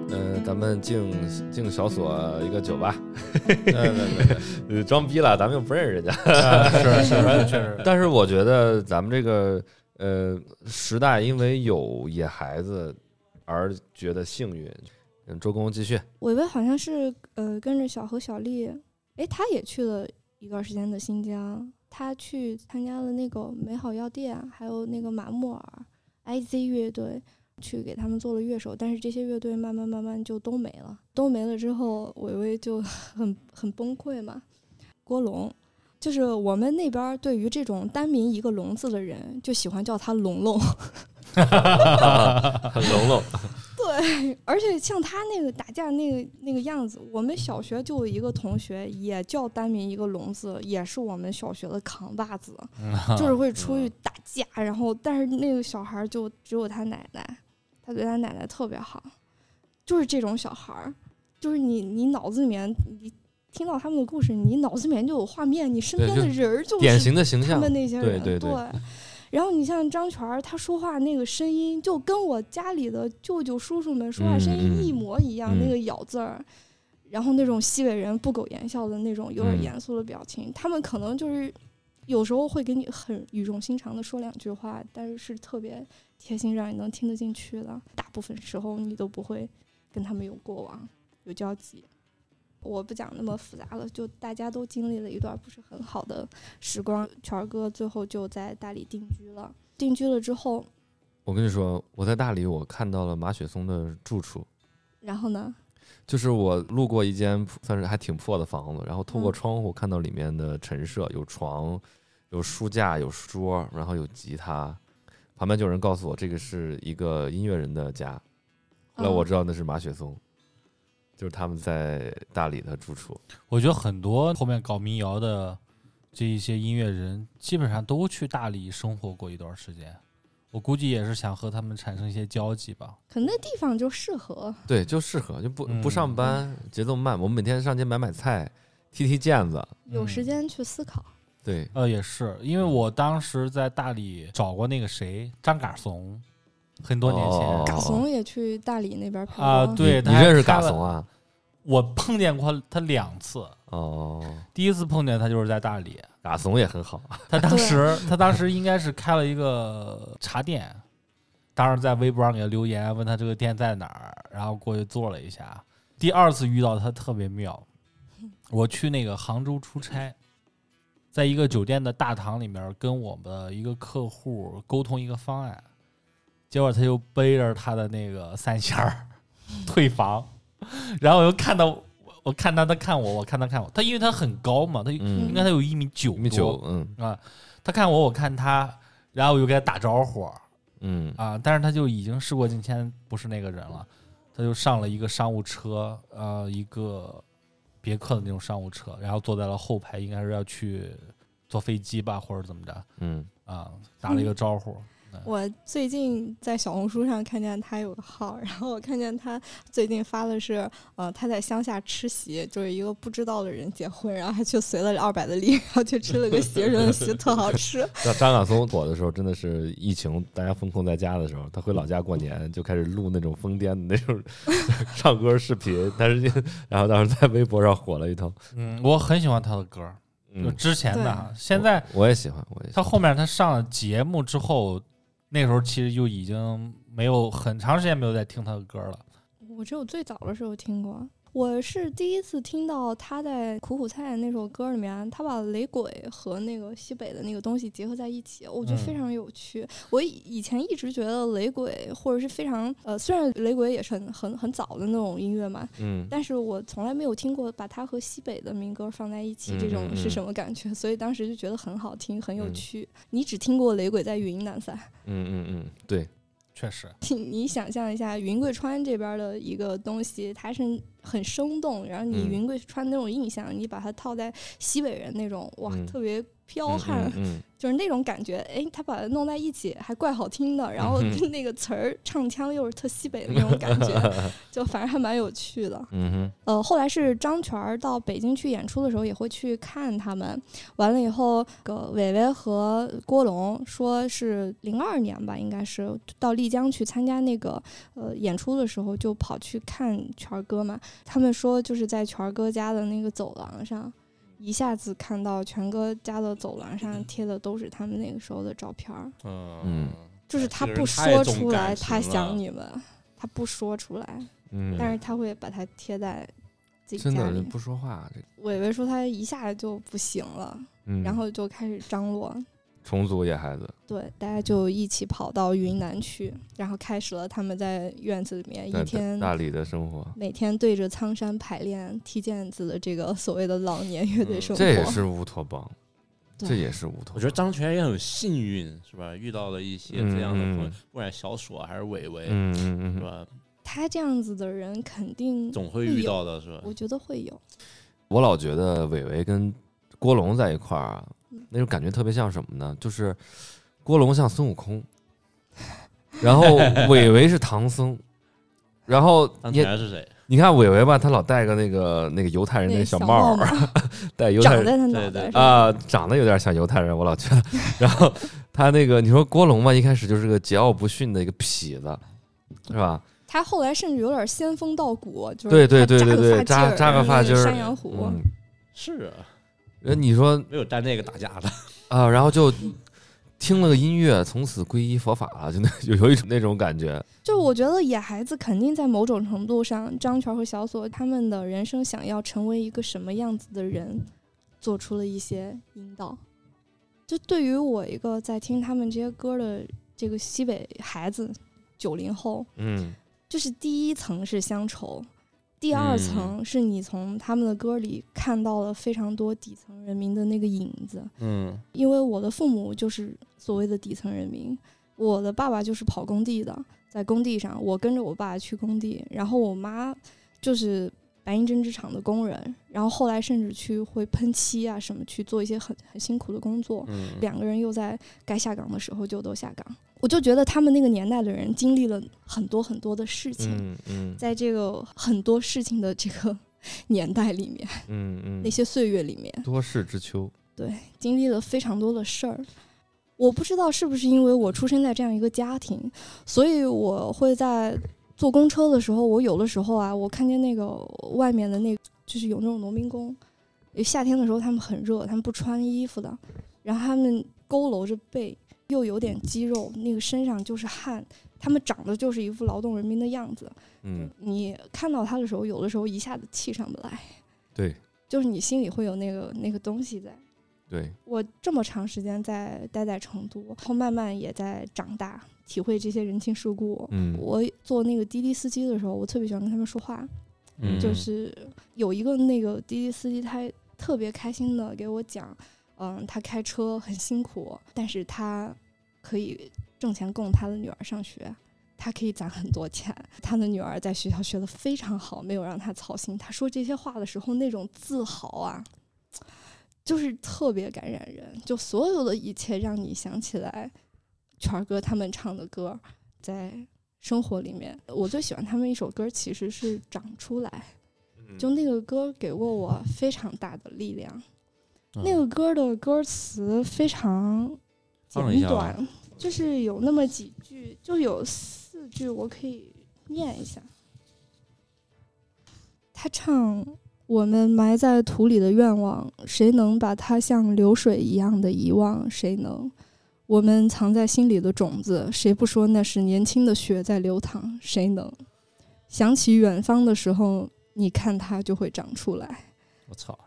Speaker 2: 呃们进进小所一个酒吧，
Speaker 1: 对对对，
Speaker 2: 呃 装逼了，咱们又不认识人家。
Speaker 4: 啊是 是确实，
Speaker 2: 但是我觉得咱们这个呃时代，因为有野孩子而觉得幸运。嗯，周公继 续，
Speaker 3: 伟伟好像是呃跟着小何、小丽，哎，他也去了一段时间的新疆，他去参加了那个美好药店，还有那个马木尔、IZ 乐队，去给他们做了乐手。但是这些乐队慢慢慢慢就都没了，都没了之后，伟伟就 很很崩溃嘛。郭龙，就是我们那边儿对于这种单名一个“龙”字的人，就喜欢叫他“龙龙”。
Speaker 2: 龙龙，
Speaker 3: 对，而且像他那个打架那个那个样子，我们小学就有一个同学也叫单名一个龙字，也是我们小学的扛把 子，就是会出
Speaker 2: 嗯
Speaker 3: 去打架，然后但是那个小孩儿就只有他奶奶，他对他奶奶特别好，就是这种小孩儿，就是你你脑子里面你听到他们的故事，你脑子里面就有画面，你身
Speaker 2: 对
Speaker 3: 边
Speaker 2: 就
Speaker 3: 的人儿就是
Speaker 2: 典型的形
Speaker 3: 他
Speaker 2: 象
Speaker 3: 们。那些
Speaker 2: 对
Speaker 3: 人，
Speaker 2: 对对
Speaker 3: 然后你像张全儿，他说话那个声音，就跟我家里的舅舅叔叔们说话
Speaker 2: 嗯
Speaker 3: 声
Speaker 2: 嗯
Speaker 3: 音一模一样，那
Speaker 2: 嗯
Speaker 3: 个咬字儿，然后那种西北人不苟言笑的那种有
Speaker 2: 嗯
Speaker 3: 点严肃的表情，他们可能就是有时候会给你很语重心长的说两句话，但是是特别贴心，让你能听得进去的。大部分时候你都不会跟他们有过往、有交集。我不讲那么复杂了，就大家都经历了一段不是很好的时光。全儿哥最后就在大理定居了，定居了之后，
Speaker 2: 我跟你说，我在大理，我看到了马雪松的住处，
Speaker 3: 然后呢，
Speaker 2: 就是我路过一间算是还挺破的房子，然后透过
Speaker 3: 嗯
Speaker 2: 窗户看到里面的陈设，有床，有书架，有桌，然后有吉他，旁边就有人告诉我这个是一个音乐人的家，
Speaker 3: 嗯
Speaker 2: 后来我
Speaker 4: 嗯
Speaker 2: 知道那是马雪松，就是他们在大理的住处。
Speaker 4: 我觉得很多后面搞民谣的这一些音乐人，基本上都去大理生活过一段时间。我估计也是想和他们产生一些交集吧。
Speaker 3: 可能那地方就适合。
Speaker 2: 对，就适合，就不不
Speaker 4: 嗯
Speaker 2: 上班，节奏慢，我们每天上街买买菜，踢踢毽子，
Speaker 3: 有
Speaker 4: 嗯
Speaker 3: 时间去思考，
Speaker 2: 对，
Speaker 4: 呃，也是，因为我当时在大理找过那个谁张嘎怂，很多年
Speaker 2: 哦
Speaker 4: 前
Speaker 3: 嘎怂也去大理那边拍
Speaker 4: 啊
Speaker 3: 光
Speaker 4: 对
Speaker 2: 你
Speaker 4: 他
Speaker 2: 你
Speaker 4: 还
Speaker 2: 认识
Speaker 4: 开
Speaker 2: 嘎
Speaker 4: 了
Speaker 2: 怂啊？
Speaker 4: 我碰见过他两次。
Speaker 2: 哦，
Speaker 4: 第一次碰见他就是在大理，
Speaker 2: 嘎怂也很好，
Speaker 4: 他当时他当时应该是开了一个茶店，当时在微博上给他留言，问他这个店在哪儿，然后过去坐了一下。第二次遇到他特别妙，我去那个杭州出差，在一个酒店的大堂里面跟我们的一个客户沟通一个方案，结果他就背着他的那个三弦儿退房，然后我又看到我我看他他看我我看他看我，他因为他很高嘛，他应
Speaker 2: 嗯，
Speaker 4: 该他有一米九
Speaker 2: 一米九，嗯
Speaker 4: 啊，他看我，我看他，然后我就给他打招呼
Speaker 2: 嗯，
Speaker 4: 啊，但是他就已经事过境迁，不是那个人了，他就上了一个商务车，呃，一个别克的那种商务车，然后坐在了后排，应该是要去坐飞机吧，或者怎么着
Speaker 2: 嗯，
Speaker 4: 啊，打了一个招呼，
Speaker 3: 我最近在小红书上看见他有个号， 然后我看见他最近发的是，呃，他在乡下吃席，就是一个不知道的人结婚，然后还去随了二百的礼， 然后去吃了个席，人的席特好吃。
Speaker 2: 那张嘎松火的时候，真的是疫情，大家封控在家的时候，他回老家过年，就开始录那种疯癫的那 种唱歌视频。但是，然后当时在微博上火了一通。
Speaker 4: 嗯，我很喜欢他的歌儿，就
Speaker 2: 嗯，
Speaker 4: 之前的啊，现在
Speaker 2: 我也喜欢，我也喜
Speaker 4: 他
Speaker 2: 欢。
Speaker 4: 后面他上了节目之后，那时候其实就已经没有很长时间没有在听他的歌了。
Speaker 3: 我只有最早的时候听过，我是第一次听到他在《苦苦菜》那首歌里面，他把雷鬼和那个西北的那个东西结合在一起，我觉得非
Speaker 4: 嗯
Speaker 3: 常有趣。我以以前一直觉得雷鬼或者是非常呃，虽然雷鬼也是很很很早的那种音乐嘛，
Speaker 2: 嗯，
Speaker 3: 但是我从来没有听过把它和西北的民歌放在一起，这
Speaker 2: 嗯嗯
Speaker 3: 种
Speaker 2: 嗯
Speaker 3: 是什么感觉？所以当时就觉得很好听，很有
Speaker 2: 嗯
Speaker 3: 趣。你只听过雷鬼在云南噻，
Speaker 2: 嗯嗯嗯，对，
Speaker 4: 确实，
Speaker 3: 你想象一下云贵川这边的一个东西，它是很生动，然后你
Speaker 2: 嗯
Speaker 3: 云贵川那种印象，你把它套在西北人那种，哇，
Speaker 2: 嗯
Speaker 3: 特别彪悍，
Speaker 2: 嗯
Speaker 3: 就是那种感觉。哎，他把它弄在一起还怪好听的，然后
Speaker 2: 嗯
Speaker 3: 那个词儿唱腔又是特西北的那种感 觉，就反正还蛮有趣的。
Speaker 2: 嗯哼，
Speaker 3: 呃，后来是张全儿到北京去演出的时候，也会去看他们。完了以后，个伟伟和郭龙说是零二年吧，应该是到丽江去参加那个呃演出的时候，就跑去看全儿哥嘛。他们说就是在全儿哥家的那个走廊上，一下子看到全哥家的走廊上贴的都是他们那个时候的照片儿，
Speaker 6: 嗯
Speaker 2: 嗯
Speaker 3: 就是他
Speaker 6: 这个
Speaker 3: 不
Speaker 6: 人太
Speaker 3: 说
Speaker 6: 重
Speaker 3: 出来
Speaker 6: 感
Speaker 3: 他
Speaker 6: 情了
Speaker 3: 想你们，他不说出来，
Speaker 2: 嗯，
Speaker 3: 但是他会把它贴在。自己
Speaker 2: 真
Speaker 3: 家
Speaker 2: 的
Speaker 3: 里
Speaker 2: 就。不说话，这
Speaker 3: 伟伟说他一下就不行了，
Speaker 2: 嗯，
Speaker 3: 然后就开始张罗。
Speaker 2: 重组野孩子
Speaker 3: 对，大家就一起跑到云南去，然后开始了他们在院子里面
Speaker 2: 在
Speaker 3: 一天
Speaker 2: 大理的生活，
Speaker 3: 每天对着苍山排练踢毽子的这个所谓的老年乐队
Speaker 6: 嗯
Speaker 3: 生活。
Speaker 2: 这也是乌托邦，
Speaker 3: 对
Speaker 2: 这也是乌托邦。
Speaker 1: 我觉得张全也很幸运，是吧？遇到了一些这样的朋友
Speaker 2: 嗯，
Speaker 1: 不管小锁还是伟伟，
Speaker 2: 嗯嗯
Speaker 1: 是
Speaker 2: 嗯嗯，
Speaker 1: 吧？
Speaker 3: 他这样子的人肯定，
Speaker 1: 总会遇到的，是吧？
Speaker 3: 我觉得会有。
Speaker 2: 我老觉得伟伟跟郭龙在一块儿啊
Speaker 3: 嗯，
Speaker 2: 那种感觉特别像什么呢？就是郭龙像孙悟空，然后伟伟是唐僧，然后
Speaker 1: 张
Speaker 2: 你
Speaker 1: 全是谁？
Speaker 2: 你看伟伟吧，他老戴个那个那个犹太人那
Speaker 3: 那
Speaker 2: 个小帽
Speaker 3: 帽
Speaker 2: 儿，
Speaker 3: 嘛
Speaker 2: 戴犹太
Speaker 3: 长
Speaker 2: 人
Speaker 3: 在他
Speaker 1: 对
Speaker 3: 脑
Speaker 1: 对
Speaker 3: 袋上。
Speaker 2: 啊、长得有点像犹太人，我老觉得。然后他那个，你说郭龙吧，一开始就是个桀骜不驯的一个痞子，是吧？
Speaker 3: 他后来甚至有点仙风道骨，就是
Speaker 2: 对对对
Speaker 3: 他
Speaker 2: 对对扎扎个
Speaker 3: 个
Speaker 2: 发
Speaker 3: 发
Speaker 2: 巾
Speaker 3: 儿
Speaker 2: 儿
Speaker 3: 山羊胡。
Speaker 2: 嗯，
Speaker 1: 是啊，
Speaker 2: 呃你说
Speaker 1: 没有带那个打架的，
Speaker 2: 啊、然后就听了个音乐，从此皈依佛法了，就那 有有一种那种感觉。
Speaker 3: 就我觉得野孩子肯定在某种程度上，张全和小锁他们的人生想要成为一个什么样子的人，做出了一些引导。就对于我一个在听他们这些歌的这个西北孩子，九零后，
Speaker 2: 嗯
Speaker 3: 就是第一层是乡愁，第二层是你从他们的歌里看到了非常多底层人民的那个影子。
Speaker 1: 嗯，
Speaker 3: 因为我的父母就是所谓的底层人民，我的爸爸就是跑工地的，在工地上，我跟着我爸去工地，然后我妈就是白银针织厂的工人，然后后来甚至去会喷漆啊什么，去做一些很很辛苦的工作。
Speaker 1: 嗯
Speaker 3: 两个人又在该下岗的时候就都下岗，我就觉得他们那个年代的人经历了很多很多的事情，
Speaker 2: 嗯嗯
Speaker 3: 在这个很多事情的这个 年代里面，
Speaker 2: 嗯嗯，
Speaker 3: 那些岁月里面，
Speaker 2: 多事之秋。
Speaker 3: 对，经历了非常多的事儿。我不知道是不是因为我出生在这样一个家庭，所以我会在坐公车的时候，我有的时候啊，我看见那个外面的那，就是有那种农民工，呃夏天的时候他们很热，他们不穿衣服的，然后他们佝偻着背，又有点肌肉，那个身上就是汗，他们长得就是一副劳动人民的样子。
Speaker 2: 嗯，
Speaker 3: 你看到他的时候，有的时候一下子气上不来，
Speaker 2: 对
Speaker 3: 就是你心里会有那个那个东西在。
Speaker 2: 对，
Speaker 3: 我这么长时间在待在成都，然后慢慢也在长大，体会这些人情世故。
Speaker 2: 嗯
Speaker 3: 我做那个滴滴司机的时候，我特别喜欢跟他们说话，
Speaker 1: 嗯
Speaker 3: 就是有一个那个滴滴司机，他特别开心的给我讲，嗯，他开车很辛苦，但是他可以挣钱供他的女儿上学。他可以攒很多钱，他的女儿在学校学得非常好，没有让他操心。他说这些话的时候，那种自豪啊，就是特别感染人。就所有的一切让你想起来全儿哥他们唱的歌，在生活里面，我最喜欢他们一首歌其实是《长出来》，就那个歌给过我非常大的力量。
Speaker 1: 嗯
Speaker 3: 那个歌的歌词非常
Speaker 1: 放一
Speaker 3: 简
Speaker 1: 下啊吧
Speaker 3: 短，就是有那么几句，就有四句，我可以念一下。他唱：“我们埋在土里的愿望，谁能把它像流水一样的遗忘？谁能？我们藏在心里的种子，谁不说那是年轻的血在流淌？谁能？想起远方的时候，你看它就会长出来。”
Speaker 1: 我操，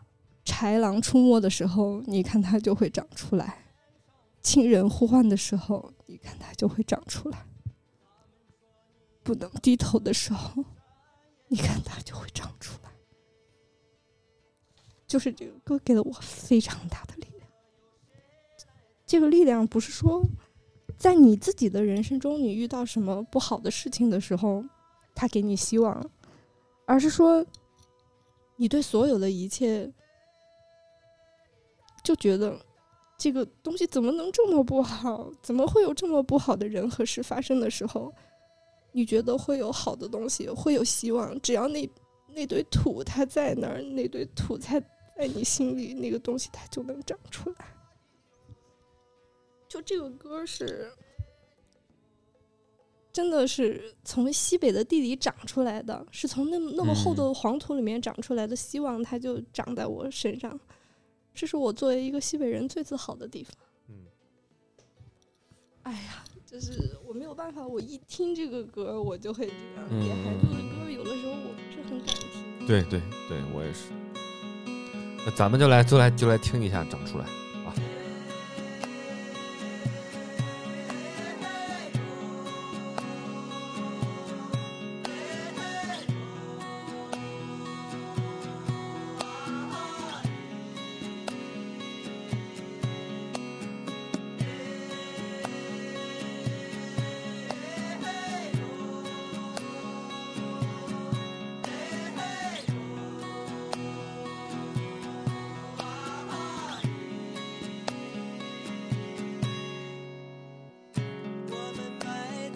Speaker 3: 豺狼出没的时候，你看它就会长出来；亲人呼唤的时候，你看它就会长出来；不能低头的时候，你看它就会长出来。就是这个歌给了我非常大的力量。这个力量不是说在你自己的人生中，你遇到什么不好的事情的时候，它给你希望，而是说你对所有的一切就觉得这个东西怎么能这么不好？怎么会有这么不好的人和事发生的时候，你觉得会有好的东西，会有希望？只要那那堆土它在那儿，那堆土在在你心里，那个东西它就能长出来。就这个歌是。真的是从西北的地里长出来的，是从那么那么厚的黄土里面长出来的，希望它就长在我身上。这是我作为一个西北人最自豪的地方。
Speaker 2: 嗯，
Speaker 3: 哎呀，就是我没有办法，我一听这个歌我就会这样。
Speaker 2: 嗯
Speaker 3: 野孩子的歌有的时候我不是很敢听。
Speaker 2: 对对对，我也是。那咱们就来就来就来听一下，长出来。
Speaker 7: 我们埋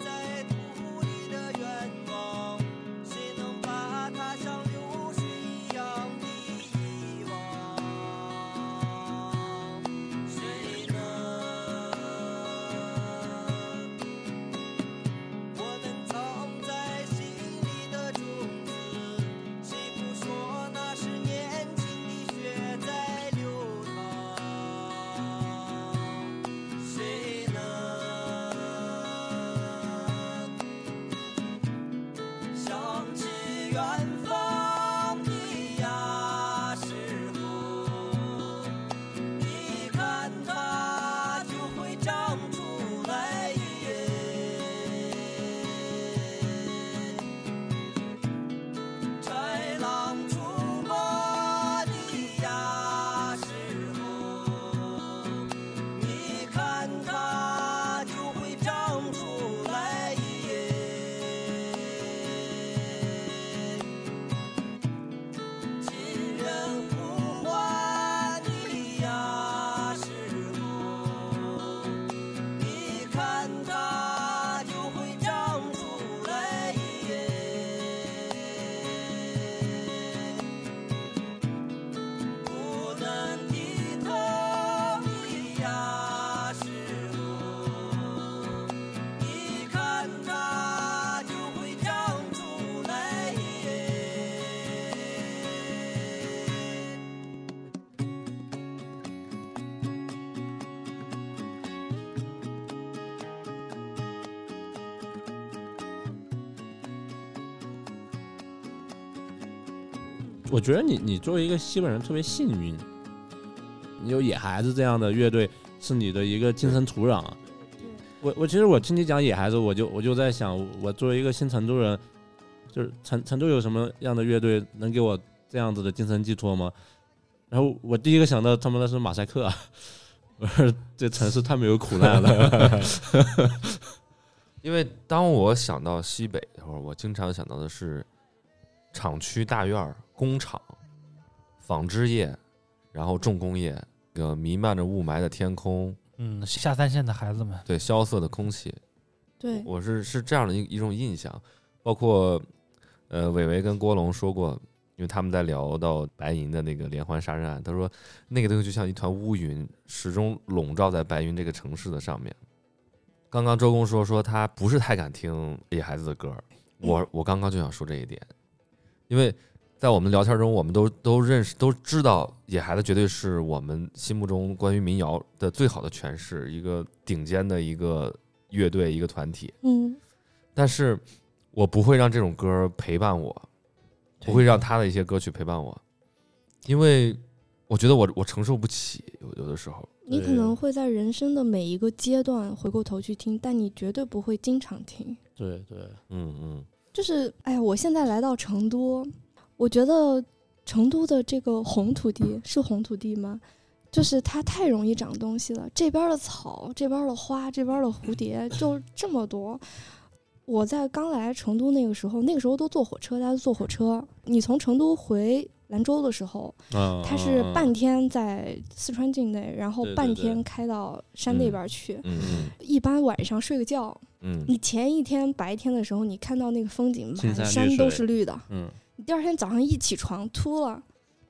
Speaker 7: 在土里的愿望，谁能把它像流水一样的遗忘？谁能？我们藏在心里的种子，谁不说那是年轻的血在流淌？谁能想起远方的呀时候？你看它就会长出来豺狼出没的呀时候。你看它就会长出来。亲人呼唤你呀时候，你看它就会长出来。不能低头的呀时候，你看它就会长出来。
Speaker 1: 我觉得你你作为一个西本人特别幸运，你有野孩子这样的乐队是你的一个精神土壤。啊我我其实我听你讲野孩子，我就我就在想，我作为一个新成都人，就是成成都有什么样的乐队能给我这样子的精神寄托吗？然后我第一个想到他们的是马赛克，我说 这城市太没有苦难 了。
Speaker 2: 因为当我想到西北的时候，我经常想到的是厂区、大院儿、工厂、纺织业，然后重工业，这个弥漫着雾霾的天空，
Speaker 4: 嗯，下三线的孩子们，
Speaker 2: 对萧瑟的空气，
Speaker 3: 对，
Speaker 2: 我是是这样的一一种印象。包括呃，伟伟跟郭龙说过，因为他们在聊到白银的那个连环杀人案，他说那个东西就像一团乌云，始终笼罩在白云这个城市的上面。刚刚周公说说他不是太敢听野孩子的歌儿，我我刚刚就想说这一点，因为在我们聊天中，我们都都认识都知道野孩子绝对是我们心目中关于民谣的最好的诠释，一个顶尖的一个乐队一个团体。
Speaker 3: 嗯，
Speaker 2: 但是我不会让这种歌陪伴我，不会让他的一些歌曲陪伴我，因为我觉得我我承受不起，有有的时候，
Speaker 3: 你可能会在人生的每一个阶段回过头去听，但你绝对不会经常听。
Speaker 1: 对对，
Speaker 2: 嗯嗯，
Speaker 3: 就是哎呀，我现在来到成都，我觉得成都的这个红土地是红土地吗？就是它太容易长东西了，这边儿的草，这边儿的花，这边儿的蝴蝶，就这么多。我在刚来成都那个时候，那个时候都坐火车，大家都坐火车。你从成都回兰州的时候，
Speaker 1: 嗯，
Speaker 3: 他是
Speaker 1: 嗯
Speaker 3: 半，天在四川境内，然后
Speaker 1: 对对
Speaker 3: 半
Speaker 1: 对
Speaker 3: 天开到山那边儿去。
Speaker 2: 嗯
Speaker 3: 一般晚上睡个觉，
Speaker 2: 嗯
Speaker 3: 你前一天白天的时候，你看到那个风景，
Speaker 1: 青
Speaker 3: 满
Speaker 1: 山绿
Speaker 3: 山都
Speaker 1: 水
Speaker 3: 是绿的。
Speaker 1: 嗯，
Speaker 3: 你第二天早上一起床，秃了，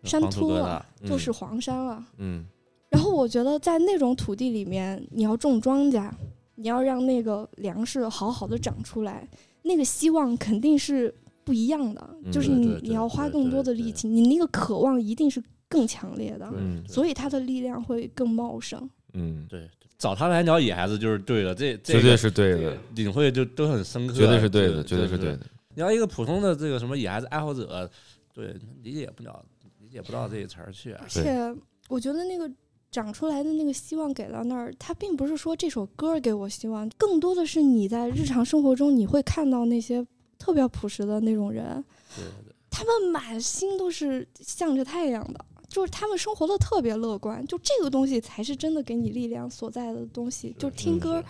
Speaker 1: 嗯
Speaker 3: 山啊
Speaker 1: 黄土
Speaker 3: 秃
Speaker 1: 疙瘩
Speaker 3: 了，
Speaker 2: 嗯，
Speaker 3: 就是黄山了。
Speaker 2: 嗯
Speaker 3: 然后我觉得在那种土地里面，你要种庄稼，你要让那个粮食好好的长出来，那个希望肯定是不一样的，
Speaker 2: 嗯
Speaker 3: 就是
Speaker 1: 对
Speaker 3: 你
Speaker 1: 对对
Speaker 3: 你要花
Speaker 1: 对
Speaker 3: 更多的力
Speaker 1: 对对
Speaker 3: 气，你那个渴望一定是更强烈的，
Speaker 1: 嗯
Speaker 2: 嗯
Speaker 1: 对
Speaker 3: 所以它的力量会更茂盛。
Speaker 2: 嗯，
Speaker 1: 对，对找他来聊野孩子就是对的，这这
Speaker 2: 绝对
Speaker 1: 个
Speaker 2: 是对的，
Speaker 1: 领会就都很深刻，
Speaker 2: 绝对是对
Speaker 1: 这
Speaker 2: 的，
Speaker 1: 个
Speaker 2: 绝对是对。
Speaker 1: 就
Speaker 2: 的。
Speaker 1: 你要一个普通的这个什么野孩子爱好者，对，理解不了，理解不到这一层儿去啊
Speaker 3: 而。且我觉得那个长出来的那个希望给到那儿，它并不是说这首歌给我希望，更多的是你在日常生活中你会看到那些特别朴实的那种人，
Speaker 1: 对对对
Speaker 3: 他们满心都是向着太阳的，就是他们生活的特别乐观，就这个东西才是真的给你力量所在的东西。就听歌，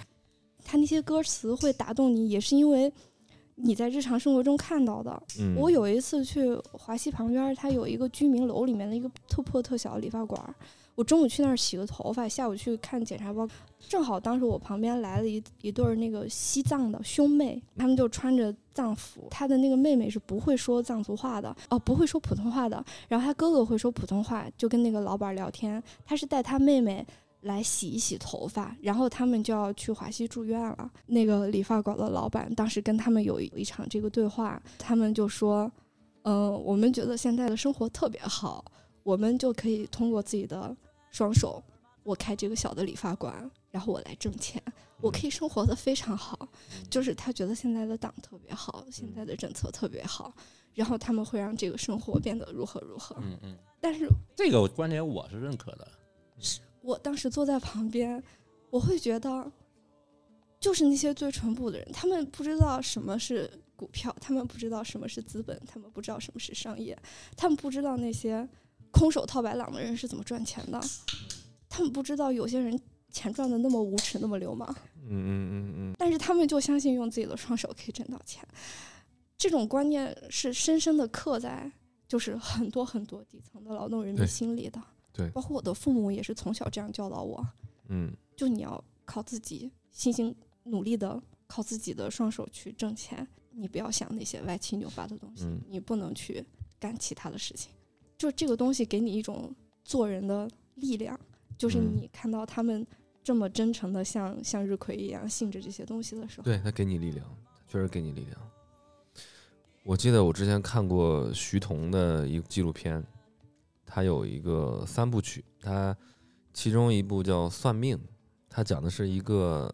Speaker 3: 他那些歌词会打动你，也是因为你在日常生活中看到的。
Speaker 2: 嗯，
Speaker 3: 我有一次去华西旁边儿，它有一个居民楼里面的一个特破特小的理发馆儿。我中午去那儿洗个头发，下午去看检查报告。正好当时我旁边来了一一对儿那个西藏的兄妹，他们就穿着藏服。他的那个妹妹是不会说藏族话的，哦，不会说普通话的。然后他哥哥会说普通话，就跟那个老板聊天。他是带他妹妹来洗一洗头发，然后他们就要去华西住院了。那个理发馆的老板当时跟他们有一一场这个对话，他们就说：“嗯、我们觉得现在的生活特别好，我们就可以通过自己的双手，我开这个小的理发馆，然后我来挣钱，我可以生活的非常好。”就是他觉得现在的党特别好，现在的政策特别好，然后他们会让这个生活变得如何如何。
Speaker 1: 嗯嗯，
Speaker 3: 但是
Speaker 1: 这个观点我是认可的。
Speaker 3: 我当时坐在旁边，我会觉得，就是那些最淳朴的人，他们不知道什么是股票，他们不知道什么是资本，他们不知道什么是商业，他们不知道那些空手套白狼的人是怎么赚钱的，他们不知道有些人钱赚的那么无耻，那么流氓，
Speaker 2: 嗯嗯嗯嗯
Speaker 3: 但是他们就相信用自己的双手可以挣到钱，这种观念是深深的刻在就是很多很多底层的劳动人民
Speaker 2: 对
Speaker 3: 心里的。
Speaker 2: 对
Speaker 3: 包括我的父母也是从小这样教导我，
Speaker 2: 嗯
Speaker 3: 就你要靠自己，辛辛努力的靠自己的双手去挣钱，你不要想那些歪七扭八的东西，
Speaker 2: 嗯
Speaker 3: 你不能去干其他的事情。就这个东西给你一种做人的力量，就是
Speaker 2: 嗯
Speaker 3: 你看到他们这么真诚的像像日葵一样信着这些东西的时候，
Speaker 2: 对他给你力量，确实给你力量。我记得我之前看过徐彤的一个纪录片，他有一个三部曲，他其中一部叫《算命》，他讲的是一个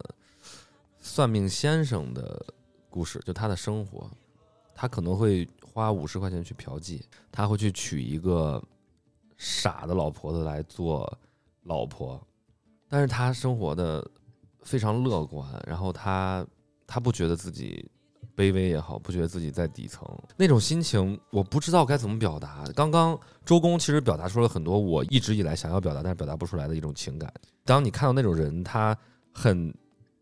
Speaker 2: 算命先生的故事，就他的生活。他可能会花五十块钱去嫖妓，他会去娶一个傻的老婆子来做老婆，但是他生活的非常乐观，然后他他不觉得自己卑微也好，不觉得自己在底层那种心情，我不知道该怎么表达。刚刚周公其实表达出了很多我一直以来想要表达但是表达不出来的一种情感。当你看到那种人，他很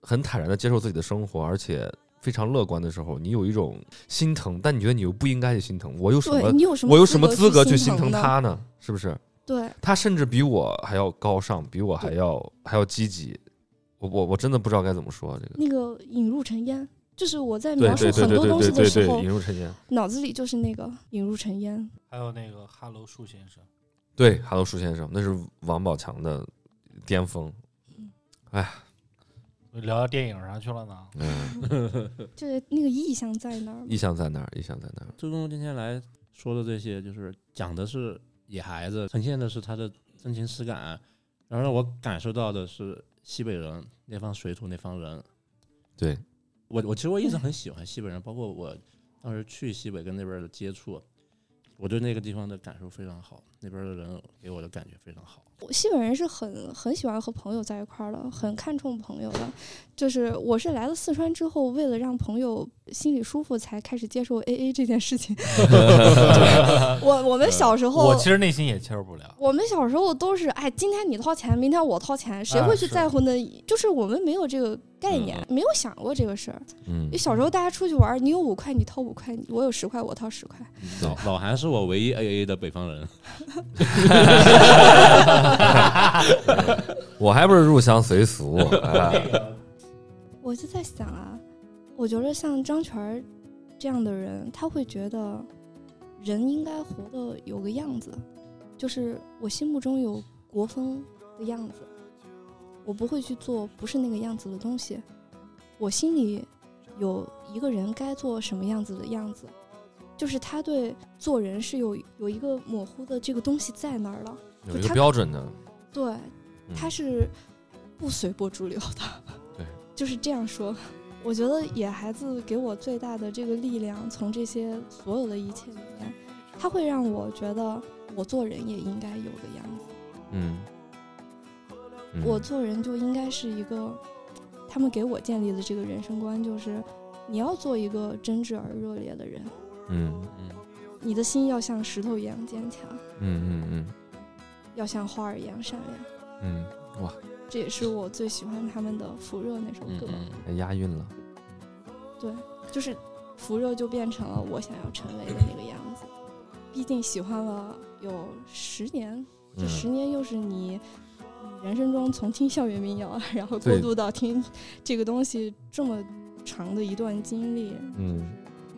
Speaker 2: 很坦然的接受自己的生活，而且。非常乐观的时候，你有一种心疼，但你觉得你又不应该去心疼。我有什么
Speaker 3: 对？你有什么
Speaker 2: 我有什么资格去
Speaker 3: 去
Speaker 2: 心疼
Speaker 3: 呢？
Speaker 2: 他呢？是不是？
Speaker 3: 对，
Speaker 2: 他甚至比我还要高尚，比我还要还要积极。我我我真的不知道该怎么说这个。
Speaker 3: 那个引入尘烟，就是我在
Speaker 2: 对
Speaker 3: 描
Speaker 2: 对
Speaker 3: 述
Speaker 2: 对
Speaker 3: 很
Speaker 2: 对
Speaker 3: 多
Speaker 2: 对
Speaker 3: 东西
Speaker 2: 对
Speaker 3: 的
Speaker 2: 对
Speaker 3: 时
Speaker 2: 对，
Speaker 3: 候
Speaker 2: 引，入尘烟。
Speaker 3: 脑子里就是那个引入尘烟。
Speaker 4: 还有那个哈喽树先生，
Speaker 2: 对，哈喽，舒先生，那是王宝强的巅峰。
Speaker 3: 嗯
Speaker 2: 哎
Speaker 4: 聊到电影上去了呢。
Speaker 2: 嗯，
Speaker 3: 就是那个意象在那儿嘛。
Speaker 2: 意向在那儿，意向在那儿。
Speaker 1: 周公今天来说的这些，就是讲的是野孩子，呈现的是他的真情实感，然后让我感受到的是西北人那方水土那方人。
Speaker 2: 对，
Speaker 1: 我我其实我一直很喜欢西北人，包括我当时去西北跟那边的接触，我对那个地方的感受非常好，那边的人给我的感觉非常好。
Speaker 3: 我西北人是很很喜欢和朋友在一块儿的，很看重朋友的。就是我是来了四川之后，为了让朋友心里舒服，才开始接受 AA 这件事情。 我我们小时候
Speaker 4: 我，其实内心也接受不了。
Speaker 3: 我们小时候都是哎，今天你掏钱，明天我掏钱，谁
Speaker 4: 啊
Speaker 3: 会去
Speaker 4: 是嗯
Speaker 3: 在乎呢？就是我们没有这个概念，没有想过这个事儿。
Speaker 2: 嗯
Speaker 3: 就，小时候大家出去玩儿，你有五块你掏五块，我有十块我掏十块，
Speaker 1: 老老韩是我唯一 A A 的北方人，
Speaker 2: 我还不是入乡 随俗，哎
Speaker 3: 我就在想啊，我觉得像张全儿这样的人，他会觉得人应该活得有个样子，就是我心目中有国风的样子，我不会去做不是那个样子的东西。我心里有一个人该做什么样子的样子，就是他对做人是有有一个模糊的这个东西在那儿了。
Speaker 2: 有一个标准的，
Speaker 3: 对，
Speaker 2: 嗯
Speaker 3: 他是不随波逐流的。
Speaker 2: 对，
Speaker 3: 就是这样说。我觉得野孩子给我最大的这个力量，从这些所有的一切里面，他会让我觉得我做人也应该有个样子，
Speaker 2: 嗯，嗯
Speaker 3: 我做人就应该是一个。他们给我建立的这个人生观就是，你要做一个真挚而热烈的人，
Speaker 2: 嗯
Speaker 3: 你的心要像石头一样坚强，
Speaker 2: 嗯嗯嗯
Speaker 3: 要像花儿一样善良。
Speaker 2: 嗯
Speaker 3: 这也是我最喜欢他们的《福热》那首
Speaker 1: 嗯
Speaker 3: 歌。
Speaker 1: 嗯，
Speaker 2: 嗯，押韵了，
Speaker 3: 对，就是扶热就变成了我想要成为的那个样子。毕竟喜欢了有十年，这
Speaker 2: 嗯
Speaker 3: 十年又是你嗯人生中从听校园民谣，啊然后过
Speaker 2: 对
Speaker 3: 渡到听这个东西这么长的一段经历，
Speaker 2: 嗯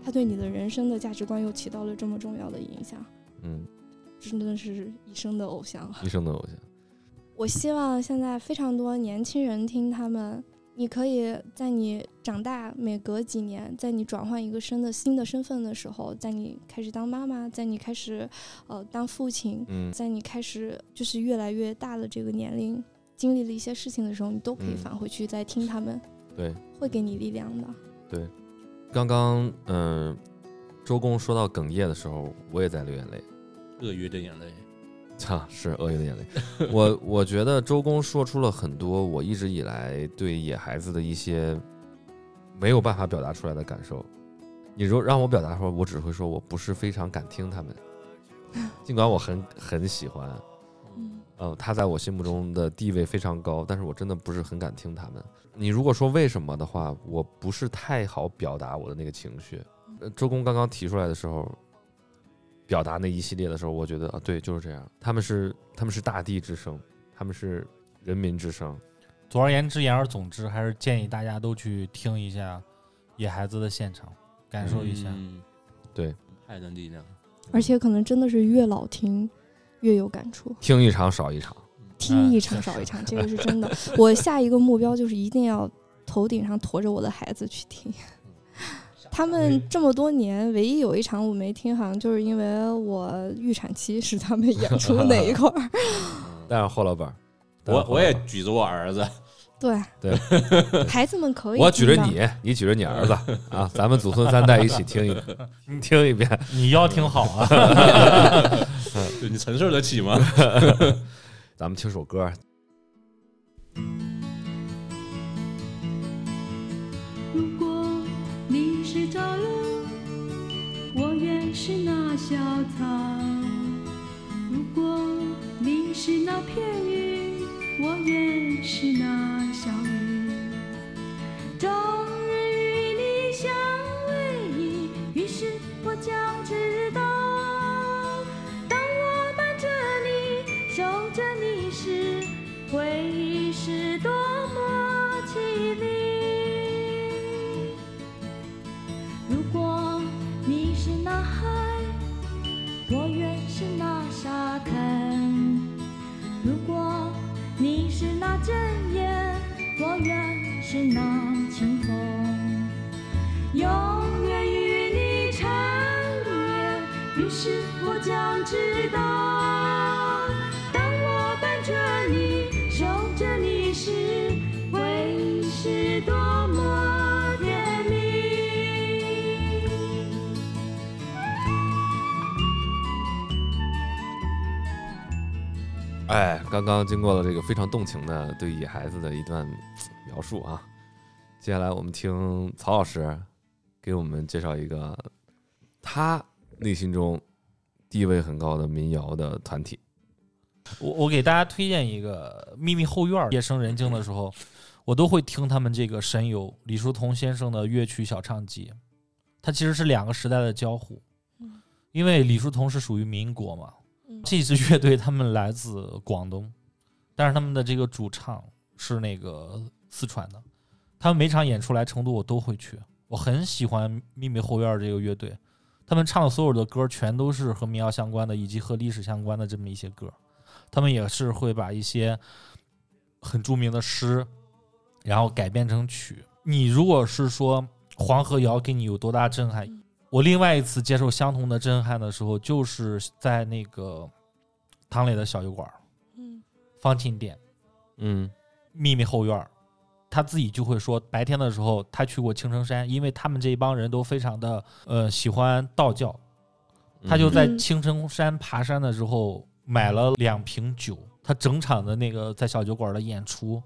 Speaker 3: 它对你的人生的价值观又起到了这么重要的影响，
Speaker 2: 嗯，
Speaker 3: 真的是一生的偶像啊。
Speaker 2: 一生的偶像，
Speaker 3: 我希望现在非常多年轻人听他们，你可以在你长大每隔几年，在你转换一个身的新的身份的时候，在你开始当妈妈，在你开始呃当父亲，
Speaker 2: 嗯
Speaker 3: 在你开始就是越来越大的这个年龄，经历了一些事情的时候，你都可以
Speaker 2: 嗯
Speaker 3: 返回去再听他们，
Speaker 2: 对，
Speaker 3: 会给你力量的。
Speaker 2: 刚刚嗯、呃周公说到哽咽的时候，我也在流眼泪。
Speaker 1: 鳄鱼的眼泪，
Speaker 2: 啊，是鳄鱼的眼泪。我我觉得周公说出了很多我一直以来对野孩子的一些没有办法表达出来的感受。你如果让我表达的话，我只会说我不是非常敢听他们，尽管我很很喜欢，
Speaker 3: 嗯，
Speaker 2: 嗯，他在我心目中的地位非常高，但是我真的不是很敢听他们。你如果说为什么的话，我不是太好表达我的那个情绪。呃周公刚刚提出来的时候，表达那一系列的时候，我觉得啊，对，就是这样。他们是他们是大地之声，他们是人民之声。
Speaker 4: 总而言之，言而总之，还是建议大家都去听一下野孩子的现场，感受一下。
Speaker 1: 嗯
Speaker 2: 对，
Speaker 1: 爱的力量，
Speaker 3: 而且可能真的是越老听越有感触。
Speaker 2: 听一场少一场，
Speaker 3: 听
Speaker 2: 嗯
Speaker 3: 一场少一场，这个是真的。我下一个目标就是一定要头顶上驮着我的孩子去 听。他们这么多年，唯一有一场我没听，好像就是因为我预产期是他们演出那一块儿。
Speaker 2: 但是霍老板，但是
Speaker 1: 嗯我
Speaker 2: 霍
Speaker 1: 我
Speaker 2: 老
Speaker 1: 也
Speaker 2: 板
Speaker 1: 举着我儿子，
Speaker 3: 对
Speaker 2: 对，
Speaker 3: 孩子们可以。
Speaker 2: 我举着，你，你举着你儿子啊，咱们祖孙三代一起听一，你听一遍。
Speaker 4: 你腰挺好啊，
Speaker 1: 对你承受得起吗？
Speaker 2: 咱们听首歌，
Speaker 6: 如果你是朝露，我愿是那小草；如果你是那片云，我愿是那小雨。终日与你相偎依，于是我将知道，当我伴着你，守着你时，回忆是多么凄厉。如果你是那海，我愿是那沙滩。如果你是那阵眼，我愿是那清风，永远与你缠绵。于是我将知道，当我伴着你，守着你时，回忆是多么甜蜜。
Speaker 2: 哎，刚刚经过了这个非常动情的对野孩子的一段嘖描述啊，接下来我们听曹老师给我们介绍一个他内心中地位很高的民谣的团体。
Speaker 4: 我我给大家推荐一个《秘密后院》，夜深人静的时候，我都会听他们这个神游李叔同先生的乐曲小唱集，它其实是两个时代的交互
Speaker 3: 嗯，
Speaker 4: 因为李叔同是属于民国嘛，
Speaker 3: 嗯
Speaker 4: 这支乐队他们来自广东，但是他们的这个主唱是那个四川的，他们每场演出来成都我都会去，我很喜欢秘密后院儿这个乐队，他们唱的所有的歌全都是和民谣相关的，以及和历史相关的这么一些歌，他们也是会把一些很著名的诗，然后改编成曲。你如果是说黄河谣给你有多大震撼
Speaker 3: 嗯，
Speaker 4: 我另外一次接受相同的震撼的时候，就是在那个唐磊的小酒馆儿
Speaker 3: 嗯
Speaker 4: 方庆店
Speaker 2: 嗯，
Speaker 4: 秘密后院儿。他自己就会说，白天的时候他去过青城山，因为他们这一帮人都非常的呃喜欢道教，他就在
Speaker 3: 嗯
Speaker 4: 青城山爬山的时候买了两瓶酒，他整场的那个在小酒馆的演出，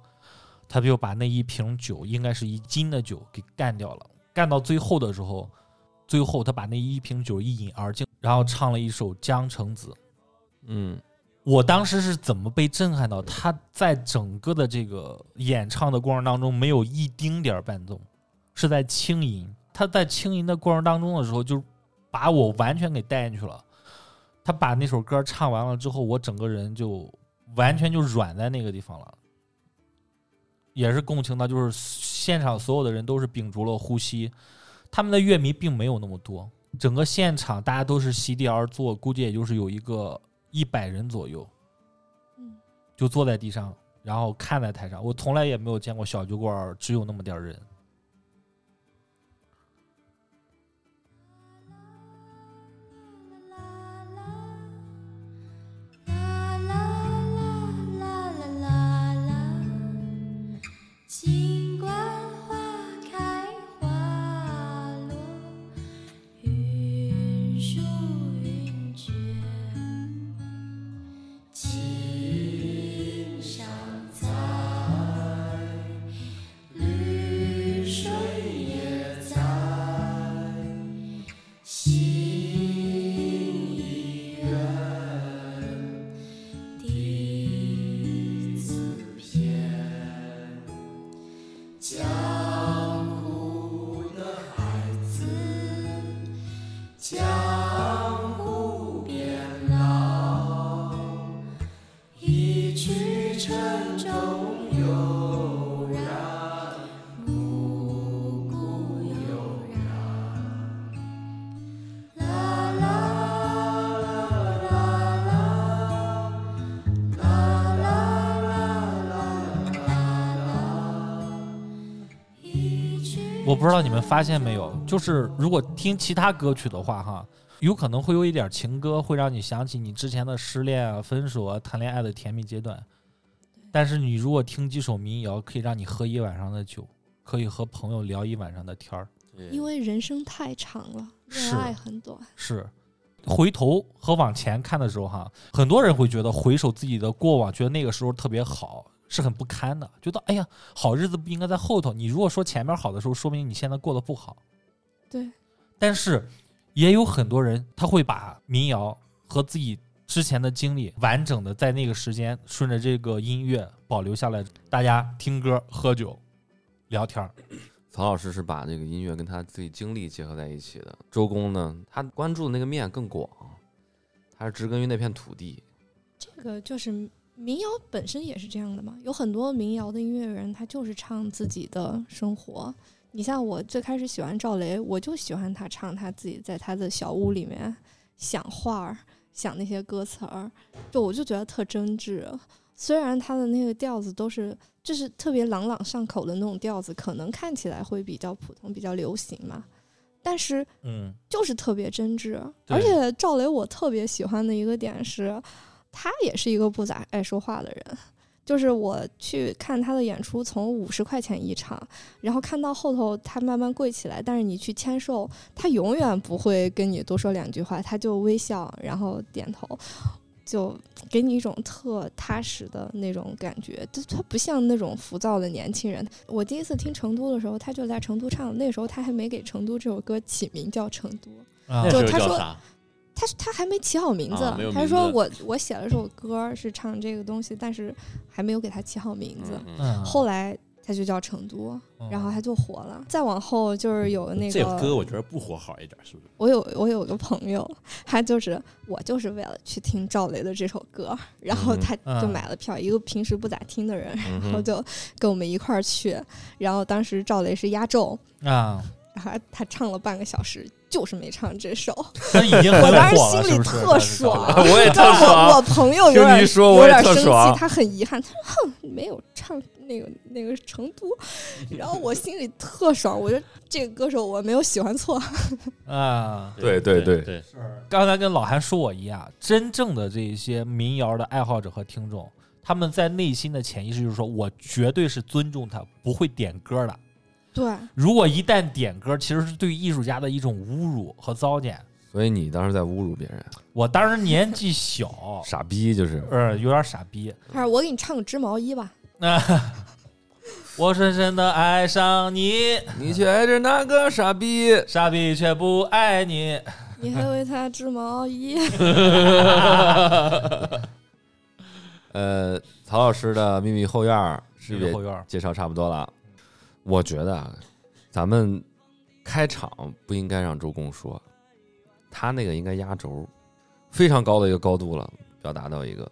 Speaker 4: 他就把那一瓶酒，应该是一斤的酒给干掉了。干到最后的时候，最后他把那一瓶酒一饮而尽，然后唱了一首《江城子》。
Speaker 2: 嗯
Speaker 4: 我当时是怎么被震撼到？他在整个的这个演唱的过程当中，没有一丁点儿伴奏，是在轻吟。他在轻吟的过程当中的时候，就把我完全给带进去了。他把那首歌唱完了之后，我整个人就完全就软在那个地方了，也是共情到，就是现场所有的人都是屏住了呼吸，他们的乐迷并没有那么多，整个现场大家都是席地而坐，估计也就是有一个一百人左右，
Speaker 3: 嗯
Speaker 4: 就坐在地上，然后看在台上。我从来也没有见过小酒馆儿只有那么点儿人。
Speaker 6: 尽管花开花落，云舒云卷，青山在，绿水也在，心已远，弟子篇。江湖的孩子，江湖变老，一曲沉舟悠然，暮鼓悠然。啦啦啦啦啦，啦啦啦啦啦啦。一曲
Speaker 4: 我不知道你们发现没有，就是如果听其他歌曲的话，哈，有可能会有一点情歌，会让你想起你之前的失恋啊、分手啊、谈恋爱的甜蜜阶段。但是你如果听几首民谣，可以让你喝一晚上的酒，可以和朋友聊一晚上的天儿。
Speaker 3: 因为人生太长了，
Speaker 4: 是
Speaker 3: 恋爱很短。
Speaker 4: 是，回头和往前看的时候，哈，很多人会觉得回首自己的过往，觉得那个时候特别好，是很不堪的，觉得哎呀，好日子不应该在后头。你如果说前面好的时候，说明你现在过得不好。
Speaker 3: 对，
Speaker 4: 但是也有很多人他会把民谣和自己之前的经历完整的在那个时间顺着这个音乐保留下来，大家听歌、喝酒、聊天儿。
Speaker 2: 曹老师是把这个音乐跟他自己经历结合在一起的。周公呢，他关注的那个面更广，他是植根于那片土地。
Speaker 3: 这个就是民谣本身也是这样的嘛，有很多民谣的音乐人他就是唱自己的生活。你像我最开始喜欢赵雷，我就喜欢他唱他自己在他的小屋里面想画儿、想那些歌词儿，就我就觉得特真挚。虽然他的那个调子都是就是特别朗朗上口的那种调子，可能看起来会比较普通、比较流行嘛，但是
Speaker 4: 嗯，
Speaker 3: 就是特别真挚。
Speaker 4: 对
Speaker 3: 而且赵雷，我特别喜欢的一个点是，他也是一个不咋爱说话的人。就是我去看他的演出，从五十块钱一场，然后看到后头他慢慢贵起来，但是你去签售，他永远不会跟你多说两句话，他就微笑，然后点头，就给你一种特踏实的那种感觉。就他不像那种浮躁的年轻人。我第一次听《成都》的时候，他就在成都唱，那时候他还没给《成都》这首歌起名叫《成都》。
Speaker 4: 啊
Speaker 1: 那
Speaker 3: 就
Speaker 1: 时候
Speaker 3: 他
Speaker 1: 叫
Speaker 3: 说
Speaker 1: 啥？
Speaker 3: 他他还没起好名字，
Speaker 1: 啊没有
Speaker 3: 他
Speaker 1: 名
Speaker 3: 说
Speaker 1: 字
Speaker 3: 我我写了首歌是唱这个东西，但是还没有给他起好名字。
Speaker 1: 嗯哦
Speaker 4: 嗯
Speaker 3: 后来它就叫成都，
Speaker 4: 嗯
Speaker 3: 然后它就火了。再往后就是有那
Speaker 1: 这个歌
Speaker 3: 个，
Speaker 1: 我觉得不火好一点，是不是？
Speaker 3: 我有我有个朋友，他就是我就是为了去听赵雷的这首歌，然后
Speaker 2: 嗯
Speaker 3: 他就
Speaker 4: 嗯
Speaker 3: 买了票，一个平时不咋听的人，
Speaker 2: 嗯
Speaker 3: 然后
Speaker 2: 哼，
Speaker 3: 就跟我们一块儿去，然后当时赵雷是压轴，
Speaker 4: 啊，
Speaker 3: 然后他唱了半个小时，就是没唱这 首。
Speaker 4: 他已经很
Speaker 3: 我当时
Speaker 4: 火
Speaker 3: 心
Speaker 4: 了，是
Speaker 3: 里
Speaker 4: 不是？
Speaker 3: 特爽，
Speaker 2: 我也特
Speaker 3: 我我
Speaker 2: 爽，
Speaker 3: 朋友有
Speaker 2: 听
Speaker 3: 点
Speaker 2: 你说
Speaker 3: 有
Speaker 2: 我也
Speaker 3: 点
Speaker 2: 特
Speaker 3: 生气
Speaker 2: 爽，
Speaker 3: 他很遗憾，他说哼没有唱那个那个成都，然后我心里特爽，我觉得这个歌手我没有喜欢错，
Speaker 4: 啊！
Speaker 2: 对对对
Speaker 1: 对，
Speaker 4: 刚才跟老韩说我一样，真正的这些民谣的爱好者和听众，他们在内心的潜意识就是说我绝对是尊重他，不会点歌的。
Speaker 3: 对，
Speaker 4: 如果一旦点歌，其实是对艺术家的一种侮辱和糟践。
Speaker 2: 所以你当时在侮辱别人，，
Speaker 4: 我当时年纪小
Speaker 2: 傻逼就是。
Speaker 4: 呃，有点傻逼。
Speaker 3: 他说我给你唱个织毛衣吧，
Speaker 4: 我深深的爱上你，
Speaker 2: 你却挨着那个傻逼，
Speaker 4: 傻逼却不爱你。
Speaker 3: 你 还为他织毛衣，
Speaker 2: 呃，曹老师的秘密后院儿是不是也
Speaker 4: 后院儿
Speaker 2: 介绍差不多了？我觉得啊，咱们开场不应该让周公说，他那个应该压轴，非常高的一个高度了，表达到一个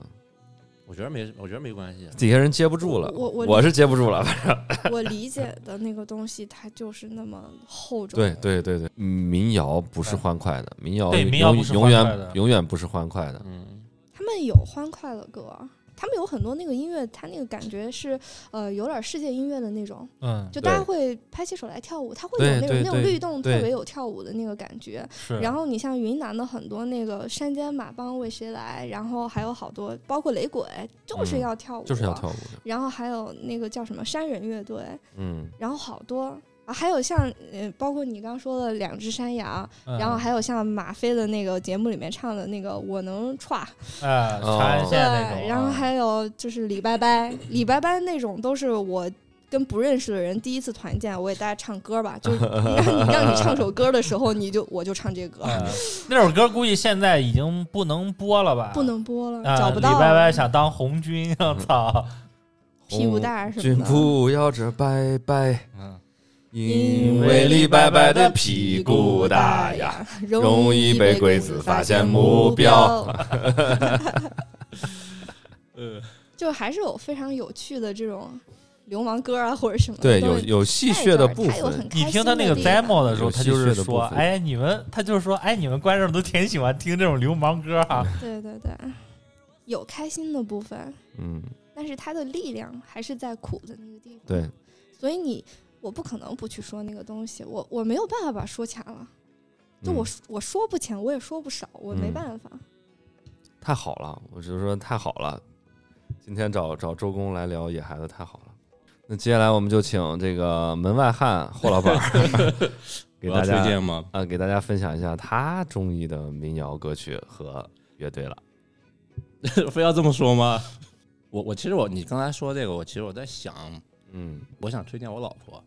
Speaker 1: 我觉得没，我觉得没关系。
Speaker 2: 底下人接不住了，
Speaker 3: 我我
Speaker 2: 是接不住了。
Speaker 3: 我理解的那个东西它就是那么厚重，
Speaker 2: 对对对对，嗯民谣不是欢快的，民谣
Speaker 4: 对
Speaker 2: 永
Speaker 4: 民谣不是
Speaker 2: 永
Speaker 4: 欢快
Speaker 2: 远
Speaker 4: 的
Speaker 2: 永远不是欢快的。
Speaker 1: 嗯，
Speaker 3: 他们有欢快的歌，他们有很多那个音乐，他那个感觉是呃有点世界音乐的那种，
Speaker 4: 嗯，
Speaker 3: 就
Speaker 2: 对
Speaker 3: 大家会拍起手来跳舞，它会有
Speaker 2: 对
Speaker 3: 那种
Speaker 2: 对
Speaker 3: 那种
Speaker 2: 对
Speaker 3: 律动
Speaker 2: 对
Speaker 3: 特别有跳舞的那个感觉。
Speaker 4: 是。
Speaker 3: 然后你像云南的很多那个山间马帮为谁来，然后还有好多包括雷鬼，就是
Speaker 2: 嗯
Speaker 3: 要跳舞、
Speaker 2: 就是要。跳舞的，
Speaker 3: 然后还有那个叫什么山人乐队，
Speaker 2: 嗯，
Speaker 3: 然后好多。啊，还有像呃，包括你刚说的两只山羊，
Speaker 4: 嗯
Speaker 3: 然后还有像马飞的那个节目里面唱的那个我能歘，
Speaker 4: 啊，
Speaker 2: 哦
Speaker 4: 长安
Speaker 3: 对，
Speaker 4: 县那种啊，
Speaker 3: 然后还有就是李白白，李白白那种都是我跟不认识的人第一次团建，我给大家唱歌吧， 就是让你让你唱首歌的时候，你就我就唱这 歌，
Speaker 2: 啊
Speaker 4: 嗯 那首歌估计现在已经不能播了吧？
Speaker 3: 不能播了，
Speaker 4: 啊，
Speaker 3: 找不到
Speaker 4: 李白白
Speaker 3: 了，
Speaker 4: 想当红军，我
Speaker 2: 嗯
Speaker 4: 操！
Speaker 3: 屁股大什
Speaker 2: 君
Speaker 3: 么的。
Speaker 2: 不要这拜拜，
Speaker 4: 嗯，
Speaker 2: 因为李白白的屁股大呀。，容易被鬼子发现目标。 嗯
Speaker 1: 呃，
Speaker 3: 就还是有非常有趣的这种流氓歌啊，或者什么
Speaker 2: 对，
Speaker 3: 都
Speaker 2: 有
Speaker 3: 是
Speaker 2: 有戏
Speaker 3: 带
Speaker 2: 谑
Speaker 3: 着
Speaker 2: 的
Speaker 3: 它
Speaker 2: 部
Speaker 3: 有
Speaker 2: 分
Speaker 3: 很，开
Speaker 4: 你听他
Speaker 3: 心
Speaker 4: 那
Speaker 3: 的
Speaker 4: 个
Speaker 3: 地
Speaker 4: demo 的
Speaker 2: 有
Speaker 4: 时候，他
Speaker 2: 戏
Speaker 4: 就
Speaker 2: 谑
Speaker 4: 是
Speaker 2: 的部
Speaker 4: 说，
Speaker 2: 分
Speaker 4: 哎，你们，他就是说，哎，你们观众都挺喜欢听这种流氓歌啊。
Speaker 3: 对对对，有开心的部分，
Speaker 2: 嗯，
Speaker 3: 但是它的力量还是在苦的那个地方。
Speaker 2: 对，
Speaker 3: 所以你我不可能不去说那个东西，我我没有办法把说全了。就
Speaker 2: 嗯
Speaker 3: 我、我说不全，我也说不少，我没
Speaker 2: 嗯
Speaker 3: 办法。
Speaker 2: 太好了，我只是说太好了。今天找找周公来聊野孩子太好了。那接下来我们就请这个门外汉霍老板儿 给
Speaker 1: 我
Speaker 2: 大
Speaker 1: 要推
Speaker 2: 家
Speaker 1: 荐吗？
Speaker 2: 啊，给大家分享一下他中意的民谣歌曲和乐队了。
Speaker 1: 非要这么说吗？ 我我其实我你刚才说这个，我其实我在想，
Speaker 2: 嗯，
Speaker 1: 我想推荐我老婆。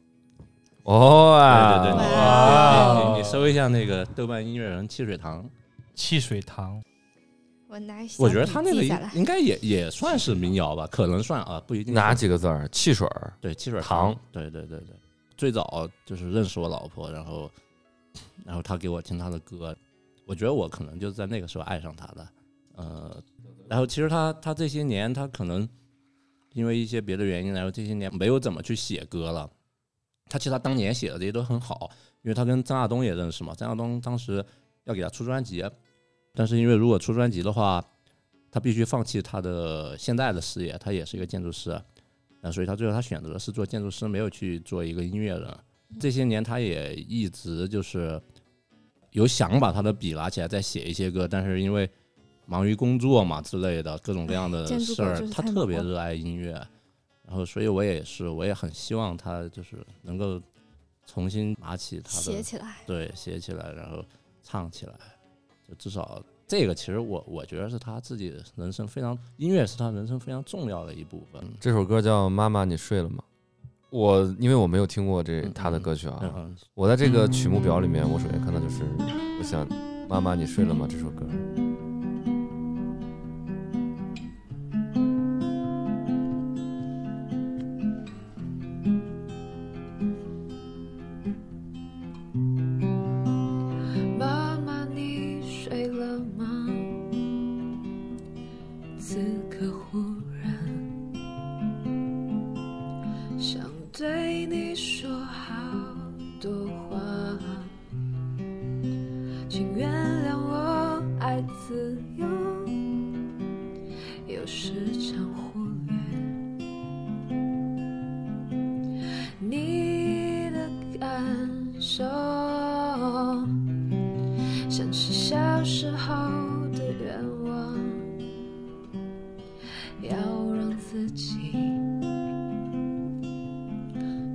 Speaker 2: 哦啊，
Speaker 1: 对对对
Speaker 4: 哇
Speaker 3: 哦
Speaker 1: 你你你搜一下那个豆瓣音乐人汽水堂，
Speaker 4: 汽 水塘，
Speaker 3: 我拿一
Speaker 1: 我
Speaker 3: 小
Speaker 1: 觉得
Speaker 3: 笔
Speaker 1: 他那
Speaker 3: 记
Speaker 1: 个
Speaker 3: 下
Speaker 1: 应
Speaker 3: 来
Speaker 1: 应该也也算是民谣吧，可能算啊，不一定是。
Speaker 2: 哪几个字儿？汽水儿。
Speaker 1: 对汽水
Speaker 2: 糖
Speaker 1: 糖，对对对对，最早就是认识我老婆，然后然后她给我听她的歌，我觉得我可能就在那个时候爱上她的，呃，然后其实她她这些年她可能因为一些别的原因，然后这些年没有怎么去写歌了。她其实她当年写的这些都很好，因为她跟张亚东也认识嘛，张亚东当时要给她出专辑，但是因为如果出专辑的话，她必须放弃她的现在的事业，她也是一个建筑师，那所以他最后他选择的是做建筑师，没有去做一个音乐人。
Speaker 3: 嗯
Speaker 1: 这些年他也一直就是有想把他的笔拿起来再写一些歌，但是因为忙于工作嘛之类的各种各样的
Speaker 3: 哎建筑
Speaker 1: 事
Speaker 3: 工
Speaker 1: 儿
Speaker 3: 就，是
Speaker 1: 他
Speaker 3: 太
Speaker 1: 特别
Speaker 3: 忙
Speaker 1: 热爱音乐。然后，所以我也是，我也很希望他就是能够重新拿起他的
Speaker 3: 写起来。
Speaker 1: 对，写起来，然后唱起来，就至少这个，其实我我觉得是他自己人生非常，音乐是他人生非常重要的一部分。
Speaker 2: 这首歌叫《妈妈，你睡了吗》。我因为我没有听过这
Speaker 1: 嗯
Speaker 2: 他的歌曲啊，
Speaker 1: 然后
Speaker 2: 我在这个曲目表里面，我首先看到就是我想《妈妈，你睡了吗》这首歌。
Speaker 8: 此刻忽然想对你说好多话，请原谅我爱自由，有时常忽略你的感受，像是小时候的愿望。要让自己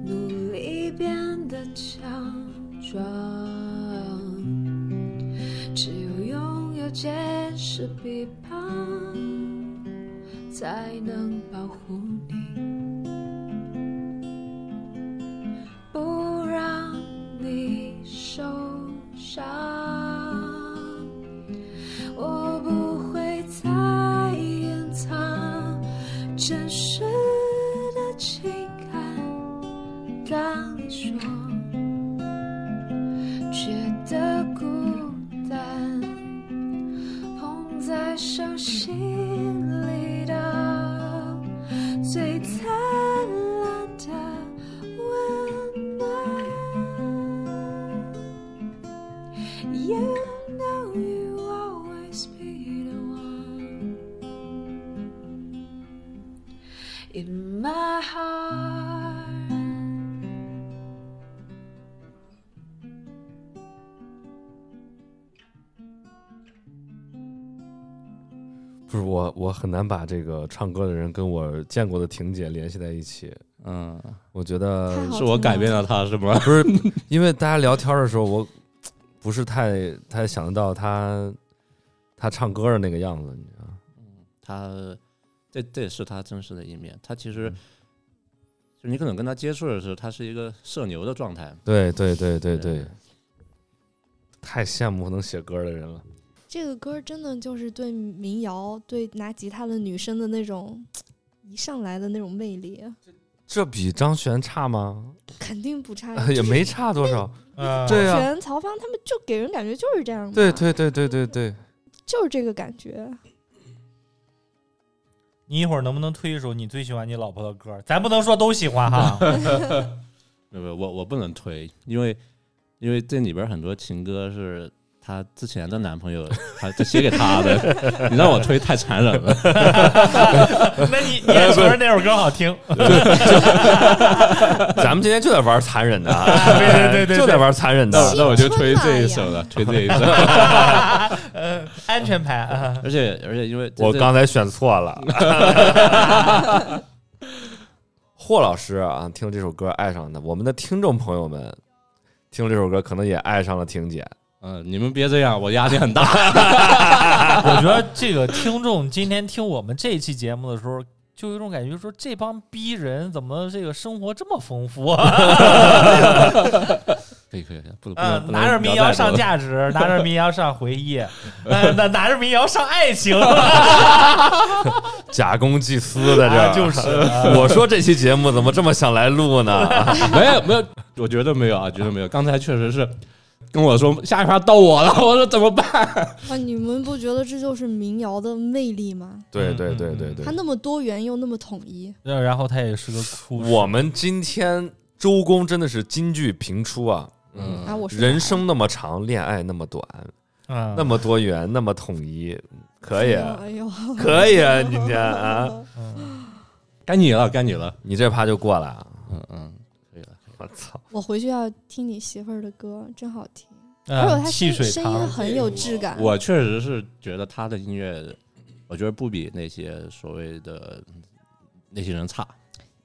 Speaker 8: 努力变得强壮。只有拥有坚实臂膀，才能保护你，不让你受伤。我不会再隐藏真实的情感。当你说觉得孤单，捧在手心里的最灿烂的温暖。You know you always be the one in my heart.
Speaker 2: 不是我，我很难把这个唱歌的人跟我见过的婷姐联系在一起。
Speaker 7: 嗯，
Speaker 2: 我觉得
Speaker 3: 太好啊
Speaker 1: 是我改变了他，是吗？
Speaker 2: 不是，因为大家聊天的时候，我 不是太太想得到他他唱歌的那个样子，你知道吗？
Speaker 1: 他这这也是他真实的一面。他其实就你可能跟他接触的时候，他是一个社牛的状态。
Speaker 2: 对对对对对，太羡慕能写歌的人了。
Speaker 3: 这个歌真的就是对民谣、对拿吉他的女生的那种一上来的那种魅力，
Speaker 2: 这比张悬差吗？
Speaker 3: 肯定不差
Speaker 2: 。也没差多少。
Speaker 4: 啊，
Speaker 2: 对啊
Speaker 3: 全曹芳他们就给人感觉就是这样的，
Speaker 2: 对，对对对对对，
Speaker 3: 就是这个感觉。
Speaker 4: 你一会儿能不能推一首你最喜欢你老婆的歌？咱不能说都喜欢 哈。
Speaker 1: 对不，我我不能推，因为因为这里边很多情歌是她之前的男朋友他他写给她的， 你让我推太残忍了。
Speaker 4: 那你你也觉得那首歌好听？
Speaker 2: 咱们今天就在玩残忍的 啊，
Speaker 4: 对对对对
Speaker 2: 就在玩残忍的。
Speaker 7: 那我就推这一首 了，推这一首。
Speaker 4: 呃，安全牌。啊
Speaker 1: 啊 而且而且因为这
Speaker 2: 我刚才选错了。 霍老师啊，听了这首歌爱上的，我们的听众朋友们听了这首歌，可能也爱上了婷姐。
Speaker 1: 嗯、你们别这样，我压力很大。
Speaker 4: 我觉得这个听众今天听我们这一期节目的时候，就有一种感觉，说这帮逼人怎么这个生活这么丰富啊？
Speaker 1: 可以可以，可以不能不能
Speaker 4: 嗯
Speaker 1: 不能
Speaker 4: 拿着民
Speaker 1: 聊
Speaker 4: 谣
Speaker 1: 太多
Speaker 4: 上
Speaker 1: 了
Speaker 4: 价值，拿着民谣上回忆，那那拿着民谣上爱情，
Speaker 2: 假公济私的这、
Speaker 4: 啊 就是 啊
Speaker 2: 我说这期节目怎么这么想来录 呢？
Speaker 1: 没有没有，我觉得没有啊，绝对没有。刚才确实是跟我说下一趴到我了，我说怎么办？
Speaker 3: 啊，你们不觉得这就是民谣的魅力吗？
Speaker 2: 对对对对
Speaker 3: 它
Speaker 2: 对，
Speaker 3: 那么多元又那么统一，
Speaker 4: 呃然后他也是个哭。
Speaker 2: 我们今天周公真的是金句频出啊！嗯，
Speaker 3: 啊，我说
Speaker 2: 人生那么长，恋爱那么短，
Speaker 4: 嗯，
Speaker 2: 那么多元，那么统一，可以啊
Speaker 3: 哎呦，
Speaker 2: 可以啊！今天啊，
Speaker 1: 该你了，该你了。
Speaker 2: 你这趴就过来啊！
Speaker 1: 嗯嗯，可以了。
Speaker 2: 我操，
Speaker 3: 我回去要听你媳妇儿的歌，真好听，而且
Speaker 4: 嗯
Speaker 3: 她
Speaker 4: 汽
Speaker 3: 声
Speaker 4: 水
Speaker 3: 声音
Speaker 4: 糖，
Speaker 3: 很有质
Speaker 7: 嗯
Speaker 3: 感。
Speaker 1: 我确实是觉得他的音乐，我觉得不比那些所谓的那些人差，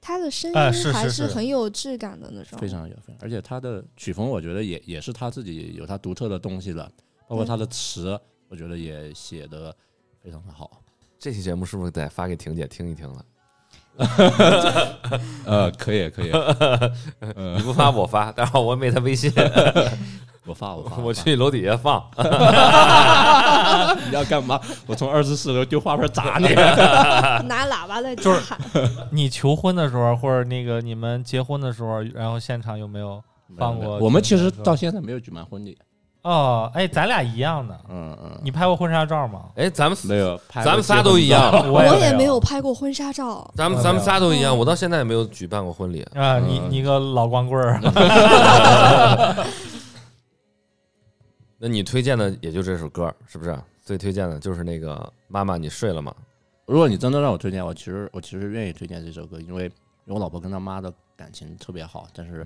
Speaker 3: 她的声
Speaker 4: 哎是
Speaker 3: 音还
Speaker 4: 是是
Speaker 3: 很有质感的那种，
Speaker 1: 非常有非常，而且他的曲风我觉得也也是他自己有他独特的东西的，包括他的词，我觉得也写的非常的好。
Speaker 2: 这期节目是不是得发给婷姐听一听了？
Speaker 1: 呃，可以 可以，
Speaker 2: 你不发我发，待会儿我没她微信，
Speaker 1: 我 发我发，
Speaker 2: 我
Speaker 1: 发
Speaker 2: 去楼底下放。
Speaker 1: 你要干嘛？我从二十四楼丢花盆 砸你！
Speaker 3: 拿喇叭在
Speaker 4: 就是
Speaker 3: 喊。
Speaker 4: 你求婚的时候，或者那个你们结婚的时候，然后现场有没有放过？
Speaker 1: 我们其实到现在没有举办婚礼，
Speaker 4: 哦，哎，咱俩一样的。
Speaker 9: 嗯嗯，
Speaker 4: 你拍过婚纱照吗？
Speaker 2: 哎，咱们
Speaker 1: 没有，拍
Speaker 2: 咱们
Speaker 1: 过
Speaker 2: 仨
Speaker 1: 结
Speaker 2: 都
Speaker 1: 婚
Speaker 2: 一
Speaker 1: 照
Speaker 2: 样，
Speaker 4: 我
Speaker 3: 我也
Speaker 4: 没
Speaker 3: 没有拍过婚纱照，
Speaker 2: 咱们咱们仨都一样，我到现在也没有举办过婚礼。
Speaker 4: 啊，你你个老光棍儿，
Speaker 2: 那你推荐的也就这首歌，是不是？啊最推荐的就是那个《妈妈，你睡了吗》。
Speaker 9: 如果你真的让我推荐，我其实我其实愿意推荐这首歌，因为因为我老婆跟她妈的感情特别好，但是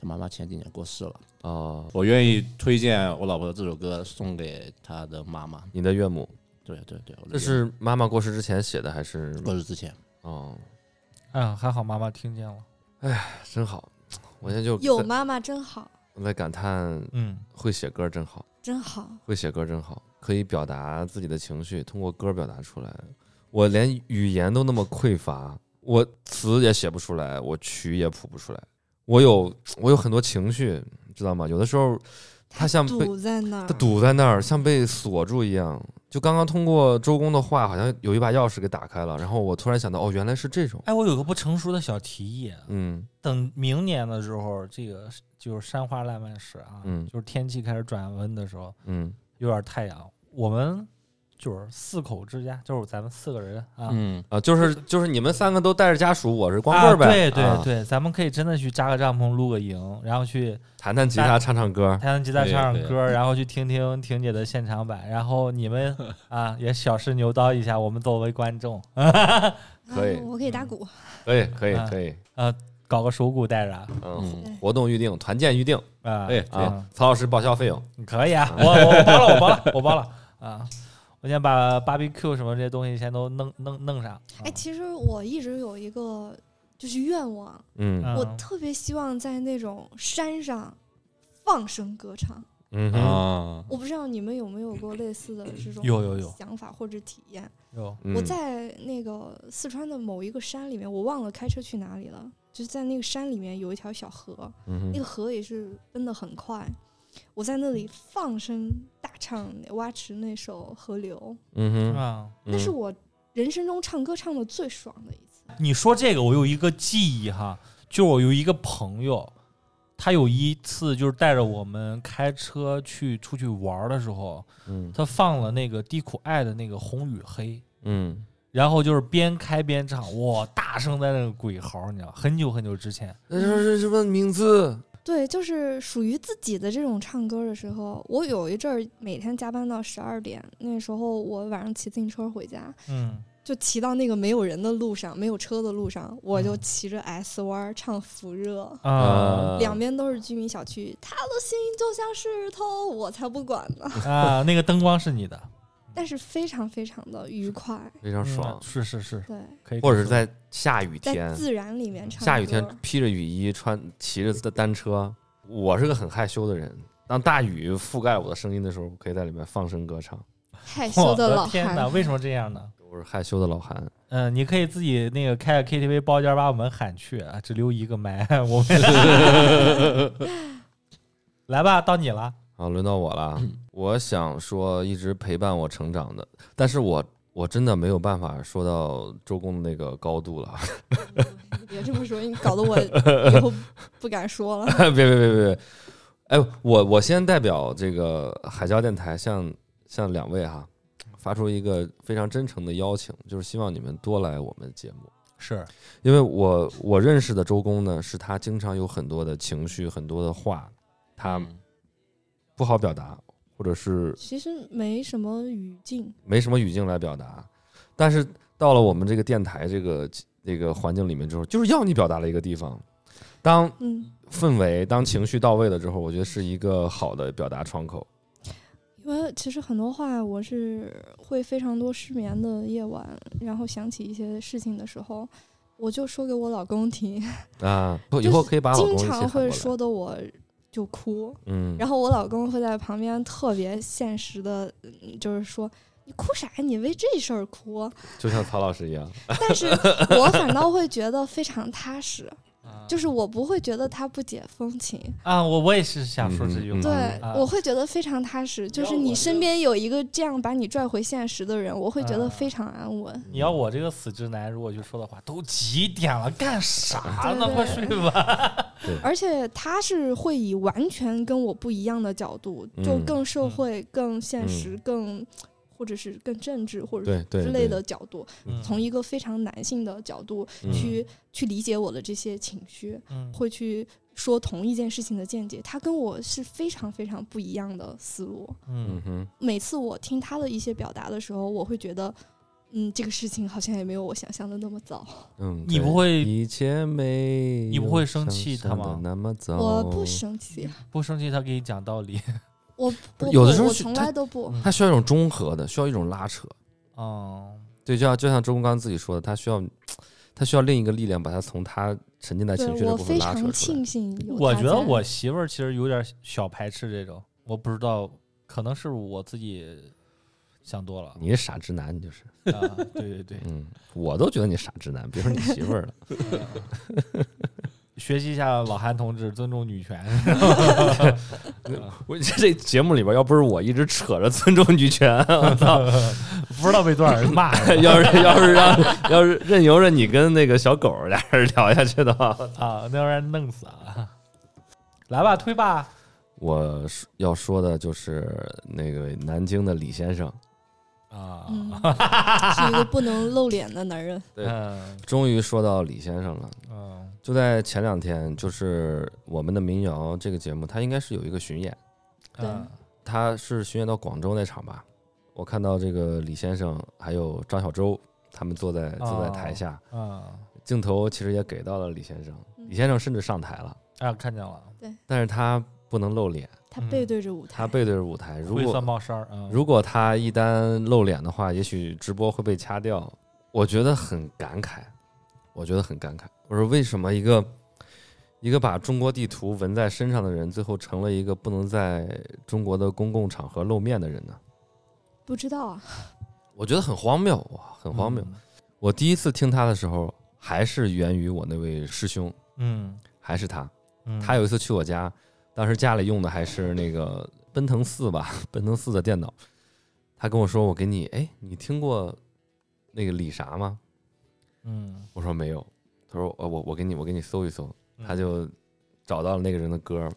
Speaker 9: 她妈妈前几年过世了。
Speaker 2: 哦，
Speaker 9: 我愿意推荐我老婆的这首歌送给她的妈妈。
Speaker 2: 你的岳母，
Speaker 9: 对对对，我的愿
Speaker 2: 这是妈妈过世之前写的还是
Speaker 9: 望？过世之前，
Speaker 2: 哦，
Speaker 4: 嗯，还好妈妈听见了。
Speaker 2: 真好！我现在就
Speaker 3: 有
Speaker 2: 在
Speaker 3: 妈妈真好，
Speaker 2: 我在感叹
Speaker 4: 嗯，
Speaker 2: 会写歌真好，
Speaker 3: 真好。
Speaker 2: 会写歌真好，可以表达自己的情绪，通过歌表达出来。我连语言都那么匮乏，我词也写不出来，我曲也谱不出来。我有我有很多情绪，知道吗？有的时候它像被
Speaker 3: 堵在那儿
Speaker 2: 它，嗯堵在那儿，像被锁住一样。就刚刚通过周公的话，好像有一把钥匙给打开了，然后我突然想到，哦，原来是这种。
Speaker 4: 哎，我有个不成熟的小提议，啊
Speaker 2: 嗯
Speaker 4: 等明年的时候，这个是就是山花烂漫时啊，
Speaker 2: 嗯
Speaker 4: 就是天气开始转温的时候，
Speaker 2: 嗯
Speaker 4: 有点太阳，我们就是四口之家，就是咱们四个人啊。
Speaker 9: 嗯，
Speaker 2: 啊，就是就是你们三个都带着家属，我是光棍儿呗。
Speaker 4: 啊，对对
Speaker 2: 啊
Speaker 4: 对，咱们可以真的去扎个帐篷，露个营，然后 去
Speaker 2: 弹弹吉他，唱唱歌。
Speaker 4: 弹弹吉他，
Speaker 7: 对
Speaker 4: 唱唱
Speaker 7: 对
Speaker 4: 歌，然后去听听婷姐的现场版，然后你 们啊也小试牛刀一下，我们作为观众，
Speaker 2: 可以
Speaker 3: 啊我可以打鼓，
Speaker 2: 可以，可以
Speaker 4: 啊，
Speaker 2: 可以。
Speaker 4: 搞个手鼓带着啊
Speaker 2: 嗯，
Speaker 3: 对
Speaker 2: 活动预定，团建预定
Speaker 4: 啊，
Speaker 7: 对
Speaker 2: 啊，曹老师报销费用。
Speaker 4: 你可以 啊，我我包了，我包了，我包了啊！我先把 BBQ 什么这些东西先都弄弄弄上。啊
Speaker 3: 哎，其实我一直有一个就是愿望，
Speaker 2: 嗯
Speaker 4: 嗯，
Speaker 3: 我特别希望在那种山上放声歌唱。
Speaker 2: 嗯哼
Speaker 7: 啊，
Speaker 3: 我不知道你们有没有过类似的这种
Speaker 4: 有有有
Speaker 3: 想法或者体验。
Speaker 4: 有
Speaker 2: 嗯
Speaker 3: 我在那个四川的某一个山里面，我忘了开车去哪里了，就是在那个山里面有一条小河，
Speaker 2: 嗯
Speaker 3: 那
Speaker 2: 哼
Speaker 3: 个河也是奔得很快。我在那里放声大唱蛙池那首《河流》，
Speaker 2: 嗯哼，
Speaker 4: 啊！
Speaker 3: 那是
Speaker 2: 嗯
Speaker 3: 我人生中唱歌唱的最爽的一次。
Speaker 4: 你说这个，我有一个记忆哈，就是我有一个朋友，他有一次就是带着我们开车去出去玩的时候，
Speaker 2: 嗯
Speaker 4: 他放了那个低苦爱的那个《红与黑》。
Speaker 2: 嗯
Speaker 4: 然后就是边开边唱，哇，大声在那个鬼嚎，你知道，很久很久之前，
Speaker 2: 那是什么名字？
Speaker 3: 对，就是属于自己的这种唱歌的时候，我有一阵儿每天加班到十二点，那时候我晚上骑自行车回家，
Speaker 4: 嗯，
Speaker 3: 就骑到那个没有人的路上，没有车的路上，我就
Speaker 4: 嗯
Speaker 3: 骑着 S 弯儿唱《扶热》
Speaker 4: 啊
Speaker 2: 啊
Speaker 3: 两边都是居民小区，他的心就像石头，我才不管呢。
Speaker 4: 啊，那个灯光是你的，
Speaker 3: 但是非常非常的愉快，
Speaker 2: 非常爽
Speaker 4: 嗯。是是是，
Speaker 3: 对，
Speaker 4: 可以，
Speaker 2: 或者是在下雨
Speaker 3: 在
Speaker 2: 天，
Speaker 3: 自然里面唱歌。
Speaker 2: 下雨天披着雨衣，穿骑着单车。我是个很害羞的人，当大雨覆盖我的声音的时候，可以在里面放声歌唱。
Speaker 3: 害羞
Speaker 4: 我
Speaker 3: 的老
Speaker 4: 天哪，
Speaker 3: 汉，
Speaker 4: 为什么这样呢？
Speaker 2: 我是害羞的老韩，
Speaker 4: 嗯，你可以自己那个开个 KTV 包间把我们喊去，啊只留一个麦， 我们 来吧，到你了。
Speaker 2: 好，啊轮到我了。 我想说，一直陪伴我成长的，但是我我真的没有办法说到周公的那个高度了。
Speaker 3: 你别这么说，你搞得我以后不敢说了。
Speaker 2: 别别别别！别哎，我我先代表这个海椒电台向向两位哈，发出一个非常真诚的邀请，就是希望你们多来我们节目。
Speaker 4: 是，
Speaker 2: 因为我我认识的周公呢，是他经常有很多的情绪，很多的话，
Speaker 1: 嗯
Speaker 2: 他不好表达，或者是
Speaker 3: 其实没什么语境，
Speaker 2: 没什么语境来表达。但是到了我们这个电台这个这个环境里面之后，就是要你表达的一个地方。当
Speaker 3: 嗯，
Speaker 2: 氛围、当情绪到位了之后，我觉得是一个好的表达窗口。
Speaker 3: 因为其实很多话我是会非常多失眠的夜晚，然后想起一些事情的时候，我就说给我老公听，
Speaker 2: 啊，
Speaker 3: 是
Speaker 2: 以后可以把老公
Speaker 3: 经
Speaker 2: 一起喊
Speaker 3: 常
Speaker 2: 过
Speaker 3: 会
Speaker 2: 来。
Speaker 3: 说的我就哭。
Speaker 2: 嗯，
Speaker 3: 然后我老公会在旁边特别现实的，嗯就是说你哭啥呀？你为这事儿哭？啊
Speaker 2: 就像曹老师一样，
Speaker 3: 但是我反倒会觉得非常踏实，就是我不会觉得他不解风情，
Speaker 4: 啊，我我也是想说这句话。
Speaker 2: 嗯
Speaker 3: 对、
Speaker 4: 啊
Speaker 3: 我会觉得非常踏实。就是
Speaker 5: 要我
Speaker 3: 你
Speaker 5: 就
Speaker 3: 身边有一个这样把你拽回现实的人，我会
Speaker 4: 啊
Speaker 3: 觉得非常安稳。
Speaker 4: 你要我这个死直男，如果去说的话，都几点了，干啥
Speaker 3: 对
Speaker 4: 呢？
Speaker 3: 对
Speaker 4: 快睡吧。
Speaker 2: 对
Speaker 3: 而且他是会以完全跟我不一样的角度，就
Speaker 2: 嗯
Speaker 3: 更社
Speaker 4: 嗯
Speaker 3: 会、更现实、更或者是更政治或者
Speaker 2: 对
Speaker 3: 是
Speaker 2: 对
Speaker 3: 之类
Speaker 2: 对
Speaker 3: 的角度，
Speaker 4: 嗯
Speaker 3: 从一个非常男性的角度
Speaker 2: 嗯
Speaker 3: 去、去理解我的这些情绪，
Speaker 4: 嗯
Speaker 3: 会去说同一件事情的见解，他跟我是非常非常不一样的思路。
Speaker 2: 嗯
Speaker 4: 嗯
Speaker 2: 哼，
Speaker 3: 每次我听他的一些表达的时候，我会觉得，嗯，这个事情好像也没有我想象的那么糟。
Speaker 2: 嗯，
Speaker 4: 你
Speaker 2: 对
Speaker 4: 不会
Speaker 2: 一切没有
Speaker 4: 你不会生气
Speaker 2: 想
Speaker 4: 他
Speaker 2: 象的
Speaker 4: 吗
Speaker 2: 那么早，
Speaker 3: 我不生气，
Speaker 4: 不生气，他给你讲道 理
Speaker 3: 我我
Speaker 2: 有的
Speaker 3: 我
Speaker 2: 时候
Speaker 3: 我
Speaker 2: 是
Speaker 3: 从
Speaker 2: 他嗯
Speaker 3: 来都不，
Speaker 2: 他需要一种中和的，需要一种拉扯。
Speaker 4: 哦，
Speaker 2: 对，就像就像周公刚自己说的，他需要他需要另一个力量把他从他沉浸在
Speaker 3: 对
Speaker 2: 情绪的
Speaker 3: 我
Speaker 2: 部
Speaker 3: 非
Speaker 2: 分拉扯
Speaker 3: 常
Speaker 2: 出
Speaker 3: 庆
Speaker 2: 来。
Speaker 3: 幸有
Speaker 4: 我
Speaker 3: 他
Speaker 4: 觉得
Speaker 3: 在
Speaker 4: 我媳妇儿其实有点小排斥这种，我不知道，可能是我自己想多了。
Speaker 2: 你是傻直男，你就是，
Speaker 4: 啊，对对对，
Speaker 2: 嗯，我都觉得你傻直男，别说你媳妇儿 了，
Speaker 4: 学习一下老韩同志，尊重女权。
Speaker 2: 我这节目里边要不是我一直扯着尊重女权， 我操，
Speaker 4: 不知道被多少人骂
Speaker 2: 要是要是让要是任由着你跟那个小狗儿俩人聊下去的话，
Speaker 4: 啊，那要让人弄死啊！来吧，推吧。
Speaker 2: 我是要说的就是那个南京的李先生，
Speaker 4: 啊，
Speaker 3: 嗯，是一个不能露脸的男 人。
Speaker 2: 对
Speaker 4: 嗯
Speaker 2: 终于说到李先生了。
Speaker 4: 嗯
Speaker 2: 就在前两天，就是我们的民谣这个节目，它应该是有一个巡演，
Speaker 3: 对
Speaker 4: 嗯
Speaker 2: 它是巡演到广州那场吧。我看到这个李先生还有张小舟，他们坐在坐在台下，
Speaker 4: 嗯
Speaker 2: 镜头其实也给到了李先生，
Speaker 3: 嗯
Speaker 2: 李先生甚至上台了，
Speaker 4: 啊，看见了，
Speaker 2: 但是他不能露脸，
Speaker 3: 他
Speaker 4: 嗯
Speaker 3: 背对着舞台，
Speaker 2: 他背对着舞台，如
Speaker 4: 灰色
Speaker 2: 果
Speaker 4: 帽衫儿。嗯，
Speaker 2: 如果他一旦露脸的话，也许直播会被掐掉。我觉得很感慨，我觉得很感慨。我说为什么一个一个把中国地图纹在身上的人，最后成了一个不能在中国的公共场合露面的人呢？
Speaker 3: 不知道啊，
Speaker 2: 我觉得很荒谬，哇，很荒
Speaker 4: 嗯
Speaker 2: 谬。我第一次听他的时候，还是源于我那位师兄，
Speaker 4: 嗯。
Speaker 2: 还是他。
Speaker 4: 嗯，
Speaker 2: 他有一次去我家，当时家里用的还是那个奔腾四吧， 奔腾四的电脑。他跟我说：“我给你，哎，你听过那个李啥吗
Speaker 4: 嗯，？”
Speaker 2: 我说：“没有。”他说：“呃，我我给你，我给你搜一搜。”
Speaker 4: 嗯
Speaker 2: 他就找到了那个人的歌，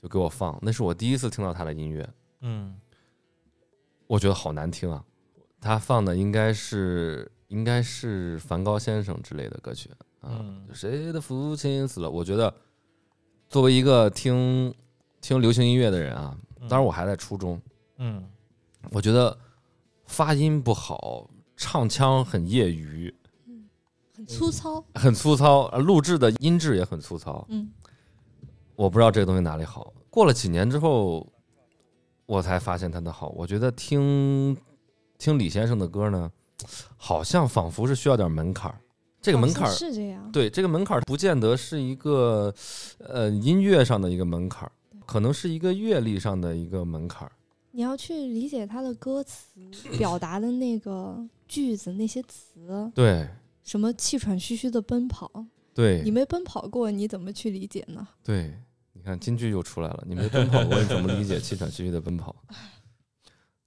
Speaker 2: 就给我放。那是我第一次听到他的音乐，
Speaker 4: 嗯
Speaker 2: 我觉得好难听啊。他放的应该是应该是梵高先生之类的歌曲啊。
Speaker 4: 嗯
Speaker 2: 谁的父亲死了？我觉得作为一个听听流行音乐的人啊，
Speaker 4: 嗯
Speaker 2: 当然我还在初中，
Speaker 4: 嗯
Speaker 2: 我觉得发音不好，唱腔很业余，嗯
Speaker 3: 很粗糙。
Speaker 2: 很粗糙，呃录制的音质也很粗糙。
Speaker 3: 嗯，
Speaker 2: 我不知道这个东西哪里好。过了几年之后，我才发现它的好。我觉得听听李先生的歌呢，好像仿佛是需要点门槛儿。这
Speaker 3: 这
Speaker 2: 个门槛儿，
Speaker 3: 是这样。
Speaker 2: 对这个门槛儿不见得是一个呃音乐上的一个门槛儿，可能是一个阅历上的一个门槛儿。
Speaker 3: 你要去理解他的歌词表达的那个句子，那些词，
Speaker 2: 对
Speaker 3: 什么气喘吁吁的奔跑，你
Speaker 2: 对
Speaker 3: 没奔跑过，你怎么去理解呢？
Speaker 2: 对，你看京剧又出来了，你没奔跑过，你怎么理解气喘吁吁的奔跑？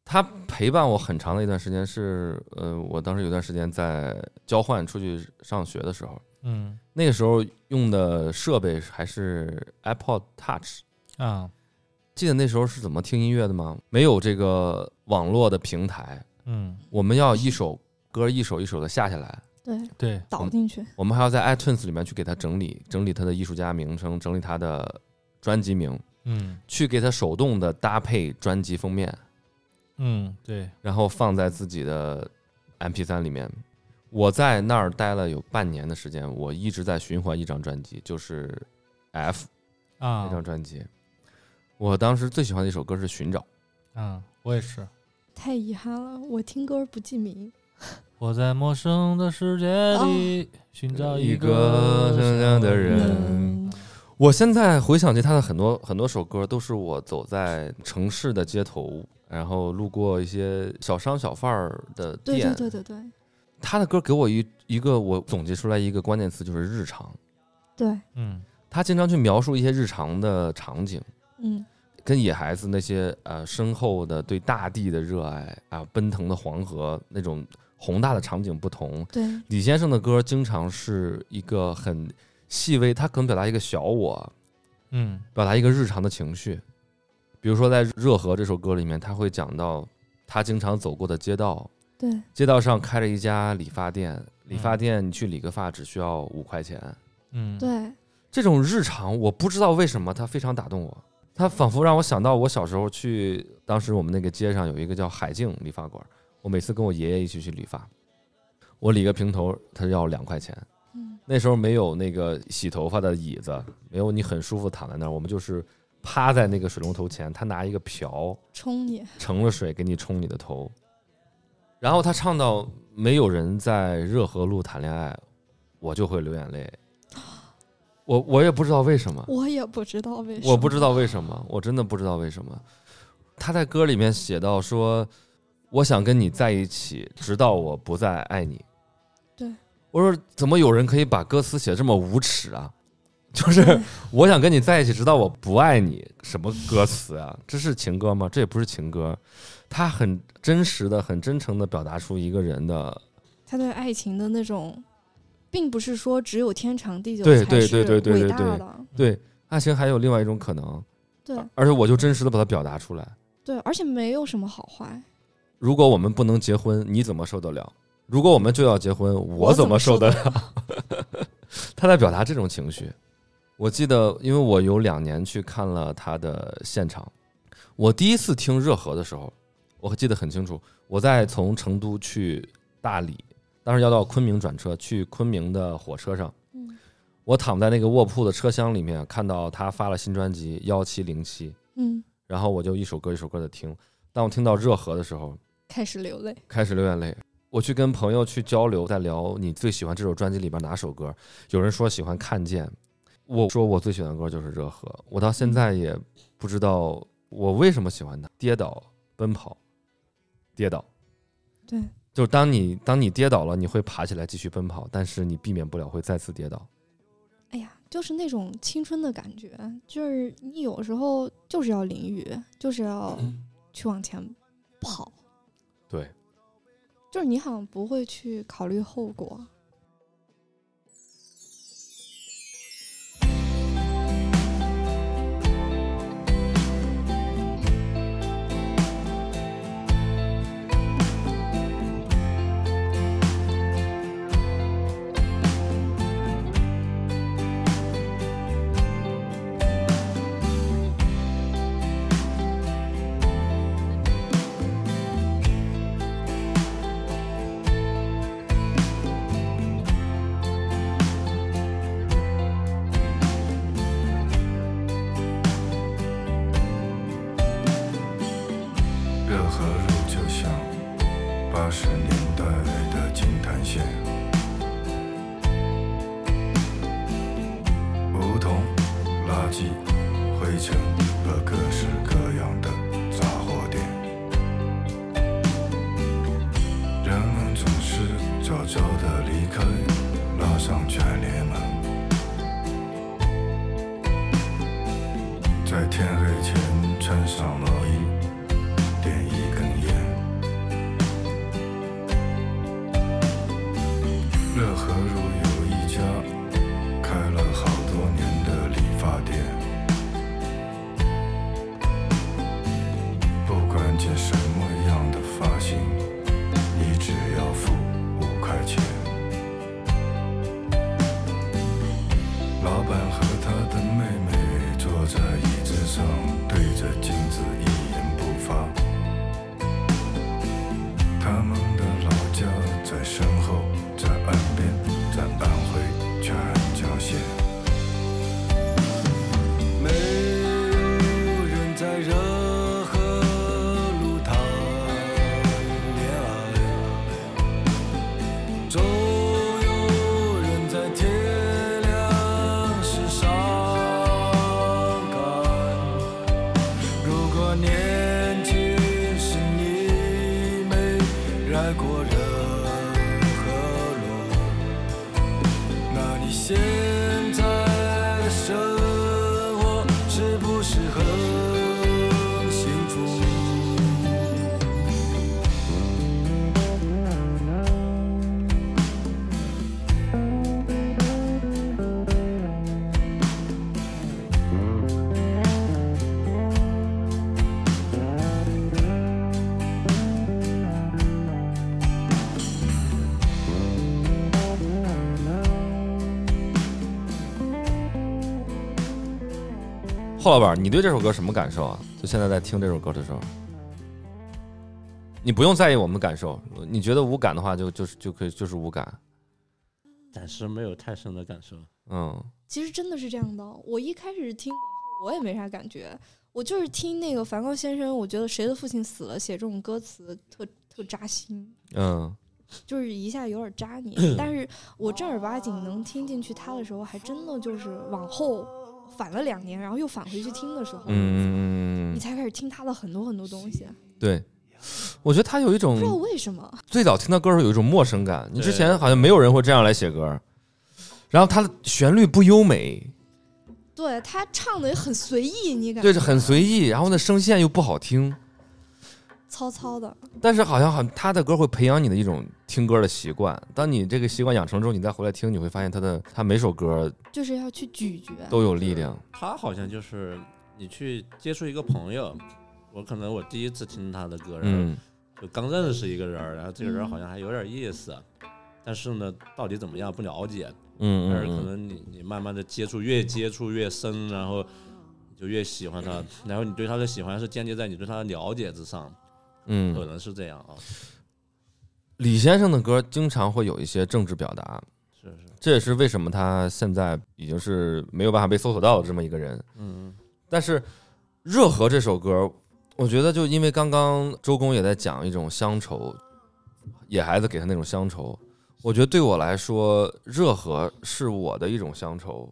Speaker 2: 他陪伴我很长的一段时间是，呃，我当时有段时间在交换出去上学的时候，
Speaker 4: 嗯
Speaker 2: 那个时候用的设备还是 iPod Touch。
Speaker 4: 啊
Speaker 2: 记得那时候是怎么听音乐的吗？没有这个网络的平台，
Speaker 4: 嗯，
Speaker 2: 我们要一首歌一首一首的下下来，
Speaker 3: 对，
Speaker 4: 对，
Speaker 2: 嗯
Speaker 3: 倒进去，
Speaker 2: 我们还要在 iTunes 里面去给它整理，整理它的艺术家名称，整理它的专辑名，
Speaker 4: 嗯
Speaker 2: 去给它手动的搭配专辑封面，
Speaker 4: 嗯对，
Speaker 2: 然后放在自己的 MP3 里面。我在那儿待了有半年的时间，我一直在循环一张专辑，就是 F
Speaker 4: 啊
Speaker 2: 那张专辑。我当时最喜欢的一首歌是《寻找》，
Speaker 4: 啊，我也是。
Speaker 3: 太遗憾了，我听歌不记名。
Speaker 4: 我在陌生的世界里
Speaker 3: 啊
Speaker 4: 寻找
Speaker 2: 一
Speaker 4: 个
Speaker 2: 个善良的人
Speaker 3: 嗯，
Speaker 2: 我现在回想起他的很多很多首歌，都是我走在城市的街头，然后路过一些小商小贩儿的
Speaker 3: 对对
Speaker 2: 店。
Speaker 3: 对对对
Speaker 2: 他的歌给我一一个我总结出来一个关键词就是日常。
Speaker 3: 对，
Speaker 4: 嗯
Speaker 2: 他经常去描述一些日常的场景，
Speaker 3: 嗯，
Speaker 2: 跟野孩子那些呃深厚的对大地的热爱啊、奔腾的黄河那种宏大的场景不同。
Speaker 3: 对
Speaker 2: 李先生的歌经常是一个很细微，它可能表达一个小我，
Speaker 4: 嗯
Speaker 2: 表达一个日常的情绪。比如说在《热河》这首歌里面，他会讲到他经常走过的街道，
Speaker 3: 对，
Speaker 2: 街道上开着一家理发店，理发店你去理个发只需要五块钱。
Speaker 4: 嗯，
Speaker 3: 对，
Speaker 2: 这种日常，我不知道为什么它非常打动我，它仿佛让我想到我小时候去，当时我们那个街上有一个叫海静理发馆，我每次跟我爷爷一起去理发，我理个平头，他要两块钱。
Speaker 3: 嗯，
Speaker 2: 那时候没有那个洗头发的椅子，没有你很舒服躺在那儿，我们就是趴在那个水龙头前，他拿一个瓢
Speaker 3: 冲你，
Speaker 2: 盛了水给你冲你的头，然后他唱到没有人在热河路谈恋爱，我就会流眼泪。我我也不知道为什么，
Speaker 3: 我也不知道为什么，
Speaker 2: 我不知道为什么，我真的不知道为什么。他在歌里面写到说：“我想跟你在一起，直到我不再爱你。”
Speaker 3: 对，
Speaker 2: 我说怎么有人可以把歌词写得这么无 耻啊？就是我想跟你在一起，直到我不爱你，什么歌词啊？这是情歌吗？这也不是情歌，他很真实的、很真诚的表达出一个人的
Speaker 3: 他对爱情的那种，并不是说只有天长地久
Speaker 2: 对
Speaker 3: 才
Speaker 2: 对
Speaker 3: 是
Speaker 2: 对对对
Speaker 3: 伟
Speaker 2: 对
Speaker 3: 大
Speaker 2: 对
Speaker 3: 的，
Speaker 2: 对爱情还有另外一种可能，
Speaker 3: 对
Speaker 2: 而且我就真实的把它表达出来。
Speaker 3: 对，而且没有什么好坏，
Speaker 2: 如果我们不能结婚，你怎么受得了？如果我们就要结婚，我怎么受得了？他在表达这种情绪。我记得，因为我有两年去看了他的现场，我第一次听热河的时候，我记得很清楚，我在从成都去大理，当时要到昆明转车，去昆明的火车上，
Speaker 3: 嗯
Speaker 2: 我躺在那个卧铺的车厢里面，看到他发了新专辑《幺七零七》，
Speaker 3: 嗯，
Speaker 2: 然后我就一首歌一首歌的听。当我听到热河的时候，
Speaker 3: 开始流泪，
Speaker 2: 开始流眼泪。我去跟朋友去交流，在聊你最喜欢这首专辑里边哪首歌。有人说喜欢《看见》，我说我最喜欢的歌就是《热河》。我到现在也不知道我为什么喜欢它。跌倒，奔跑，跌倒，
Speaker 3: 对，
Speaker 2: 就是当你当你跌倒了，你会爬起来继续奔跑，但是你避免不了会再次跌倒。
Speaker 3: 哎呀，就是那种青春的感觉，就是你有时候就是要淋雨，就是要
Speaker 2: 嗯
Speaker 3: 去往前跑，
Speaker 2: 对，
Speaker 3: 就是你好像不会去考虑后果，
Speaker 10: 热河路就像八十年代的金坛县，梧桐、垃圾、灰尘和各式各样的杂货店，人们总是早早的离开，拉上全帘门，在天黑前穿上毛衣。点一根烟。乐河路有一家开了好多年的理发店，不管剪什么样的发型，你只要付五块钱。老板和他的妹妹坐在椅子上，对着镜子一言不发。他们的老家在身后，在岸边，在
Speaker 2: 霍老板，你对这首歌什么感受啊？就现在在听这首歌的时候，你不用在意我们的感受，你觉得无感的话就，就是就可以就是无感。
Speaker 1: 暂时没有太深的感受。
Speaker 2: 嗯，
Speaker 3: 其实真的是这样的。我一开始听，我也没啥感觉，我就是听那个梵高先生，我觉得谁的父亲死了，写这种歌词特特扎心。
Speaker 2: 嗯，
Speaker 3: 就是一下有点扎你， 但是我正儿八经能听进去他的时候，还真的就是往后反了两年，然后又返回去听的时候，
Speaker 2: 嗯
Speaker 3: 你才开始听他的很多很多东西，
Speaker 2: 对，我觉得他有一
Speaker 3: 不知道
Speaker 2: 种
Speaker 3: 为什么。
Speaker 2: 最早听他歌的时候有一种陌生感，你之前好像没有人会这样来写歌，然后他的旋律不优美，
Speaker 3: 对他唱的也很随意，你感觉
Speaker 2: 对，很随意，然后那声线又不好听，
Speaker 3: 糙糙的。
Speaker 2: 但是好像好像他的歌会培养你的一种听歌的习惯，当你这个习惯养成之后，你再回来听，你会发现他的他每首歌
Speaker 3: 就是要去咀嚼。
Speaker 2: 都有力量。
Speaker 1: 他好像就是你去接触一个朋友，我可能我第一次听他的歌，然后
Speaker 2: 嗯
Speaker 1: 就刚认识一个人儿，然后这个人好像还有点意思，但是呢，到底怎么样不了解，
Speaker 2: 嗯
Speaker 1: 但是可
Speaker 2: 嗯
Speaker 1: 能你你慢慢的接触，越接触越深，然后你就越喜欢他，然后你对他的喜欢是建立在你对他的了解之上，
Speaker 2: 嗯，
Speaker 1: 可能是这样啊，
Speaker 2: 李先生的歌经常会有一些政治表达，
Speaker 1: 是是，
Speaker 2: 这也是为什么他现在已经是没有办法被搜索到的这么一个人。
Speaker 1: 嗯，
Speaker 2: 但是《热河》这首歌，我觉得就因为刚刚周公也在讲一种乡愁，野孩子给他那种乡愁，我觉得对我来说，《热河》是我的一种乡愁。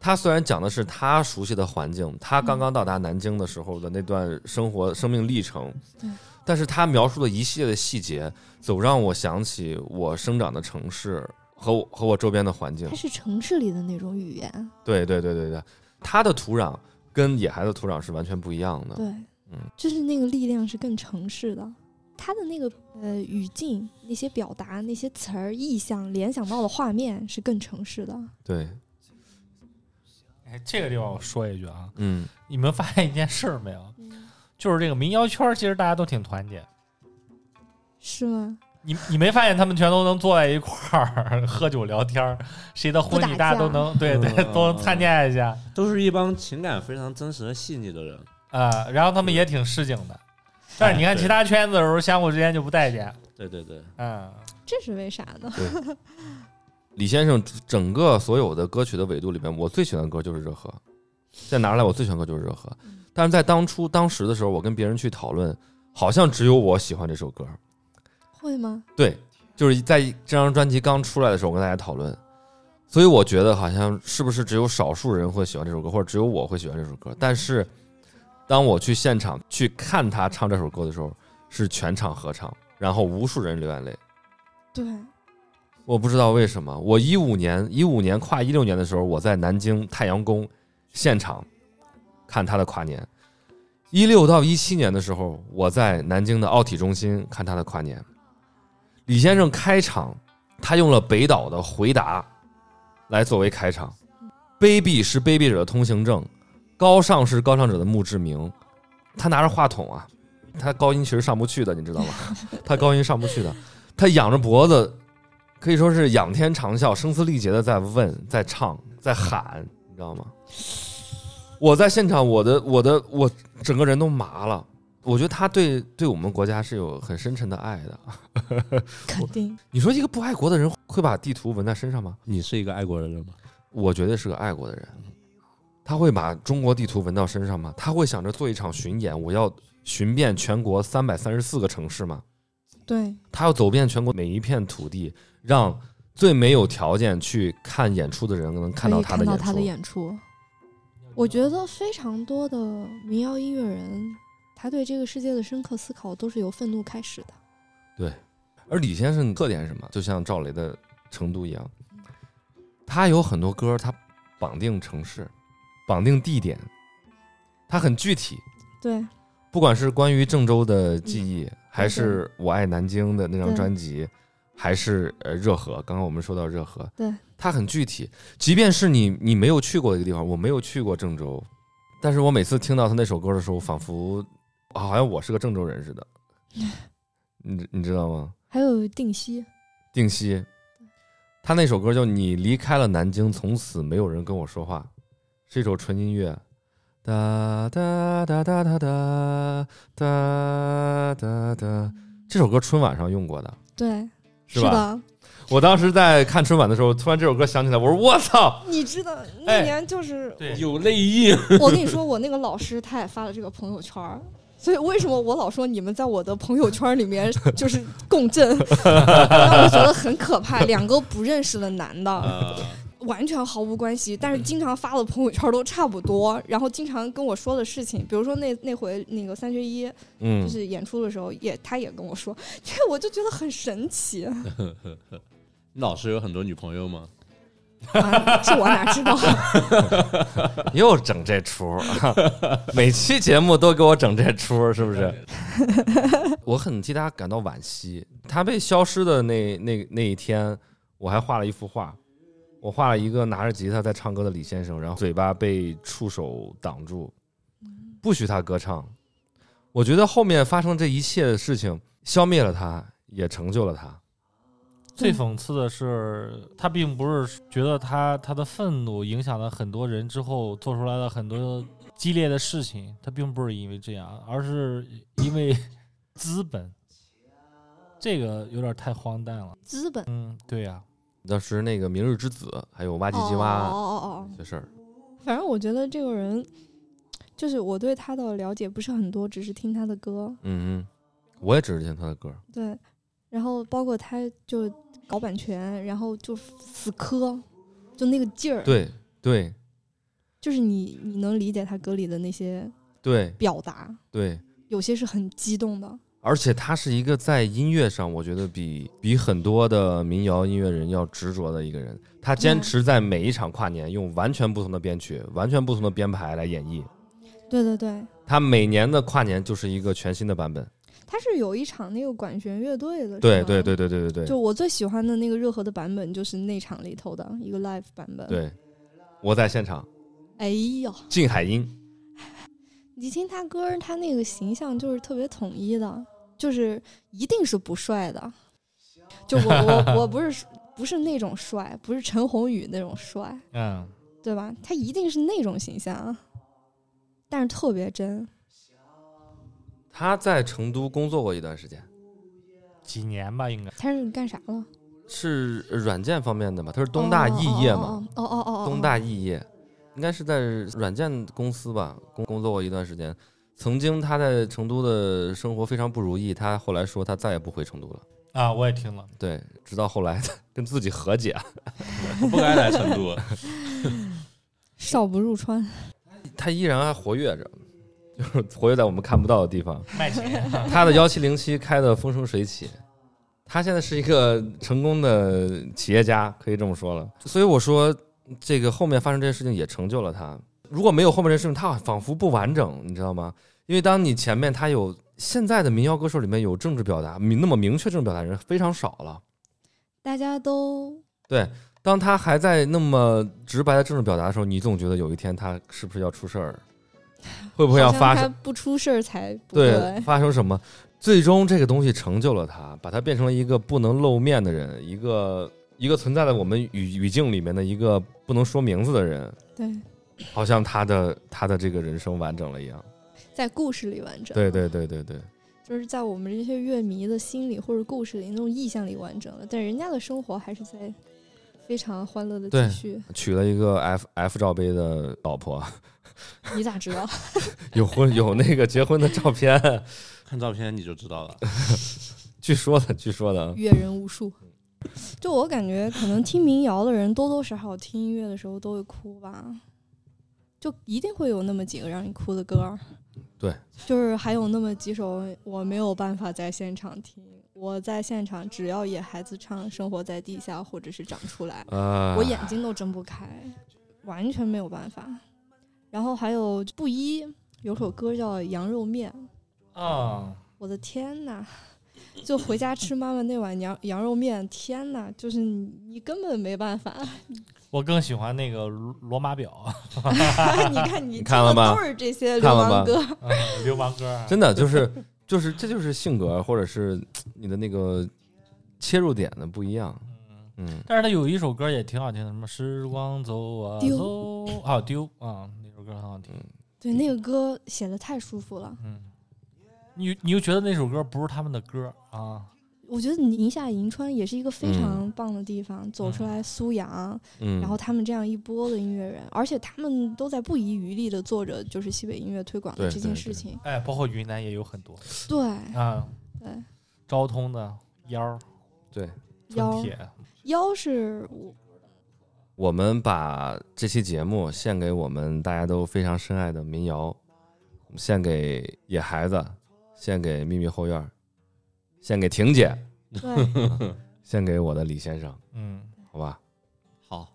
Speaker 2: 他虽然讲的是他熟悉的环境，他刚刚到达南京的时候的那段生活生命历程
Speaker 3: 对，
Speaker 2: 但是他描述的一系列的细节，总让我想起我生长的城市和我和我周边的环境
Speaker 3: 它。是城市里的那种语言，
Speaker 2: 对对对对对，它的土壤跟野孩子土壤是完全不一样的。
Speaker 3: 对，
Speaker 2: 嗯
Speaker 3: 就是那个力量是更城市的。它的那个呃语境、那些表达、那些词儿、意象、联想到的画面是更城市的。
Speaker 2: 对，
Speaker 4: 哎，这个地方我说一句啊，
Speaker 2: 嗯
Speaker 4: 你们发现一件事儿没有？就是这个民谣圈，其实大家都挺团结。
Speaker 3: 是吗？
Speaker 4: 你你没发现他们全都能坐在一块儿喝酒聊天儿， 谁的婚
Speaker 3: 不打
Speaker 4: 礼大
Speaker 3: 架
Speaker 4: 家都能对对
Speaker 1: 嗯
Speaker 4: 都能参加一下
Speaker 1: 都是一帮情感非常真实和细腻的人，
Speaker 4: 啊，然后他们也挺市井的。但是你
Speaker 2: 哎
Speaker 4: 看
Speaker 1: 对
Speaker 4: 其他圈子的时候，相互之间就不待见。
Speaker 1: 对对对，
Speaker 4: 嗯，
Speaker 3: 这是为啥呢？
Speaker 2: 对。李先生整个所有的歌曲的维度里面，我最喜欢的歌就是《热河》，现在拿出来我最喜欢的歌就是《热河》，但是在当初当时的时候，我跟别人去讨论，好像只有我喜欢这首歌。
Speaker 3: 会吗？
Speaker 2: 对，就是在这张专辑刚出来的时候，我跟大家讨论，所以我觉得好像是不是只有少数人会喜欢这首歌，或者只有我会喜欢这首歌。但是，当我去现场去看他唱这首歌的时候，是全场合唱，然后无数人流眼泪。
Speaker 3: 对，
Speaker 2: 我不知道为什么，我一五年一五年跨一六年的时候，我在南京太阳宫现场看他的跨年；一六到一七年的时候，我在南京的奥体中心看他的跨年。李先生开场，他用了北岛的《回答》来作为开场，卑鄙是卑鄙者的通行证，高尚是高尚者的墓志铭。他拿着话筒啊，他高音其实上不去的，你知道吗？他高音上不去的，他仰着脖子可以说是仰天长啸、声嘶力竭的在问、在唱、在喊，你知道吗？我在现场，我的、我的、我整个人都麻了。我觉得他对对我们国家是有很深沉的爱的。
Speaker 3: 肯定。
Speaker 2: 你说一个不爱国的人会把地图纹在身上吗？
Speaker 1: 你是一个爱国的人吗？
Speaker 2: 我绝对是个爱国的人。他会把中国地图纹到身上吗？他会想着做一场巡演，我要巡遍全国三百三十四个城市吗？
Speaker 3: 对，
Speaker 2: 他要走遍全国每一片土地，让最没有条件去看演出的人能看
Speaker 3: 可
Speaker 2: 到
Speaker 3: 以
Speaker 2: 他
Speaker 3: 看
Speaker 2: 的
Speaker 3: 到
Speaker 2: 演
Speaker 3: 他
Speaker 2: 出。
Speaker 3: 的演出。我觉得非常多的民谣音乐人，他对这个世界的深刻思考都是由愤怒开始的。
Speaker 2: 而李先生特点是什么？就像赵雷的《成都》一样，他有很多歌，他绑定城市，绑定地点，他很具体。
Speaker 3: 对，
Speaker 2: 不管是关于郑州的记忆，还是我爱南京的那张
Speaker 3: 嗯对
Speaker 2: 专辑，还是呃热河，刚刚我们说到热河，
Speaker 3: 对，
Speaker 2: 它很具体。即便是你你没有去过的一个地方，我没有去过郑州，但是我每次听到他那首歌的时候，仿佛哦好像我是个郑州人 似的，你你知道吗？
Speaker 3: 还有定西，
Speaker 2: 定西，他那首歌叫《你离开了南京，从此没有人跟我说话》，是一首纯音乐。哒哒哒哒哒哒哒哒哒，这首歌春晚上用过的，
Speaker 3: 对，
Speaker 2: 是吧
Speaker 3: 的，
Speaker 2: 我当时在看春晚的时候，突然这首歌响起来，我说我操！
Speaker 3: 你知道那
Speaker 2: 哎
Speaker 3: 年就是
Speaker 4: 对
Speaker 1: 有泪意。
Speaker 3: 我跟你说，我那个老师他也发了这个朋友圈儿，所以为什么我老说你们在我的朋友圈里面就是共振，让我觉得很可怕。两个不认识的男
Speaker 1: 嗯
Speaker 3: 的，
Speaker 1: 呃
Speaker 3: 完全毫无关系，但是经常发的朋友圈都差不多，然后经常跟我说的事情，比如说那那回那个三缺一，
Speaker 2: 嗯
Speaker 3: 就是演出的时候也他也跟我说， 这我就觉得很神奇，
Speaker 1: 你老师有很多女朋友吗？
Speaker 3: 啊这我哪知道？
Speaker 2: 又整这出儿， 每期节目都给我整这出儿，是不是？ 我很替他感到惋惜。他被消失的那那那一天，我还画了一幅画，我画了一个拿着吉他在唱歌的李先生，然后嘴巴被触手挡住，不许他歌唱。我觉得后面发生这一切的事情，消灭了他，也成就了他。
Speaker 4: 最讽刺的是，他并不是觉得他他的愤怒影响了很多人之后做出来了很多激烈的事情，他并不是因为这样，而是因为资本。这个有点太荒诞了。
Speaker 3: 资本
Speaker 4: 嗯，对呀、
Speaker 2: 当时那个《明日之子》，还有《挖唧唧
Speaker 3: 哦
Speaker 2: 挖
Speaker 3: 哦哦哦》
Speaker 2: 这事儿，
Speaker 3: 反正我觉得这个人，就是我对他的了解不是很多，只是听他的歌，
Speaker 2: 嗯嗯，我也只是听他的歌。
Speaker 3: 对，然后包括他就搞版权，然后就死磕，就那个劲儿，，
Speaker 2: 对对
Speaker 3: 就是你你能理解他歌里的那些
Speaker 2: 对
Speaker 3: 表达，
Speaker 2: 对，
Speaker 3: 有些是很激动的，
Speaker 2: 而且他是一个在音乐上，我觉得比比很多的民谣音乐人要执着的一个人。他坚
Speaker 3: 嗯
Speaker 2: 持在每一场跨年用完全不同的编曲、完全不同的编排来演绎。
Speaker 3: 对对对，
Speaker 2: 他每年的跨年就是一个全新的版本。
Speaker 3: 他是有一场那个管弦乐队的，
Speaker 2: 对
Speaker 3: 是吗
Speaker 2: 对对对对对
Speaker 3: 就
Speaker 2: 对
Speaker 3: 我最喜欢的那个热河的版本，就是那场里头的一个 live 版本。，
Speaker 2: 对，我在现场，
Speaker 3: 哎呦，
Speaker 2: 靳海音。
Speaker 3: 你听他歌儿，他那个形象就是特别统一的，就是一定是不帅的。就我我我不是不是那种帅，不是陈鸿宇那种帅，
Speaker 4: 嗯，
Speaker 3: 对吧？他一定是那种形象，啊但是特别真。
Speaker 2: 他在成都工作过一段时间，
Speaker 4: 几年吧，应该。
Speaker 3: 他是干啥了？
Speaker 2: 是软件方面的吧？他是东大肄业嘛？
Speaker 3: 哦？哦哦哦哦哦，哦
Speaker 2: 东大肄业，应该是在软件公司吧工工作过一段时间。曾经他在成都的生活非常不如意，他后来说他再也不回成都了。
Speaker 4: 啊，我也听了。
Speaker 2: 对，直到后来跟自己和解，啊
Speaker 7: 不该来成都。
Speaker 3: 少不入川。
Speaker 2: 他依然还活跃着， 就是活跃在我们看不到的地方。
Speaker 4: 卖钱，
Speaker 2: 他的幺七零七开的风生水起，他现在是一个成功的企业家，可以这么说了。所以我说，这个后面发生这些事情也成就了他。如果没有后面这些事情，他仿佛不完整，你知道吗？因为当你前面他有现在的民谣歌手里面有政治表达，明那么明确政治表达的人非常少了。
Speaker 3: 大家都
Speaker 2: 对，当他还在那么直白的政治表达的时候，你总觉得有一天他是不是要出事儿，会不会要
Speaker 3: 好像
Speaker 2: 发生
Speaker 3: 他？不出事儿才不
Speaker 2: 对，
Speaker 3: 会。
Speaker 2: 发生什么？最终这个东西成就了他，把他变成了一个不能露面的人，一个一个存在在我们语语境里面的一个不能说名字的人，
Speaker 3: 对，
Speaker 2: 好像他的他的这个人生完整了一样。
Speaker 3: 在故事里完整。
Speaker 2: 对对对对对，
Speaker 3: 就是在我们这些乐迷的心里或者故事里那种意象里完整了，但人家的生活还是在非常欢乐的
Speaker 2: 对
Speaker 3: 继续。
Speaker 2: 娶了一个 F F 罩杯的老婆，
Speaker 3: 你咋知道？
Speaker 2: 有婚有那个结婚的照片，
Speaker 1: 看照片你就知道了。
Speaker 2: 据说的据说的，
Speaker 3: 阅人无数。就我感觉，可能听民谣的人多多少少听音乐的时候都会哭吧，就一定会有那么几个让你哭的歌儿。
Speaker 2: 对，
Speaker 3: 就是还有那么几首我没有办法在现场听，我在现场只要野孩子唱《生活在地下》或者是《长出来》，
Speaker 2: 呃，
Speaker 3: 嗯我眼睛都睁不开，完全没有办法。然后还有布衣有首歌叫《羊肉面》，
Speaker 4: 啊，
Speaker 3: 我的天呐！ 就回家吃妈妈那碗羊羊肉面，天呐，就是你你根本没办法。
Speaker 4: 我更喜欢那个罗罗马表，
Speaker 3: 你看你
Speaker 2: 你看了
Speaker 3: 听的
Speaker 2: 吧
Speaker 3: 都是这些流
Speaker 2: 看了吧
Speaker 3: 氓歌，
Speaker 4: 啊流氓歌啊。
Speaker 2: 真的就是就是这就是性格或者是你的那个切入点的不一样，嗯。
Speaker 4: 但是他有一首歌也挺好听的，什么“时光走啊嗯
Speaker 3: 丢
Speaker 4: 走啊丢”啊，那首歌很好听。
Speaker 3: 对，那个歌写的太舒服了。
Speaker 4: 嗯，你你又觉得那首歌不是他们的歌啊？
Speaker 3: 我觉得宁夏银川也是一个非常棒的地方，走出来苏阳，
Speaker 2: 嗯
Speaker 3: 然后他们这样一波的音乐人，而且他们都在不遗余力的做着就是西北音乐推广的
Speaker 2: 对
Speaker 3: 这
Speaker 2: 对
Speaker 3: 件
Speaker 2: 对
Speaker 3: 事情。
Speaker 4: 哎，包括云南也有很多
Speaker 3: 对
Speaker 4: 啊，
Speaker 3: 对，
Speaker 4: 昭通的腰儿
Speaker 2: 对，
Speaker 3: 腰
Speaker 4: 春铁，
Speaker 3: 腰是我
Speaker 2: 我们把这期节目献给我们大家都非常深爱的民谣，献给野孩子，献给秘密后院，献给婷姐，
Speaker 3: 对
Speaker 2: 献给我的李先生，
Speaker 4: 嗯，
Speaker 2: 好吧？
Speaker 9: 好，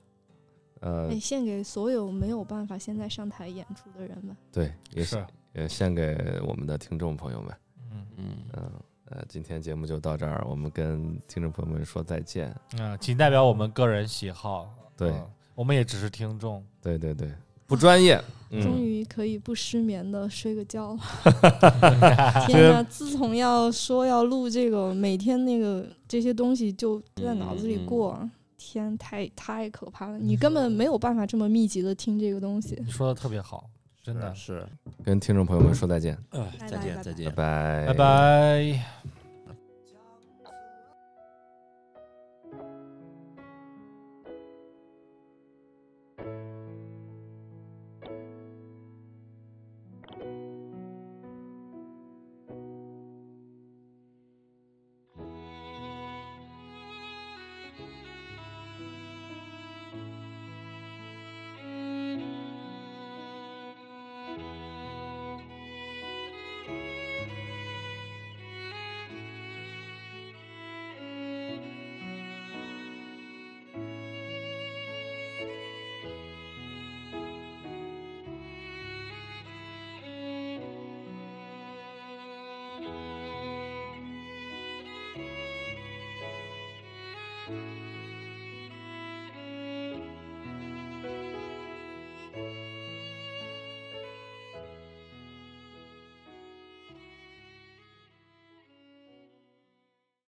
Speaker 2: 呃
Speaker 3: 哎，献给所有没有办法现在上台演出的人们。
Speaker 2: 对，也
Speaker 4: 是
Speaker 2: 也献给我们的听众朋友们。
Speaker 4: 嗯
Speaker 9: 嗯，
Speaker 2: 嗯，呃，今天节目就到这儿，我们跟听众朋友们说再见。
Speaker 4: 啊，仅代表我们个人喜好。
Speaker 2: 对
Speaker 4: 嗯我们也只是听众。
Speaker 2: 对对对，不专业，
Speaker 3: 终
Speaker 2: 嗯，
Speaker 3: 于可以不失眠的睡个觉了。天哪！自从要说要录这个，每天那个这些东西就就在脑子里过。天，太太可怕了！你根本没有办法这么密集的听这个东西。
Speaker 4: 你说的特别好，真的。
Speaker 9: 是，
Speaker 2: 跟听众朋友们说再见，
Speaker 1: 哎
Speaker 9: 呃
Speaker 3: 拜拜
Speaker 9: 再
Speaker 3: 拜
Speaker 9: 见，再
Speaker 3: 拜
Speaker 9: 见
Speaker 2: 拜。拜
Speaker 4: 拜拜。